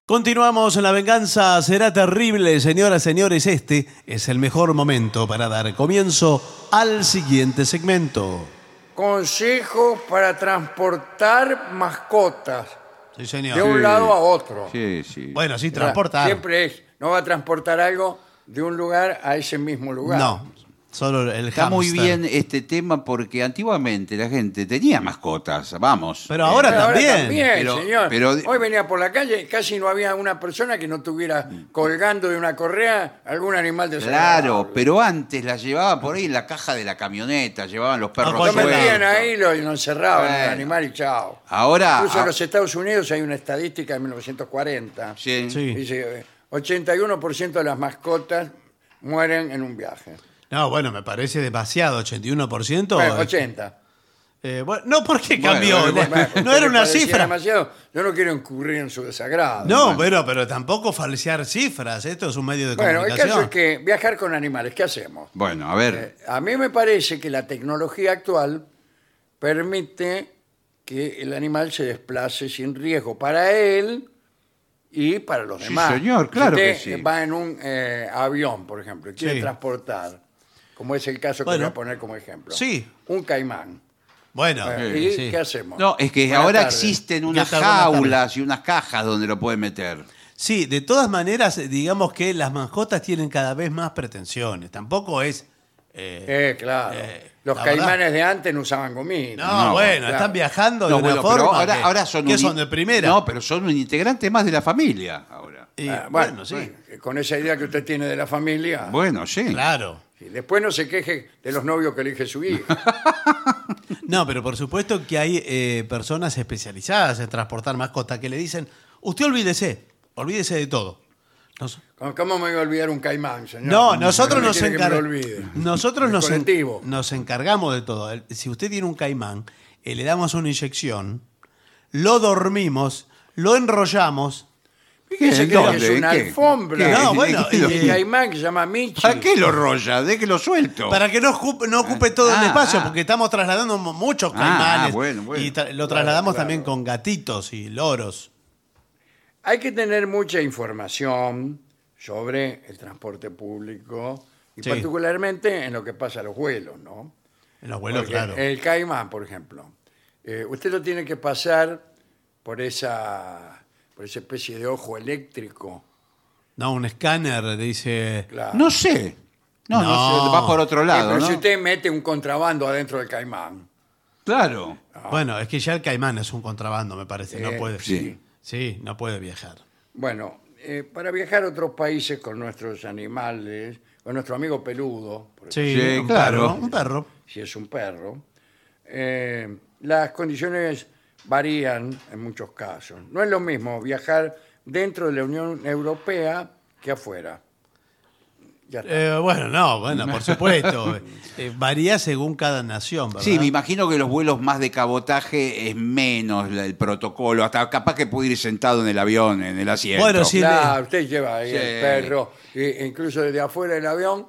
Speaker 3: Continuamos en la venganza. Será terrible, señoras, señores. Este es el mejor momento para dar comienzo al siguiente segmento.
Speaker 2: Consejos para transportar mascotas
Speaker 3: Sí,
Speaker 2: de
Speaker 3: señor.
Speaker 2: un
Speaker 4: Sí.
Speaker 2: lado a otro.
Speaker 4: Sí, sí.
Speaker 3: Bueno, sí,
Speaker 2: O sea,
Speaker 3: transportar.
Speaker 2: Siempre es, no va a transportar algo de un lugar a ese mismo lugar.
Speaker 3: No, solo el
Speaker 4: Está muy
Speaker 3: hámster.
Speaker 4: bien este tema porque antiguamente la gente tenía mascotas, vamos.
Speaker 3: Pero ahora
Speaker 2: Pero ahora
Speaker 3: también.
Speaker 2: también,
Speaker 4: pero-
Speaker 2: señor.
Speaker 4: pero-
Speaker 2: Hoy venía por la calle y casi no había una persona que no tuviera colgando de una correa algún animal de
Speaker 4: Eh, Claro, pero antes las llevaban por ahí en la caja de la camioneta, llevaban los perros
Speaker 3: Ah,
Speaker 2: Lo
Speaker 3: cuando
Speaker 4: sueltos.
Speaker 2: metían ahí y lo, y lo encerraban el
Speaker 4: Bueno.
Speaker 2: animal y chao.
Speaker 4: Ahora,
Speaker 2: Incluso en
Speaker 4: ah,
Speaker 2: los Estados Unidos hay una estadística de 1940.
Speaker 4: sí.
Speaker 3: Sí.
Speaker 2: Dice, eh, 81% de las mascotas mueren en un viaje.
Speaker 3: No, bueno, me parece demasiado. 81%.
Speaker 2: Bueno,
Speaker 3: es-
Speaker 2: 80.
Speaker 3: Eh, bueno, no porque
Speaker 4: Bueno,
Speaker 3: cambió.
Speaker 4: bueno,
Speaker 3: la-
Speaker 2: Bueno,
Speaker 3: no era
Speaker 2: le
Speaker 3: una
Speaker 2: parecía
Speaker 3: cifra.
Speaker 2: demasiado. Yo no quiero incurrir en su desagrado.
Speaker 3: No, pero, pero tampoco falsear cifras. Esto es un medio de
Speaker 2: Bueno, el
Speaker 3: comunicación.
Speaker 2: caso es que viajar con animales, ¿qué hacemos?
Speaker 4: Bueno, a ver.
Speaker 2: Eh, A mí me parece que la tecnología actual permite que el animal se desplace sin riesgo para él y para los
Speaker 4: Sí,
Speaker 2: demás.
Speaker 4: señor, claro
Speaker 2: Si
Speaker 4: que
Speaker 2: usted
Speaker 4: sí.
Speaker 2: va en un eh, avión, por ejemplo, y quiere
Speaker 3: Sí.
Speaker 2: transportar, como es el caso que
Speaker 3: Bueno.
Speaker 2: voy a poner como ejemplo,
Speaker 3: Sí.
Speaker 2: un caimán.
Speaker 3: Bueno,
Speaker 2: Eh, ¿Y
Speaker 3: sí.
Speaker 2: qué hacemos?
Speaker 4: No, es que
Speaker 2: Buenas
Speaker 4: ahora
Speaker 2: tardes.
Speaker 4: existen unas
Speaker 3: tal? Buenas
Speaker 4: jaulas y unas cajas donde lo pueden meter.
Speaker 3: Sí, de todas maneras, eh, digamos que las mascotas tienen cada vez más pretensiones. Tampoco es. eh,
Speaker 2: Eh, claro.
Speaker 3: Eh,
Speaker 2: los
Speaker 3: la verdad.
Speaker 2: caimanes de antes no usaban Ah, gomina.
Speaker 3: no,
Speaker 4: no,
Speaker 3: bueno,
Speaker 2: claro.
Speaker 3: están viajando de
Speaker 4: No,
Speaker 3: una
Speaker 4: bueno, pero
Speaker 3: forma.
Speaker 4: ahora,
Speaker 3: que,
Speaker 4: ahora son
Speaker 3: que
Speaker 4: un-
Speaker 3: son de primera.
Speaker 4: No, eh, pero son un integrante más de la familia ahora.
Speaker 3: Y,
Speaker 2: Ah,
Speaker 3: bueno,
Speaker 2: bueno,
Speaker 3: sí.
Speaker 2: sí, Con esa idea que usted tiene de la familia.
Speaker 4: Bueno, sí.
Speaker 3: Claro.
Speaker 2: Y después no se queje de los novios que elige su hija.
Speaker 3: No, pero por supuesto que hay eh, personas especializadas en transportar mascotas que le dicen: Usted olvídese, olvídese de todo. Nos-
Speaker 2: ¿Cómo- ¿Cómo me voy a olvidar un caimán, señor?
Speaker 3: No, nosotros
Speaker 2: ¿Cómo
Speaker 3: nos,
Speaker 2: quiere que me lo
Speaker 3: encar-
Speaker 2: olvide?
Speaker 3: nosotros
Speaker 2: El
Speaker 3: nos, en-
Speaker 2: colectivo.
Speaker 3: nos encargamos de todo. El- Si usted tiene un caimán, eh, le damos una inyección, lo dormimos, lo enrollamos.
Speaker 2: Fíjese
Speaker 4: ¿En
Speaker 2: que es
Speaker 4: dónde?
Speaker 2: una
Speaker 4: ¿Qué?
Speaker 2: alfombra.
Speaker 4: ¿Qué?
Speaker 3: No, bueno, eh,
Speaker 4: ¿Qué
Speaker 3: y-
Speaker 4: lo-
Speaker 2: El caimán que se llama Michi.
Speaker 4: ¿Para qué lo rolla? De que lo suelto.
Speaker 3: Para que no ocupe, no ocupe todo el
Speaker 4: Ah,
Speaker 3: espacio,
Speaker 4: ah.
Speaker 3: porque estamos trasladando mu- muchos
Speaker 4: Ah,
Speaker 3: caimanes.
Speaker 4: ah, bueno, bueno.
Speaker 3: y tra- lo
Speaker 2: Claro,
Speaker 3: trasladamos
Speaker 2: claro.
Speaker 3: también con gatitos y loros.
Speaker 2: Hay que tener mucha información sobre el transporte público y
Speaker 3: Sí.
Speaker 2: particularmente en lo que pasa a los vuelos, ¿no?
Speaker 3: En los vuelos,
Speaker 2: Porque eh,
Speaker 3: claro.
Speaker 2: El caimán, por ejemplo. eh, usted lo tiene que pasar por esa, por esa especie de ojo eléctrico.
Speaker 3: no, un escáner dice.
Speaker 2: Claro.
Speaker 4: No sé. No, no,
Speaker 3: No.
Speaker 4: sé. Va por otro
Speaker 2: Sí,
Speaker 4: lado,
Speaker 2: Eh, pero
Speaker 4: ¿no?
Speaker 2: si usted mete un contrabando adentro del caimán.
Speaker 4: Claro.
Speaker 3: Bueno, es que ya el caimán es un contrabando, me parece. no
Speaker 2: Eh,
Speaker 3: puede.
Speaker 4: sí.
Speaker 3: Sí, no puede viajar.
Speaker 2: Bueno, eh, para viajar a otros países con nuestros animales, con nuestro amigo peludo, por ejemplo,
Speaker 3: Sí,
Speaker 4: Sí,
Speaker 3: un
Speaker 4: claro.
Speaker 3: perro, un perro.
Speaker 2: si es un perro, eh, las condiciones varían en muchos casos. No es lo mismo viajar dentro de la Unión Europea que afuera. Ya está.
Speaker 3: Eh, bueno, no, bueno, por supuesto. Eh, varía según cada nación, ¿verdad?
Speaker 4: Sí, me imagino que los vuelos más de cabotaje es menos la- el protocolo. Hasta capaz que puede ir sentado en el avión, en el asiento.
Speaker 3: Bueno, sí.
Speaker 2: Claro, usted lleva ahí
Speaker 4: Sí.
Speaker 2: el perro, e incluso desde afuera del avión,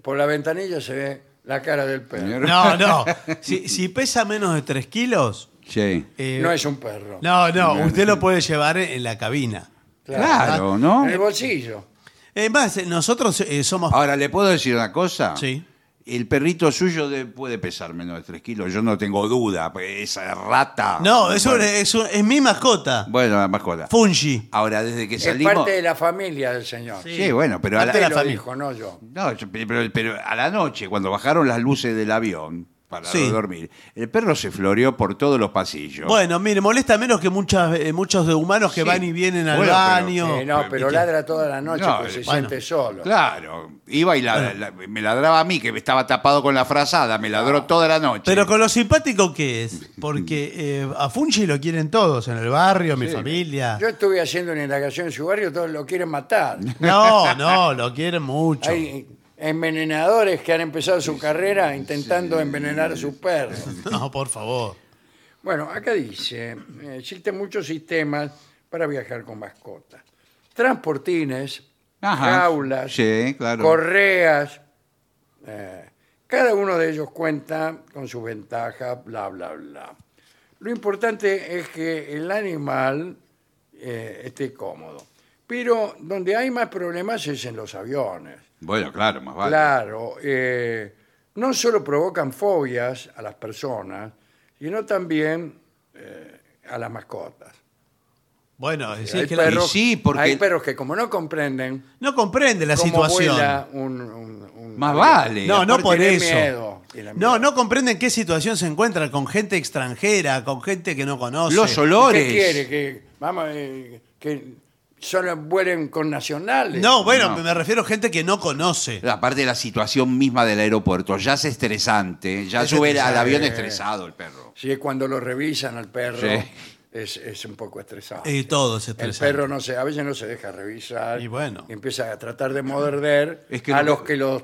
Speaker 2: por la ventanilla se ve la cara del perro.
Speaker 4: Señor.
Speaker 3: No, no. Si, si pesa menos de 3 kilos.
Speaker 4: Sí.
Speaker 3: eh,
Speaker 2: No es un perro.
Speaker 3: no, no, usted lo puede llevar en la cabina.
Speaker 4: Claro, ¿no?
Speaker 2: En
Speaker 3: Eh,
Speaker 2: el bolsillo.
Speaker 3: Es más, eh, nosotros eh, somos.
Speaker 4: Ahora, ¿le puedo decir una cosa?
Speaker 3: Sí.
Speaker 4: El perrito suyo de- puede pesar menos de 3 kilos, yo no tengo duda. porque Esa rata.
Speaker 3: No, es, un-
Speaker 4: Ah, Bueno,
Speaker 3: es, un- es mi mascota.
Speaker 4: Bueno, la mascota.
Speaker 3: Fungi.
Speaker 4: Ahora, desde que
Speaker 2: Es
Speaker 4: salimos.
Speaker 2: parte de la familia del señor.
Speaker 3: Sí.
Speaker 4: Sí, bueno, pero a
Speaker 3: Parte
Speaker 2: Usted
Speaker 3: de la
Speaker 4: la,
Speaker 2: lo
Speaker 3: familia.
Speaker 2: dijo, no yo.
Speaker 4: No, yo- pero, pero a la noche, cuando bajaron las luces del avión para
Speaker 3: Sí.
Speaker 4: dormir, el perro se floreó por todos los pasillos.
Speaker 3: Bueno, mire, molesta menos que muchas, eh, muchos de humanos que
Speaker 4: Sí.
Speaker 3: van y vienen al
Speaker 4: Bueno, pero-
Speaker 3: baño.
Speaker 2: Eh, no, pero ladra toda la noche
Speaker 4: No,
Speaker 2: porque se
Speaker 3: bueno,
Speaker 2: siente solo.
Speaker 4: Claro, iba y la- la- me ladraba a mí, que estaba tapado con la frazada, me ladró toda la noche.
Speaker 3: Pero con lo simpático que es, porque eh, a Fungi lo quieren todos, en el barrio, mi familia.
Speaker 2: Yo estuve haciendo una indagación en su barrio, todos lo quieren matar.
Speaker 3: No, no, lo quieren mucho.
Speaker 2: Hay envenenadores que han empezado su carrera intentando envenenar a sus perros.
Speaker 3: No, por favor.
Speaker 2: Bueno, acá dice, eh, existen muchos sistemas para viajar con mascotas. Transportines,
Speaker 4: Ajá.
Speaker 2: jaulas,
Speaker 4: Sí, claro.
Speaker 2: correas. eh, cada uno de ellos cuenta con sus ventajas, bla, bla, bla. Lo importante es que el animal eh, esté cómodo. Pero donde hay más problemas es en los aviones.
Speaker 4: Bueno, claro, más vale.
Speaker 2: Claro, eh, no solo provocan fobias a las personas, sino también eh, a las mascotas.
Speaker 3: Bueno, sí,
Speaker 2: hay,
Speaker 3: es que la-
Speaker 2: perros,
Speaker 4: Y sí, porque-
Speaker 2: hay perros que como no comprenden
Speaker 3: no comprende la
Speaker 2: cómo
Speaker 3: situación.
Speaker 2: vuela un... un- un-
Speaker 4: Más vale.
Speaker 3: No, no
Speaker 2: Aparte
Speaker 3: por
Speaker 2: tienen
Speaker 3: eso.
Speaker 2: miedo, tienen
Speaker 3: No,
Speaker 2: miedo.
Speaker 3: no comprende en qué situación se encuentra con gente extranjera, con gente que no conoce.
Speaker 4: Los
Speaker 2: ¿Qué
Speaker 4: olores.
Speaker 2: quiere? Que, vamos, eh, que solo vuelen con nacionales.
Speaker 3: No, bueno,
Speaker 4: No.
Speaker 3: me refiero a gente que no conoce.
Speaker 4: Aparte de la situación misma del aeropuerto, ya es estresante, ya
Speaker 3: Es
Speaker 4: sube
Speaker 3: estresante.
Speaker 4: al avión estresado el perro.
Speaker 2: Sí, cuando lo revisan al perro
Speaker 4: Sí.
Speaker 2: es, es un poco estresante.
Speaker 3: Y eh, todo es
Speaker 2: El
Speaker 3: estresante.
Speaker 2: perro no se, a veces no se deja revisar.
Speaker 3: Y bueno.
Speaker 2: Empieza a tratar de morder
Speaker 4: Es que
Speaker 2: a
Speaker 4: no-
Speaker 2: los que los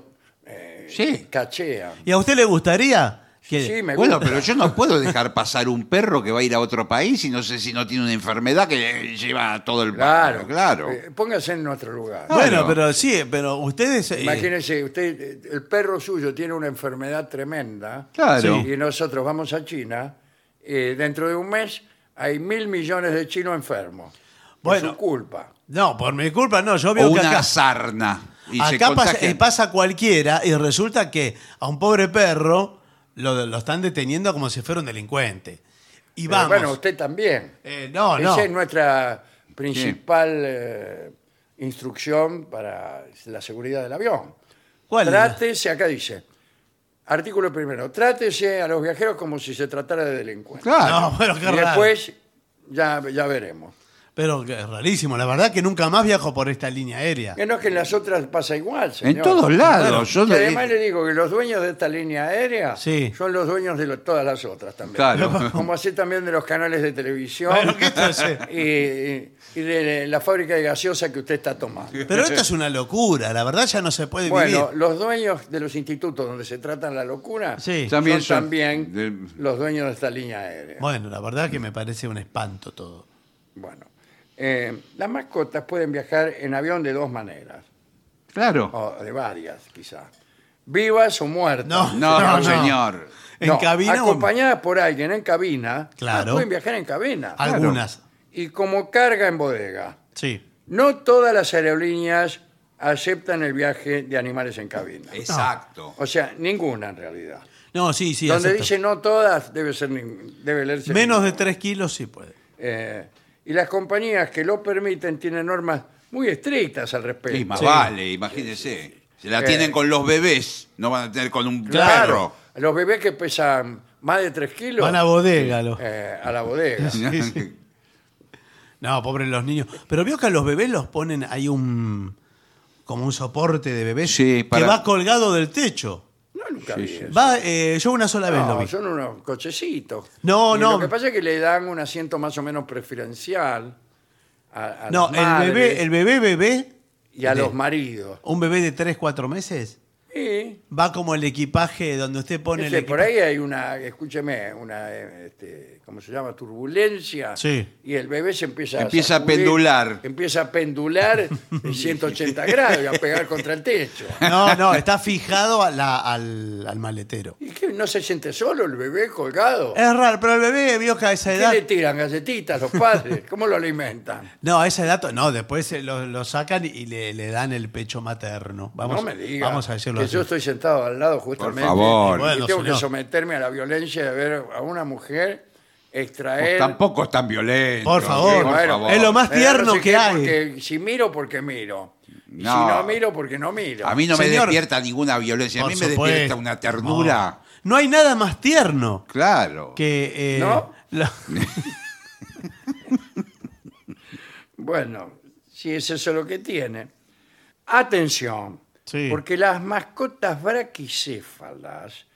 Speaker 2: eh,
Speaker 4: Sí.
Speaker 2: cachean.
Speaker 3: ¿Y a usted le gustaría ¿Qué?
Speaker 2: Sí, me
Speaker 4: Bueno,
Speaker 2: gusta.
Speaker 4: pero yo no puedo dejar pasar un perro que va a ir a otro país y no sé si no tiene una enfermedad que eh, lleva a todo el
Speaker 2: Claro,
Speaker 4: barrio, claro.
Speaker 2: Eh, póngase en nuestro lugar.
Speaker 3: Bueno,
Speaker 4: Claro.
Speaker 3: pero Ah, sí, pero ustedes. eh,
Speaker 2: Imagínese, usted, eh, el perro suyo tiene una enfermedad tremenda.
Speaker 4: Claro.
Speaker 2: Y nosotros vamos a China. eh, dentro de un mes hay mil millones de chinos enfermos. Por
Speaker 3: Bueno.
Speaker 2: su culpa.
Speaker 3: no, por mi culpa no. Yo
Speaker 4: o
Speaker 3: veo que
Speaker 4: una
Speaker 3: acá,
Speaker 4: sarna. Y se
Speaker 3: acá pasa,
Speaker 4: contagia.
Speaker 3: eh, pasa cualquiera y resulta que a un pobre perro lo, lo están deteniendo como si fuera un delincuente. Y
Speaker 2: Pero
Speaker 3: vamos.
Speaker 2: bueno, usted también.
Speaker 3: Eh, no, no.
Speaker 2: Esa es nuestra principal eh, instrucción para la seguridad del avión.
Speaker 3: ¿Cuál es la-
Speaker 2: Trátese, acá dice, artículo primero, trátese a los viajeros como si se tratara de delincuentes.
Speaker 4: Claro.
Speaker 3: Ah, No, bueno, qué
Speaker 2: y
Speaker 3: raro.
Speaker 2: después ya, ya veremos.
Speaker 3: Pero que es rarísimo. La verdad que nunca más viajo por esta línea aérea.
Speaker 2: Que no es que en las otras pasa igual, señor.
Speaker 4: en todos
Speaker 2: Claro,
Speaker 4: lados. yo
Speaker 2: que
Speaker 4: le-
Speaker 2: además le digo que los dueños de esta línea aérea
Speaker 3: Sí.
Speaker 2: son los dueños de lo- todas las otras también.
Speaker 4: Claro.
Speaker 2: Como así también de los canales de televisión.
Speaker 3: Bueno, ¿qué esto es?
Speaker 2: y, y- y de la fábrica de gaseosa que usted está tomando.
Speaker 3: Pero esto es una locura. La verdad ya no se puede
Speaker 2: Bueno,
Speaker 3: vivir.
Speaker 2: los dueños de los institutos donde se tratan la locura
Speaker 3: Sí.
Speaker 4: También
Speaker 2: son
Speaker 4: son-
Speaker 2: también
Speaker 4: de-
Speaker 2: los dueños de esta línea aérea.
Speaker 3: Bueno, la verdad que me parece un espanto todo.
Speaker 2: Bueno, eh, las mascotas pueden viajar en avión de dos maneras,
Speaker 4: Claro.
Speaker 2: o de varias quizás, vivas o muertas.
Speaker 3: No,
Speaker 4: No,
Speaker 3: no, no.
Speaker 4: señor.
Speaker 3: En
Speaker 2: No,
Speaker 3: cabina o-
Speaker 2: acompañadas por alguien en cabina, ah,
Speaker 3: Claro. Ah.
Speaker 2: pueden viajar en cabina.
Speaker 3: Algunas.
Speaker 2: Y como carga en bodega.
Speaker 3: Sí.
Speaker 2: No todas las aerolíneas aceptan el viaje de animales en cabina.
Speaker 4: Exacto.
Speaker 2: O sea, ninguna en realidad.
Speaker 3: No, sí, sí.
Speaker 2: Donde
Speaker 3: acepto.
Speaker 2: dice no todas, debe ser nin- debe leerse
Speaker 3: Menos de
Speaker 2: ninguna.
Speaker 3: 3 kilos sí puede.
Speaker 2: Eh, y las compañías que lo permiten tienen normas muy estrictas al respecto.
Speaker 4: Sí, más
Speaker 3: Sí.
Speaker 4: vale, imagínese. Se la
Speaker 2: Eh.
Speaker 4: tienen con los bebés, no van a tener con un
Speaker 2: Claro.
Speaker 4: perro.
Speaker 2: Los bebés que pesan más de 3 kilos
Speaker 3: Van a bodega. lo-
Speaker 2: eh, a la bodega.
Speaker 3: No, pobres los niños. Pero vio que a los bebés los ponen, hay un. como un soporte de bebés
Speaker 4: Sí, para-
Speaker 3: que va colgado del techo.
Speaker 2: No, nunca vi eso.
Speaker 3: Va, eh, yo una sola vez lo
Speaker 2: No,
Speaker 3: vi.
Speaker 2: son unos cochecitos.
Speaker 3: No,
Speaker 2: Y
Speaker 3: no.
Speaker 2: Lo que pasa es que le dan un asiento más o menos preferencial a, a
Speaker 3: No,
Speaker 2: las
Speaker 3: el
Speaker 2: madres
Speaker 3: bebé, el bebé, bebé,
Speaker 2: y a los maridos.
Speaker 3: un bebé de 3, 4 meses,
Speaker 2: Sí.
Speaker 3: va como el equipaje donde usted pone el
Speaker 2: Este, por
Speaker 3: equipaje.
Speaker 2: ahí hay una, escúcheme, una, eh, este, ¿cómo se llama? Turbulencia.
Speaker 3: Sí.
Speaker 2: Y el bebé se empieza
Speaker 4: Empieza a
Speaker 2: sacudir,
Speaker 4: pendular.
Speaker 2: Empieza a pendular en 180 grados y a pegar contra el techo.
Speaker 3: No, no, está fijado a la- al, al maletero.
Speaker 2: ¿Y qué? ¿No se siente solo el bebé colgado?
Speaker 3: Es raro, pero el bebé vio que a esa
Speaker 2: ¿Qué
Speaker 3: edad.
Speaker 2: le tiran? ¿Galletitas los padres? ¿Cómo lo alimentan?
Speaker 3: No, a esa edad. to- No, después se lo, lo sacan y le, le dan el pecho materno. Vamos,
Speaker 2: no me diga
Speaker 3: Vamos a decirlo
Speaker 2: que
Speaker 3: así.
Speaker 2: yo estoy sentado al lado justamente.
Speaker 4: favor.
Speaker 2: Y
Speaker 3: Bueno,
Speaker 2: tengo que
Speaker 3: señor.
Speaker 2: someterme a la violencia de ver a una mujer extraer...
Speaker 4: Pues Tampoco es tan violento.
Speaker 3: Por favor.
Speaker 4: Sí,
Speaker 2: Bueno,
Speaker 3: Es lo más
Speaker 2: Pero
Speaker 3: tierno
Speaker 2: no sé
Speaker 3: que
Speaker 2: qué,
Speaker 3: hay.
Speaker 2: porque si miro, porque miro. Y
Speaker 4: No.
Speaker 2: Si no miro, porque no miro.
Speaker 4: A mí no me
Speaker 3: Señor.
Speaker 4: despierta ninguna violencia, a
Speaker 3: Por
Speaker 4: mí me
Speaker 3: supuesto.
Speaker 4: despierta una ternura.
Speaker 3: No, No hay nada más tierno
Speaker 4: Claro.
Speaker 3: que. eh,
Speaker 2: ¿No?
Speaker 3: la-
Speaker 2: Bueno, si es eso lo que tiene. Atención,
Speaker 3: Sí.
Speaker 2: porque las mascotas braquicéfalas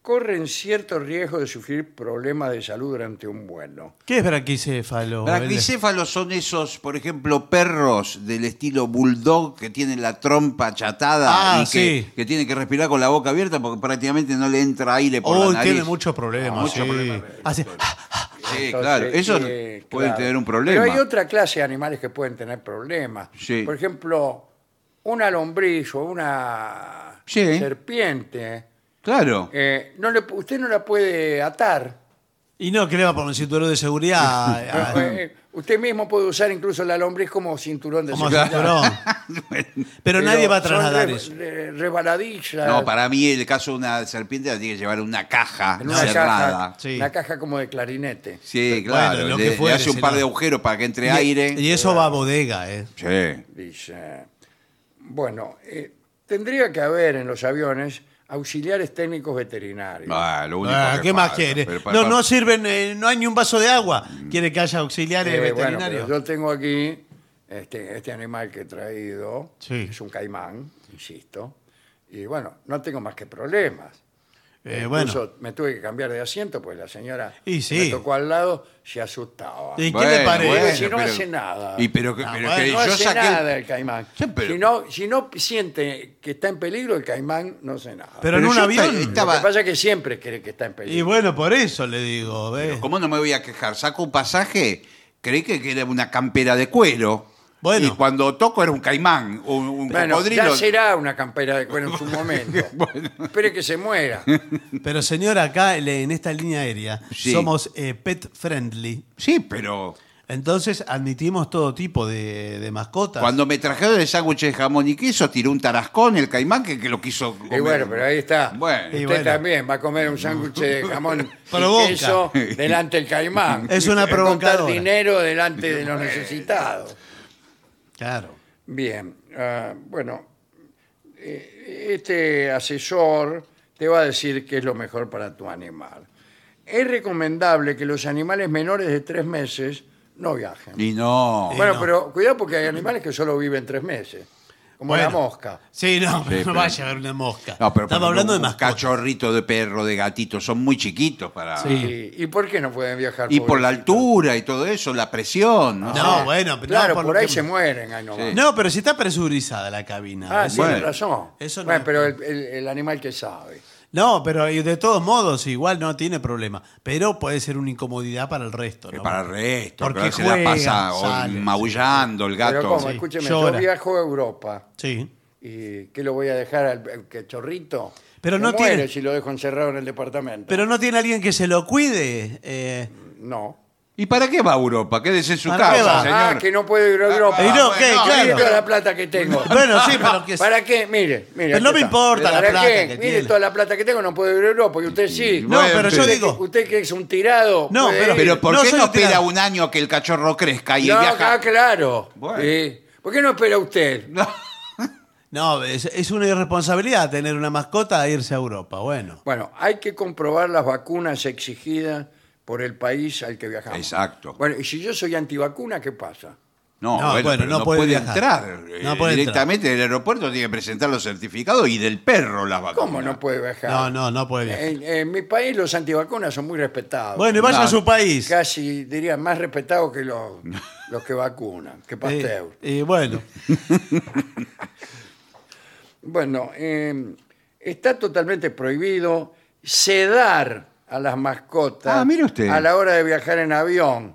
Speaker 2: corren cierto riesgo de sufrir problemas de salud durante un vuelo.
Speaker 3: ¿Qué es braquicéfalo?
Speaker 4: Braquicéfalos son esos, por ejemplo, perros del estilo bulldog que tienen la trompa achatada
Speaker 3: Ah,
Speaker 4: y que,
Speaker 3: sí.
Speaker 4: que tienen que respirar con la boca abierta porque prácticamente no le entra aire por la
Speaker 3: Uy,
Speaker 4: nariz.
Speaker 3: Oh,
Speaker 4: Ah,
Speaker 3: tiene muchos problemas.
Speaker 4: Muchos
Speaker 3: sí.
Speaker 4: problemas.
Speaker 3: Hace- ah,
Speaker 4: Sí,
Speaker 2: Entonces,
Speaker 4: claro. Esos
Speaker 2: eh,
Speaker 4: pueden
Speaker 2: claro.
Speaker 4: tener un problema.
Speaker 2: Pero hay otra clase de animales que pueden tener problemas.
Speaker 4: Sí.
Speaker 2: Por ejemplo, una lombriz o una
Speaker 4: Sí.
Speaker 2: serpiente,
Speaker 4: Claro.
Speaker 2: eh, no le pu- usted no la puede atar.
Speaker 3: Y no, que le va a poner un cinturón de seguridad. ah, a- a-
Speaker 2: Eh, usted mismo puede usar incluso la lombriz como cinturón de
Speaker 3: como
Speaker 2: seguridad.
Speaker 3: cinturón.
Speaker 2: Eh,
Speaker 3: Pero nadie va a
Speaker 2: son
Speaker 3: trasladar
Speaker 2: re-
Speaker 3: eso.
Speaker 2: re- rebaladizas.
Speaker 4: No, para mí el caso de una serpiente la tiene que llevar en una caja
Speaker 2: En una
Speaker 4: cerrada.
Speaker 2: caja,
Speaker 3: Sí.
Speaker 2: una caja como de clarinete.
Speaker 4: Sí,
Speaker 3: Bueno,
Speaker 4: claro.
Speaker 3: lo
Speaker 4: le,
Speaker 3: que
Speaker 4: le
Speaker 3: fuere,
Speaker 4: hace un
Speaker 3: si
Speaker 4: par
Speaker 3: no.
Speaker 4: de agujeros para que entre
Speaker 3: Y-
Speaker 4: aire.
Speaker 3: Y eso va a bodega, ¿eh?
Speaker 4: Sí.
Speaker 2: Dice, bueno, eh, tendría que haber en los aviones auxiliares técnicos veterinarios.
Speaker 4: Ah, lo único
Speaker 3: Ah,
Speaker 4: que
Speaker 3: ¿Qué más
Speaker 4: falta.
Speaker 3: quiere?
Speaker 4: Pero Mm. para-
Speaker 3: No, no sirven, eh, no hay ni un vaso de agua. Quiere que haya auxiliares
Speaker 2: Eh, bueno,
Speaker 3: veterinarios.
Speaker 2: pero yo tengo aquí este, este animal que he traído,
Speaker 3: Sí.
Speaker 2: es un caimán, insisto, y bueno, no tengo más que problemas.
Speaker 3: Eh,
Speaker 2: Incluso
Speaker 3: bueno.
Speaker 2: me tuve que cambiar de asiento porque la señora
Speaker 3: Y
Speaker 2: que
Speaker 3: sí.
Speaker 2: me tocó al lado se asustaba.
Speaker 3: ¿Y qué le parece?
Speaker 2: bueno. Si no hace nada.
Speaker 4: Y pero, que-
Speaker 3: Ah,
Speaker 4: pero
Speaker 3: bueno,
Speaker 4: que
Speaker 2: no
Speaker 4: yo
Speaker 2: hace
Speaker 4: saqué.
Speaker 2: nada el caimán.
Speaker 4: Sí, pero-
Speaker 2: si, no, si no siente que está en peligro, el caimán no hace nada.
Speaker 3: Pero en un
Speaker 4: yo
Speaker 3: avión.
Speaker 4: esta-
Speaker 2: Lo que
Speaker 4: estaba.
Speaker 2: pasa es que siempre cree que está en peligro.
Speaker 3: Y bueno, por eso le digo, ¿ves?
Speaker 4: ¿Cómo no me voy a quejar? Saco un pasaje, creí que que era una campera de cuero.
Speaker 3: Bueno.
Speaker 4: Y cuando toco era un caimán, un, un
Speaker 2: Bueno,
Speaker 4: cocodrilo.
Speaker 2: ya será una campera de cuero en su momento. Espere que se muera.
Speaker 3: Pero señor, acá le- en esta línea aérea
Speaker 4: Sí.
Speaker 3: somos eh, pet friendly.
Speaker 4: Sí, pero
Speaker 3: Entonces admitimos todo tipo de, de mascotas.
Speaker 4: cuando me trajeron el sándwich de jamón y queso, tiró un tarascón el caimán que, que lo quiso comer.
Speaker 2: Y bueno, pero ahí está.
Speaker 4: Bueno.
Speaker 2: Usted
Speaker 3: Y bueno.
Speaker 2: también va a comer un sándwich de jamón
Speaker 3: Provoca.
Speaker 2: y queso delante del caimán.
Speaker 3: Es
Speaker 2: Va
Speaker 3: una
Speaker 2: a contar
Speaker 3: provocadora.
Speaker 2: dinero delante de los necesitados.
Speaker 3: Claro.
Speaker 2: Bien, ah, bueno, eh, este asesor te va a decir qué es lo mejor para tu animal. Es recomendable que los animales menores de tres meses no viajen.
Speaker 4: Y no.
Speaker 2: bueno,
Speaker 3: no.
Speaker 2: pero cuidado porque hay animales que solo viven tres meses, como la
Speaker 3: Bueno.
Speaker 2: mosca.
Speaker 3: Sí, no, pero no
Speaker 4: pero-
Speaker 3: vaya a haber una mosca.
Speaker 4: No, pero por
Speaker 3: Estamos
Speaker 4: ejemplo,
Speaker 3: hablando de
Speaker 4: un
Speaker 3: mascotas.
Speaker 4: cachorrito de perro, de gatito, son muy chiquitos para.
Speaker 2: ¿Y, y por qué no pueden viajar?
Speaker 4: Y por
Speaker 2: pobrecitos?
Speaker 4: la altura y todo eso, la presión. ¿no?
Speaker 3: No, bueno, pero
Speaker 2: Claro,
Speaker 3: no,
Speaker 2: por,
Speaker 3: lo
Speaker 2: ahí
Speaker 3: que-
Speaker 2: se mueren. ahí nomás.
Speaker 3: No, pero si está presurizada la cabina.
Speaker 2: Ah,
Speaker 3: Es-
Speaker 2: sí,
Speaker 4: Bueno.
Speaker 2: tienes razón.
Speaker 3: Eso no
Speaker 2: Bueno,
Speaker 3: es-
Speaker 2: pero el, el- el animal que sabe.
Speaker 3: No, pero y de todos modos, igual no tiene problema. Pero puede ser una incomodidad para el resto.
Speaker 4: Que
Speaker 3: ¿no?
Speaker 4: Eh, Para el resto,
Speaker 3: Porque
Speaker 4: pero se la
Speaker 3: juega,
Speaker 4: pasa o
Speaker 3: sale,
Speaker 4: maullando el
Speaker 2: Pero
Speaker 4: gato.
Speaker 2: como, escúcheme,
Speaker 3: llora.
Speaker 2: yo viajo a Europa.
Speaker 3: Sí.
Speaker 2: ¿Y qué lo voy a dejar al al cachorrito?
Speaker 3: Pero
Speaker 2: Se
Speaker 3: no
Speaker 2: muere
Speaker 3: tiene-
Speaker 2: si lo dejo encerrado en el departamento.
Speaker 3: Pero no tiene alguien que se lo cuide. eh,
Speaker 2: No.
Speaker 4: ¿Y para qué va a Europa? Quédese en su
Speaker 3: ¿Para qué va?
Speaker 4: casa, señor.
Speaker 2: Ah, que no puedo ir a Europa.
Speaker 3: Y no, ¿qué?
Speaker 2: Mire
Speaker 3: Claro.
Speaker 2: toda la plata que tengo.
Speaker 3: Bueno, sí, pero que
Speaker 2: ¿Para qué? Mire, mire.
Speaker 3: Pero no
Speaker 2: aquí
Speaker 3: me
Speaker 2: está.
Speaker 3: importa la
Speaker 2: ¿Para
Speaker 3: plata
Speaker 2: qué?
Speaker 3: que
Speaker 2: Mire
Speaker 3: tiene.
Speaker 2: toda la plata que tengo, no puedo ir a Europa. Y usted sí.
Speaker 3: No,
Speaker 4: Bueno,
Speaker 3: pero yo
Speaker 4: pero-
Speaker 2: usted, que-
Speaker 3: digo.
Speaker 2: Usted que es un tirado.
Speaker 3: No,
Speaker 2: puede ir.
Speaker 4: Pero ¿por
Speaker 3: No
Speaker 4: qué
Speaker 3: soy
Speaker 4: no
Speaker 3: un tirano.
Speaker 4: espera un año que el cachorro crezca y
Speaker 2: No,
Speaker 4: viaja?
Speaker 2: ah, claro.
Speaker 4: Bueno.
Speaker 2: Sí. ¿Por qué no espera usted?
Speaker 4: No.
Speaker 3: No, es, es una irresponsabilidad tener una mascota e irse a Europa. Bueno.
Speaker 2: Bueno, hay que comprobar las vacunas exigidas por el país al que viajamos.
Speaker 4: Exacto.
Speaker 2: Bueno, y si yo soy antivacuna, ¿qué pasa?
Speaker 4: No,
Speaker 3: No,
Speaker 4: bueno,
Speaker 3: bueno,
Speaker 4: pero
Speaker 3: no
Speaker 4: no,
Speaker 3: puede
Speaker 4: puede,
Speaker 3: viajar. No
Speaker 4: entrar. Eh,
Speaker 3: puede entrar.
Speaker 4: Directamente del aeropuerto tiene que presentar los certificados y del perro las vacunas.
Speaker 2: ¿Cómo no puede viajar?
Speaker 3: No, no, no puede viajar.
Speaker 2: En, en mi país los antivacunas son muy respetados.
Speaker 3: Bueno, y vaya
Speaker 4: No.
Speaker 3: a su país.
Speaker 2: Casi diría más respetados que los, los que vacunan, que Pasteur.
Speaker 3: Eh, y bueno,
Speaker 2: Bueno, eh, está totalmente prohibido sedar a las mascotas
Speaker 4: Ah, mire usted.
Speaker 2: a la hora de viajar en avión,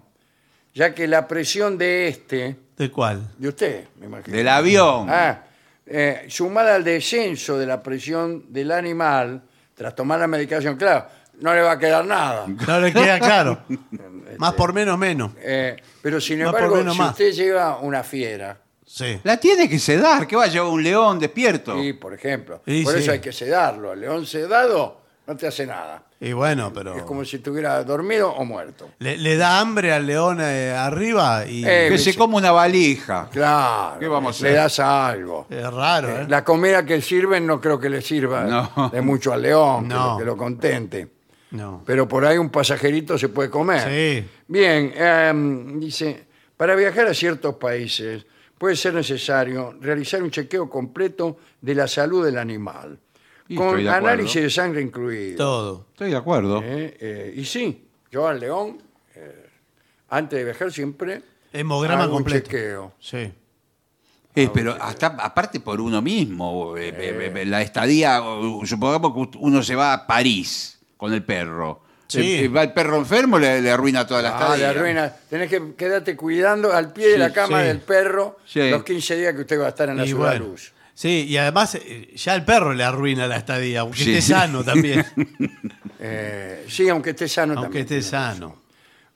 Speaker 2: ya que la presión de este,
Speaker 3: ¿de cuál?
Speaker 2: de usted, me imagino.
Speaker 4: Del avión.
Speaker 2: Ah, eh, sumada al descenso de la presión del animal tras tomar la medicación, claro, no le va a quedar nada.
Speaker 3: No le queda claro. Más por menos, menos.
Speaker 2: Eh, pero sin
Speaker 3: Más por
Speaker 2: embargo,
Speaker 3: menos
Speaker 2: si
Speaker 3: más.
Speaker 2: usted lleva una fiera,
Speaker 3: Sí.
Speaker 4: La tiene que sedar, que va a llevar un león despierto.
Speaker 2: y por ejemplo,
Speaker 3: Y
Speaker 2: por
Speaker 3: sí.
Speaker 2: eso hay que sedarlo. El león sedado no te hace nada.
Speaker 3: Y bueno, pero.
Speaker 2: Es como si estuviera dormido o muerto.
Speaker 3: Le, le da hambre al león eh, arriba y.
Speaker 2: Eh,
Speaker 4: que se coma una valija.
Speaker 2: Claro.
Speaker 4: ¿Qué vamos a
Speaker 2: le
Speaker 4: hacer?
Speaker 2: das algo.
Speaker 3: es raro, ¿eh?
Speaker 2: La comida que sirven no creo que le sirva
Speaker 4: No.
Speaker 2: de mucho al león, que
Speaker 3: No.
Speaker 2: lo- que lo contente.
Speaker 3: No.
Speaker 2: pero por ahí un pasajerito se puede comer.
Speaker 3: Sí.
Speaker 2: Bien, em, dice, para viajar a ciertos países puede ser necesario realizar un chequeo completo de la salud del animal,
Speaker 4: Y estoy
Speaker 2: con
Speaker 4: de acuerdo.
Speaker 2: análisis de sangre incluido.
Speaker 3: Todo.
Speaker 4: Estoy de acuerdo.
Speaker 2: Eh, eh, y sí, yo al león, eh, antes de viajar siempre,
Speaker 3: Hemograma
Speaker 2: hago un
Speaker 3: completo.
Speaker 2: chequeo.
Speaker 3: Sí. Ah,
Speaker 4: Eh, pero hasta aparte por uno mismo, eh, eh, eh, la estadía, o- supongamos que uno se va a París con el perro.
Speaker 3: Sí.
Speaker 4: Eh, eh, va el perro enfermo, le, le arruina toda la
Speaker 2: Ah,
Speaker 4: estadía.
Speaker 2: le arruina. Tenés que quedarte cuidando al pie de
Speaker 4: Sí,
Speaker 2: la cama
Speaker 3: sí.
Speaker 2: del perro
Speaker 4: Sí.
Speaker 2: los 15 días que usted va a estar en la
Speaker 3: Y
Speaker 2: ciudad
Speaker 3: bueno.
Speaker 2: luz.
Speaker 3: Sí, y además eh, ya el perro le arruina la estadía, aunque
Speaker 4: Sí.
Speaker 3: esté sano también.
Speaker 2: Eh, sí, aunque esté sano
Speaker 3: aunque
Speaker 2: también.
Speaker 3: esté sano.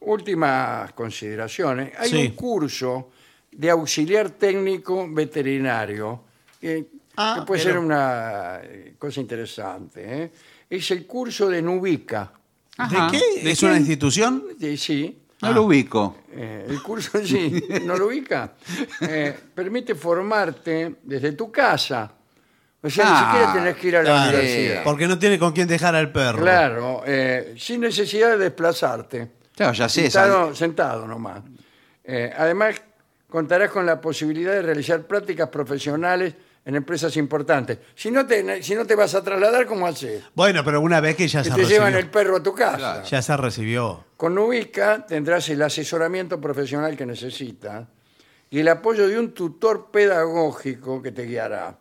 Speaker 2: Últimas consideraciones. Hay
Speaker 3: Sí.
Speaker 2: un curso de auxiliar técnico veterinario que,
Speaker 3: Ah,
Speaker 2: que puede
Speaker 3: pero-
Speaker 2: ser una eh, cosa interesante. ¿eh? Es el curso de Nubica.
Speaker 4: Ajá.
Speaker 3: ¿De Ah. qué?
Speaker 4: ¿De
Speaker 3: ¿Es
Speaker 4: quién?
Speaker 3: una institución?
Speaker 2: Eh, sí,
Speaker 4: No lo ubico.
Speaker 2: eh, el curso sí, no lo ubica. Eh, permite formarte desde tu casa. O sea,
Speaker 4: Ah,
Speaker 2: ni siquiera tenés que ir a la
Speaker 3: Claro,
Speaker 2: universidad.
Speaker 3: porque no tiene con quién dejar al perro.
Speaker 2: Claro, eh, sin necesidad de desplazarte.
Speaker 4: Claro, ya sé.
Speaker 2: Sentado,
Speaker 4: esa-
Speaker 2: sentado nomás. Eh, además, contarás con la posibilidad de realizar prácticas profesionales en empresas importantes. Si no te, si no te vas a trasladar, ¿cómo haces?
Speaker 3: Bueno, pero una vez que ya
Speaker 2: Que
Speaker 3: se
Speaker 2: te llevan el
Speaker 3: recibió.
Speaker 2: perro a tu casa.
Speaker 4: Claro.
Speaker 3: Ya se recibió.
Speaker 2: Con Nubica tendrás el asesoramiento profesional que necesitas y el apoyo de un tutor pedagógico que te guiará.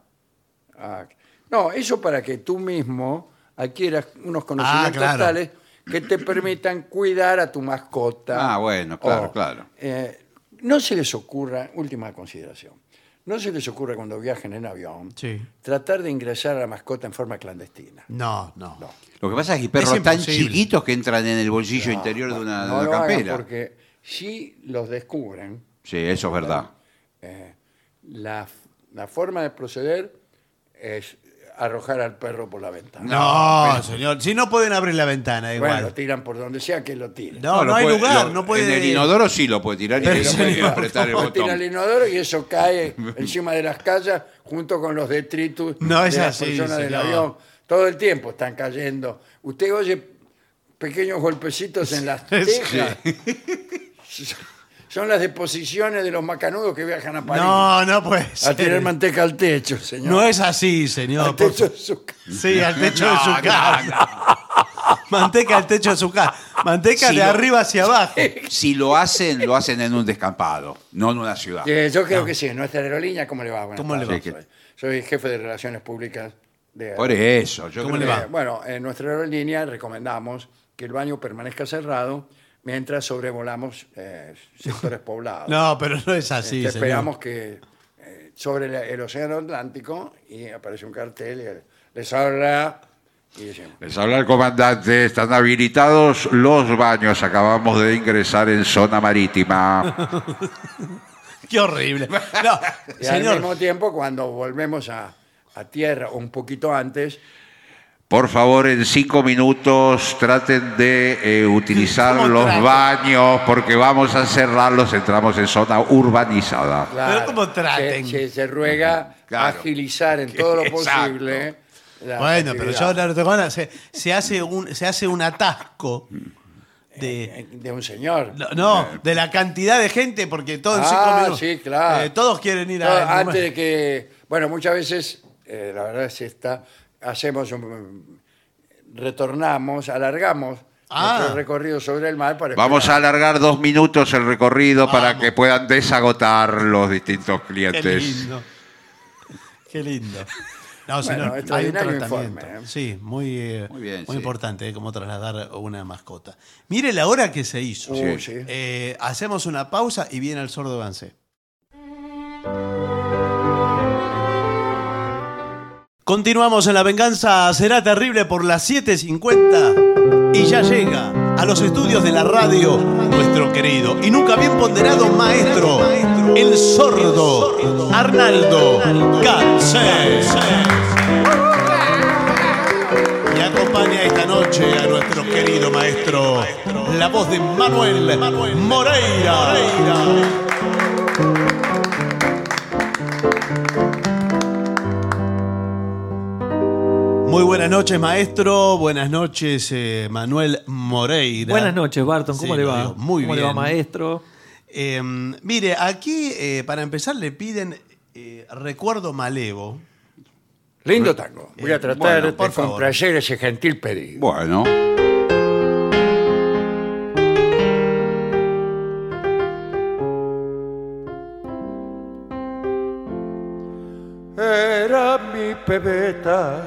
Speaker 2: Ah, no, eso para que tú mismo adquieras
Speaker 4: Ah,
Speaker 2: unos conocimientos
Speaker 3: claro.
Speaker 2: tales que te permitan cuidar a tu mascota.
Speaker 4: Ah, bueno, claro, claro.
Speaker 2: eh, no se les ocurra, última consideración, no se les ocurra cuando viajen en avión
Speaker 3: Sí.
Speaker 2: tratar de ingresar a la mascota en forma clandestina.
Speaker 3: No, no.
Speaker 4: Lo que pasa es que hay perros
Speaker 3: Es
Speaker 4: tan
Speaker 3: imposible.
Speaker 4: chiquitos que entran en el bolsillo interior de una, de
Speaker 2: no
Speaker 4: una
Speaker 2: lo hagan
Speaker 4: campera.
Speaker 2: porque si los descubren, eh,
Speaker 4: Sí, eso es verdad.
Speaker 2: la, la forma de proceder es arrojar al perro por la ventana.
Speaker 3: No, señor. Si no pueden abrir la ventana,
Speaker 2: bueno,
Speaker 3: igual.
Speaker 2: lo tiran por donde sea que lo tiren.
Speaker 3: no, no,
Speaker 4: lo
Speaker 3: hay
Speaker 4: puede-
Speaker 3: lugar.
Speaker 4: lo-
Speaker 3: no puede.
Speaker 4: En el inodoro sí lo puede tirar y
Speaker 3: Pero
Speaker 4: le
Speaker 3: sí,
Speaker 4: puede
Speaker 3: no,
Speaker 4: apretar el
Speaker 2: Lo tiran
Speaker 4: botón.
Speaker 2: al inodoro y eso cae encima de las calles junto con los detritus
Speaker 3: No,
Speaker 2: de
Speaker 3: es
Speaker 2: las
Speaker 3: así,
Speaker 2: personas del
Speaker 3: señor.
Speaker 2: avión. Todo el tiempo están cayendo. Usted oye pequeños golpecitos en las tejas. Son las deposiciones de los macanudos que viajan a París
Speaker 3: No, no puede
Speaker 2: a
Speaker 3: ser.
Speaker 2: tirar manteca al techo, señor.
Speaker 3: No es así, señor.
Speaker 2: al
Speaker 3: por
Speaker 2: techo de su casa.
Speaker 3: Sí, al techo de
Speaker 4: No,
Speaker 3: su casa. Manteca al techo de su casa. Manteca
Speaker 4: Sí,
Speaker 3: de
Speaker 4: no.
Speaker 3: arriba hacia abajo.
Speaker 4: Si lo hacen, lo hacen en un descampado, no en una ciudad.
Speaker 2: Eh, yo creo que sí, en nuestra aerolínea, ¿cómo le va? Buenas
Speaker 3: ¿Cómo le
Speaker 2: tardes,
Speaker 4: va?
Speaker 2: Soy, soy jefe de relaciones públicas de...
Speaker 4: Por eso, yo
Speaker 3: ¿Cómo
Speaker 4: creo
Speaker 3: le
Speaker 4: que-
Speaker 3: va?
Speaker 2: Eh, bueno, en nuestra aerolínea recomendamos que el baño permanezca cerrado mientras sobrevolamos eh, sectores poblados.
Speaker 3: No, pero no es
Speaker 2: Este,
Speaker 3: así, señor.
Speaker 2: esperamos que eh, sobre la- el océano Atlántico y aparece un cartel y les habla y dicen,
Speaker 5: Les habla el comandante, están habilitados los baños, acabamos de ingresar en zona marítima.
Speaker 3: Qué horrible. No,
Speaker 2: y al
Speaker 3: señor.
Speaker 2: mismo tiempo cuando volvemos a, a tierra o un poquito antes,
Speaker 5: Por favor, en cinco minutos traten de eh,
Speaker 3: ¿Cómo
Speaker 5: utilizar los
Speaker 3: trato?
Speaker 5: baños porque vamos a cerrarlos, entramos en zona urbanizada.
Speaker 2: Claro,
Speaker 3: Pero ¿cómo traten?
Speaker 2: Se, se- se ruega
Speaker 4: Claro.
Speaker 2: agilizar en todo lo
Speaker 4: Exacto.
Speaker 2: posible. las
Speaker 3: Bueno, pero yo
Speaker 2: actividades
Speaker 3: no tengo ganas. Se, se hace un, se hace un atasco de.
Speaker 2: De un señor.
Speaker 3: No, no, de la cantidad de gente, porque todos en cinco
Speaker 2: Eh, Ah,
Speaker 3: minutos.
Speaker 2: sí, claro.
Speaker 3: eh, todos quieren ir
Speaker 2: No,
Speaker 3: a.
Speaker 2: antes de que. Bueno, muchas veces, eh, la verdad es esta, hacemos un. Retornamos, alargamos
Speaker 3: Ah.
Speaker 2: nuestro recorrido sobre el mar para.
Speaker 5: Vamos a
Speaker 2: esperar.
Speaker 5: alargar dos minutos el recorrido para
Speaker 3: Vamos.
Speaker 5: que puedan desagotar los distintos
Speaker 3: Qué
Speaker 5: clientes.
Speaker 3: lindo. Qué lindo. No,
Speaker 2: Bueno,
Speaker 3: señor, hay un
Speaker 2: extraordinario
Speaker 3: tratamiento.
Speaker 2: informe, ¿eh?
Speaker 3: Sí, muy, eh,
Speaker 4: Muy bien, sí.
Speaker 3: importante, ¿eh? como trasladar una mascota. Mire la hora que se hizo.
Speaker 2: Uy, sí.
Speaker 3: Eh, hacemos una pausa y viene el sordo Gansé. Continuamos en La Venganza Será Terrible por las 7.50 y ya llega a los estudios de la radio nuestro querido y nunca bien ponderado maestro, el sordo Arnaldo Gansé. Y acompaña esta noche a nuestro querido maestro, la voz de Manuel Moreira. Muy buenas noches, maestro. Buenas noches, eh, Manuel Moreira.
Speaker 6: Buenas noches, Barton. ¿Cómo
Speaker 3: Sí,
Speaker 6: le
Speaker 3: lo
Speaker 6: va?
Speaker 3: digo muy
Speaker 6: ¿Cómo le va,
Speaker 3: bien.
Speaker 6: maestro?
Speaker 3: Eh, mire, aquí eh, para empezar le piden eh, recuerdo malevo.
Speaker 2: Lindo tango. Eh, Voy a tratar
Speaker 4: bueno,
Speaker 3: por
Speaker 2: de
Speaker 3: favor.
Speaker 2: complacer ese gentil pedido.
Speaker 4: Bueno,
Speaker 7: Era mi pebeta,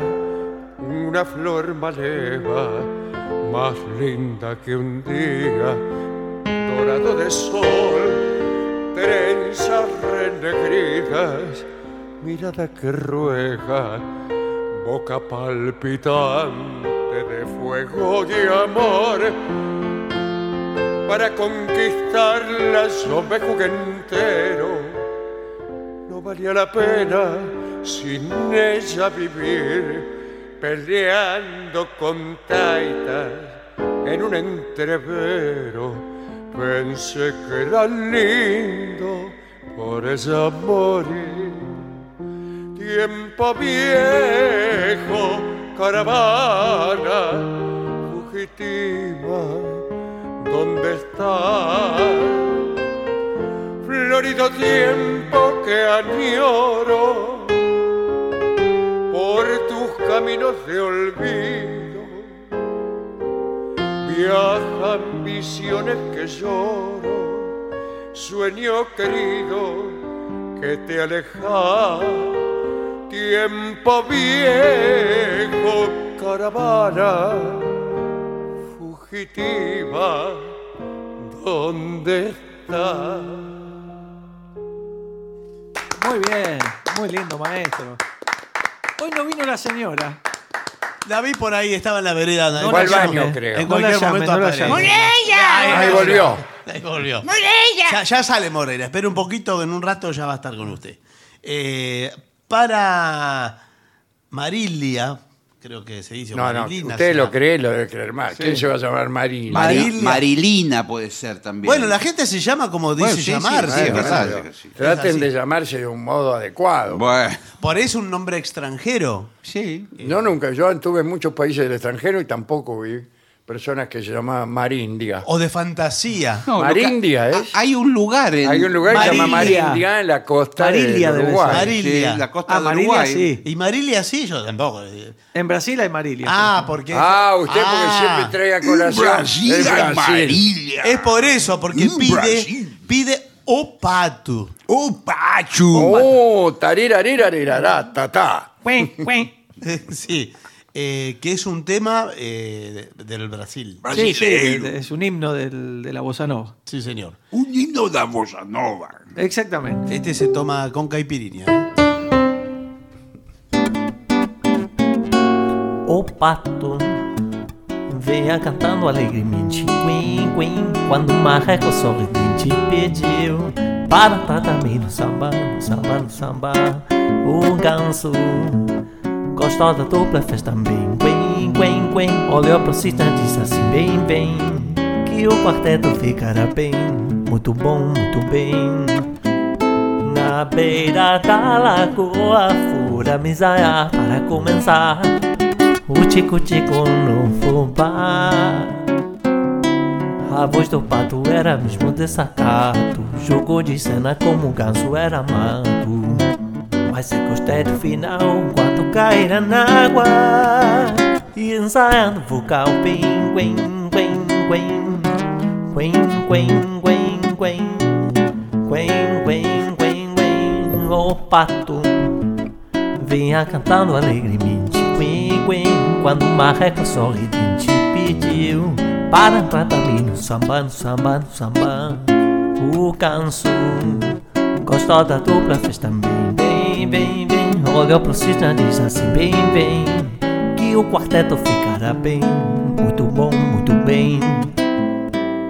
Speaker 7: una flor maleva, más linda que un día, dorado de sol, trenzas renegridas, mirada que ruega, boca palpitante de fuego y amor. Para conquistarla yo me jugué entero. No valía la pena sin ella vivir peleando con taitas en un entrevero. Pensé que era lindo por ella morir. Tiempo viejo, caravana fugitiva, ¿dónde estás? florido tiempo que añoro por tus caminos de olvido viajan visiones que lloro, sueño querido que te aleja, tiempo viejo, caravana fugitiva, ¿dónde estás?
Speaker 6: Muy bien, muy lindo, maestro. Hoy no vino la señora.
Speaker 3: La vi por ahí, estaba en la vereda.
Speaker 6: No
Speaker 2: Fue
Speaker 6: la
Speaker 2: al baño,
Speaker 6: llame.
Speaker 2: creo.
Speaker 3: En
Speaker 6: No la
Speaker 3: cualquier
Speaker 6: llame,
Speaker 3: momento
Speaker 6: no la
Speaker 3: aparece.
Speaker 6: llame.
Speaker 2: Ahí volvió.
Speaker 3: Ahí volvió. Ya, ya sale Morera. Espera un poquito, en un rato ya va a estar con usted. Eh, para Marilia, creo que se dice. o
Speaker 2: No, no,
Speaker 3: Marilina,
Speaker 2: usted
Speaker 3: se
Speaker 2: lo
Speaker 3: llama.
Speaker 2: cree, lo debe creer más. ¿Quién se va a llamar Marina?
Speaker 4: Mari-
Speaker 3: Marilia.
Speaker 4: Marilina puede ser también.
Speaker 3: Bueno, la gente se llama como dice
Speaker 4: sí, sí,
Speaker 3: llamar.
Speaker 4: sí, es
Speaker 3: ¿verdad?
Speaker 4: verdad.
Speaker 2: Traten
Speaker 3: así.
Speaker 2: de llamarse de un modo adecuado.
Speaker 4: Bueno,
Speaker 3: Por eso un nombre extranjero.
Speaker 4: sí.
Speaker 2: No, nunca. Yo estuve en muchos países del extranjero y tampoco vi personas que se llamaban Marindia.
Speaker 3: O de fantasía.
Speaker 4: No, lo que-
Speaker 2: Marindia es.
Speaker 4: ¿eh? Hay un lugar en
Speaker 2: Hay un lugar que se llama
Speaker 6: Marilia.
Speaker 2: Marindia en la costa
Speaker 6: Marilia
Speaker 2: de
Speaker 6: debe ser.
Speaker 2: Uruguay.
Speaker 4: sí,
Speaker 3: Marilia.
Speaker 4: en la costa
Speaker 6: Ah,
Speaker 4: de
Speaker 6: Marilia,
Speaker 4: Uruguay.
Speaker 6: sí.
Speaker 3: Y Marilia sí, yo tampoco. eh.
Speaker 6: En Brasil hay Marilia.
Speaker 3: Ah, porque.
Speaker 2: Ah, usted
Speaker 3: Ah.
Speaker 2: porque siempre trae a colación. el
Speaker 4: Brasilia,
Speaker 2: Brasil.
Speaker 4: Marilia.
Speaker 3: Es por eso, porque
Speaker 4: Mm,
Speaker 3: pide,
Speaker 4: Brasil.
Speaker 3: pide opato.
Speaker 4: un Oh, pachu.
Speaker 2: Oh, tarirarirarirará, tatá.
Speaker 6: Cuén, cuén.
Speaker 3: sí. Eh, que es un tema eh, de- del Brasil.
Speaker 6: Sí, sí,
Speaker 4: Brasileiro.
Speaker 6: es un himno del- de la bossa nova.
Speaker 3: Sí, señor.
Speaker 4: Un himno de bossa nova.
Speaker 6: Exactamente.
Speaker 3: Este se toma con caipirinha.
Speaker 8: O pato venha cantando alegremente, quen, quen, quando um marreco sorridente pediu para também no samba, no samba, no samba. O ganso gostou da dupla, fez também, quen, quen, quen. Olhou pro cista e disse assim, bem, bem, que o quarteto ficará bem, muito bom, muito bem. Na beira da lagoa, fura misaia para começar. O tico-tico no fubá. A voz do pato era mesmo desacato. Jogou de cena como o ganso era mato. Mas se gostei do final, quando caíra na água. E ensaiando o vocal, bem, quen, quen, quen. Quen, quen, quen, quen. Quen, quen, quen, quen, o pato Vinha cantando alegremente Quen, quen, quando o marreco sorridente pediu Para entrar também no samba, no samba, no samba O canso gostou da dupla, fez também Bem, bem, bem, olhou pro cisne e disse assim Bem, bem, que o quarteto ficará bem Muito bom, muito bem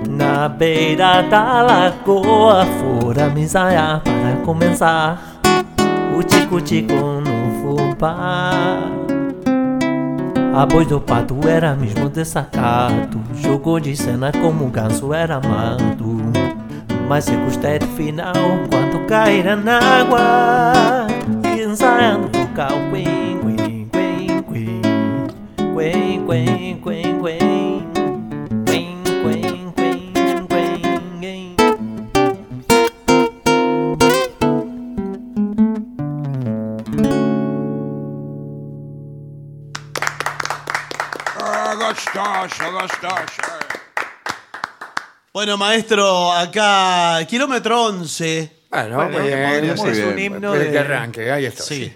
Speaker 8: na beira da lagoa fora me ensaiar para começar O tico-tico no fubá A voz do pato era mesmo desacato Jogou de cena como o ganso era amado Mas eu gostei do final quando caíra na água E ensaiando o vocal quen, quen, quen, quen Quen, quen, quen, quen Queen, queen, queen, queen.
Speaker 4: Ah, gostoso, gostoso.
Speaker 3: Bueno, maestro, acá, kilómetro 11.
Speaker 2: Bueno,
Speaker 6: Bueno,
Speaker 2: muy Ah, pues bien.
Speaker 6: es
Speaker 2: muy bien.
Speaker 6: un himno
Speaker 2: Espere que
Speaker 6: de-
Speaker 2: arranque, ahí está.
Speaker 3: Sí.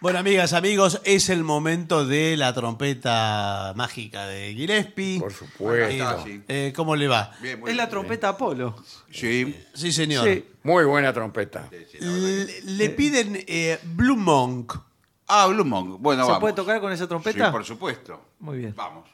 Speaker 3: Bueno, amigas, amigos, es el momento de la trompeta mágica de Gillespie.
Speaker 2: Por supuesto.
Speaker 4: Ah, sí.
Speaker 3: Eh, ¿Cómo le va?
Speaker 4: Bien, muy
Speaker 6: Es
Speaker 4: bien,
Speaker 6: la
Speaker 4: muy
Speaker 6: trompeta Apolo.
Speaker 4: bien. Sí.
Speaker 3: Sí, señor.
Speaker 6: Sí.
Speaker 2: Muy buena trompeta.
Speaker 3: Le, le piden eh, Blue Monk.
Speaker 4: Ah, Blue Monk. Bueno,
Speaker 6: ¿Se
Speaker 4: vamos.
Speaker 6: puede tocar con esa trompeta?
Speaker 4: Sí, por supuesto.
Speaker 6: Muy bien.
Speaker 4: Vamos.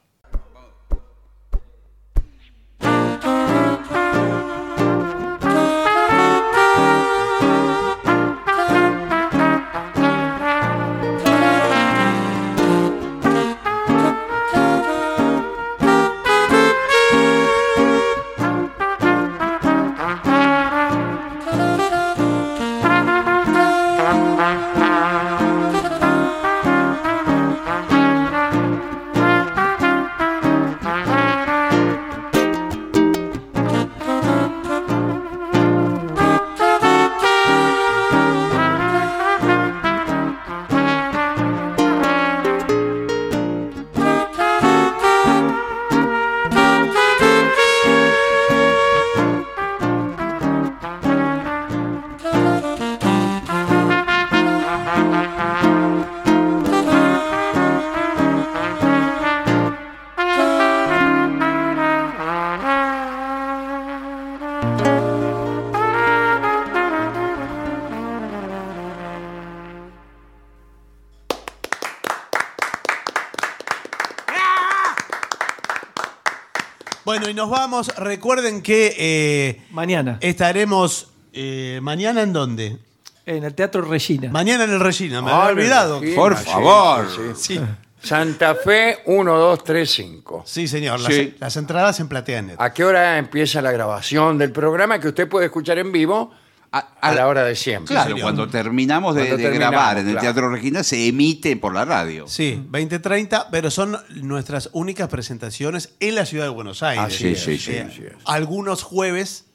Speaker 3: Bueno, y nos vamos. Recuerden que eh,
Speaker 6: Mañana.
Speaker 3: estaremos eh, mañana en dónde?
Speaker 6: En el Teatro Regina.
Speaker 3: Mañana en el Regina, me
Speaker 2: Ah,
Speaker 3: había olvidado.
Speaker 2: me imagino,
Speaker 4: Por
Speaker 2: sí,
Speaker 4: favor.
Speaker 2: sí, sí.
Speaker 3: Sí,
Speaker 2: Santa Fe 1235.
Speaker 3: sí, señor. Las,
Speaker 4: Sí.
Speaker 3: las entradas en Plateanet.
Speaker 2: ¿A qué hora empieza la grabación del programa que usted puede escuchar en vivo
Speaker 4: A,
Speaker 2: a la hora de siempre?
Speaker 4: Claro, cuando terminamos de,
Speaker 2: Cuando
Speaker 4: de
Speaker 2: terminamos,
Speaker 4: grabar en el
Speaker 2: claro.
Speaker 4: Teatro Regina se emite por la radio.
Speaker 3: Sí, 20.30, pero son nuestras únicas presentaciones en la ciudad de Buenos Aires.
Speaker 2: Así
Speaker 3: Eh,
Speaker 4: es, Ah, sí, sí,
Speaker 2: así es.
Speaker 3: Algunos jueves,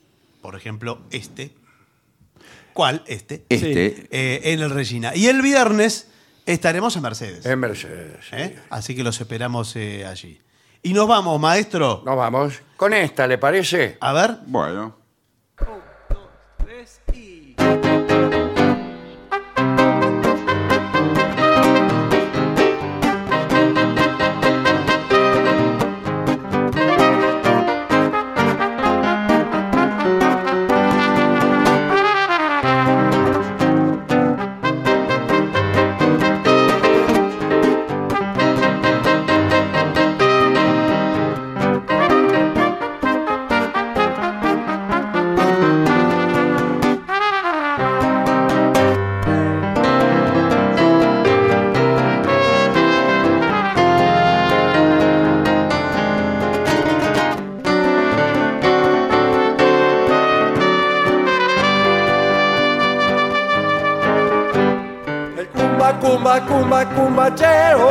Speaker 3: por ejemplo, este. ¿Cuál? Este.
Speaker 4: Este,
Speaker 3: Eh, en el Regina. Y el viernes estaremos en Mercedes.
Speaker 2: En Mercedes. sí.
Speaker 3: ¿eh? Así que los esperamos eh, allí. Y nos vamos, maestro.
Speaker 2: Nos vamos con esta, ¿le parece?
Speaker 3: A ver.
Speaker 4: bueno.
Speaker 7: El cumba, cumba, cumba, cumbachero.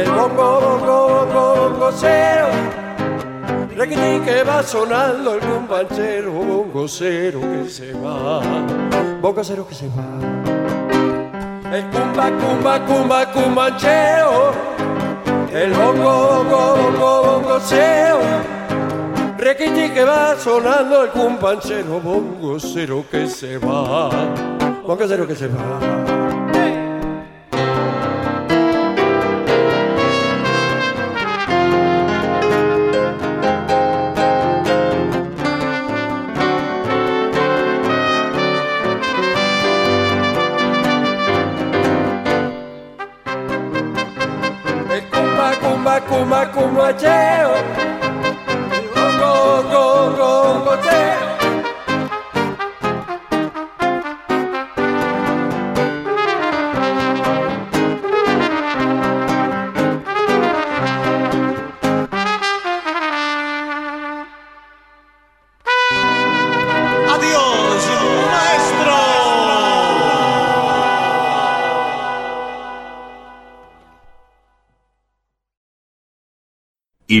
Speaker 7: El bongo, bongo, bongo, bongocero. Requitín que va sonando el cumbanchero, bongocero que se va. Bongocero que se va. El cumba, cumba, cumba, cumbanchero. El bongo, bongo, bongo, bongocero. Requiti que va sonando el cumbanchero, bongocero que se va. Bongocero que se va. El cumba, cumba, cumba, cumbacheo. El bongo, bongo, bongoteo.
Speaker 3: ¡Adiós, maestro!
Speaker 9: Y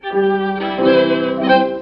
Speaker 10: Thank you.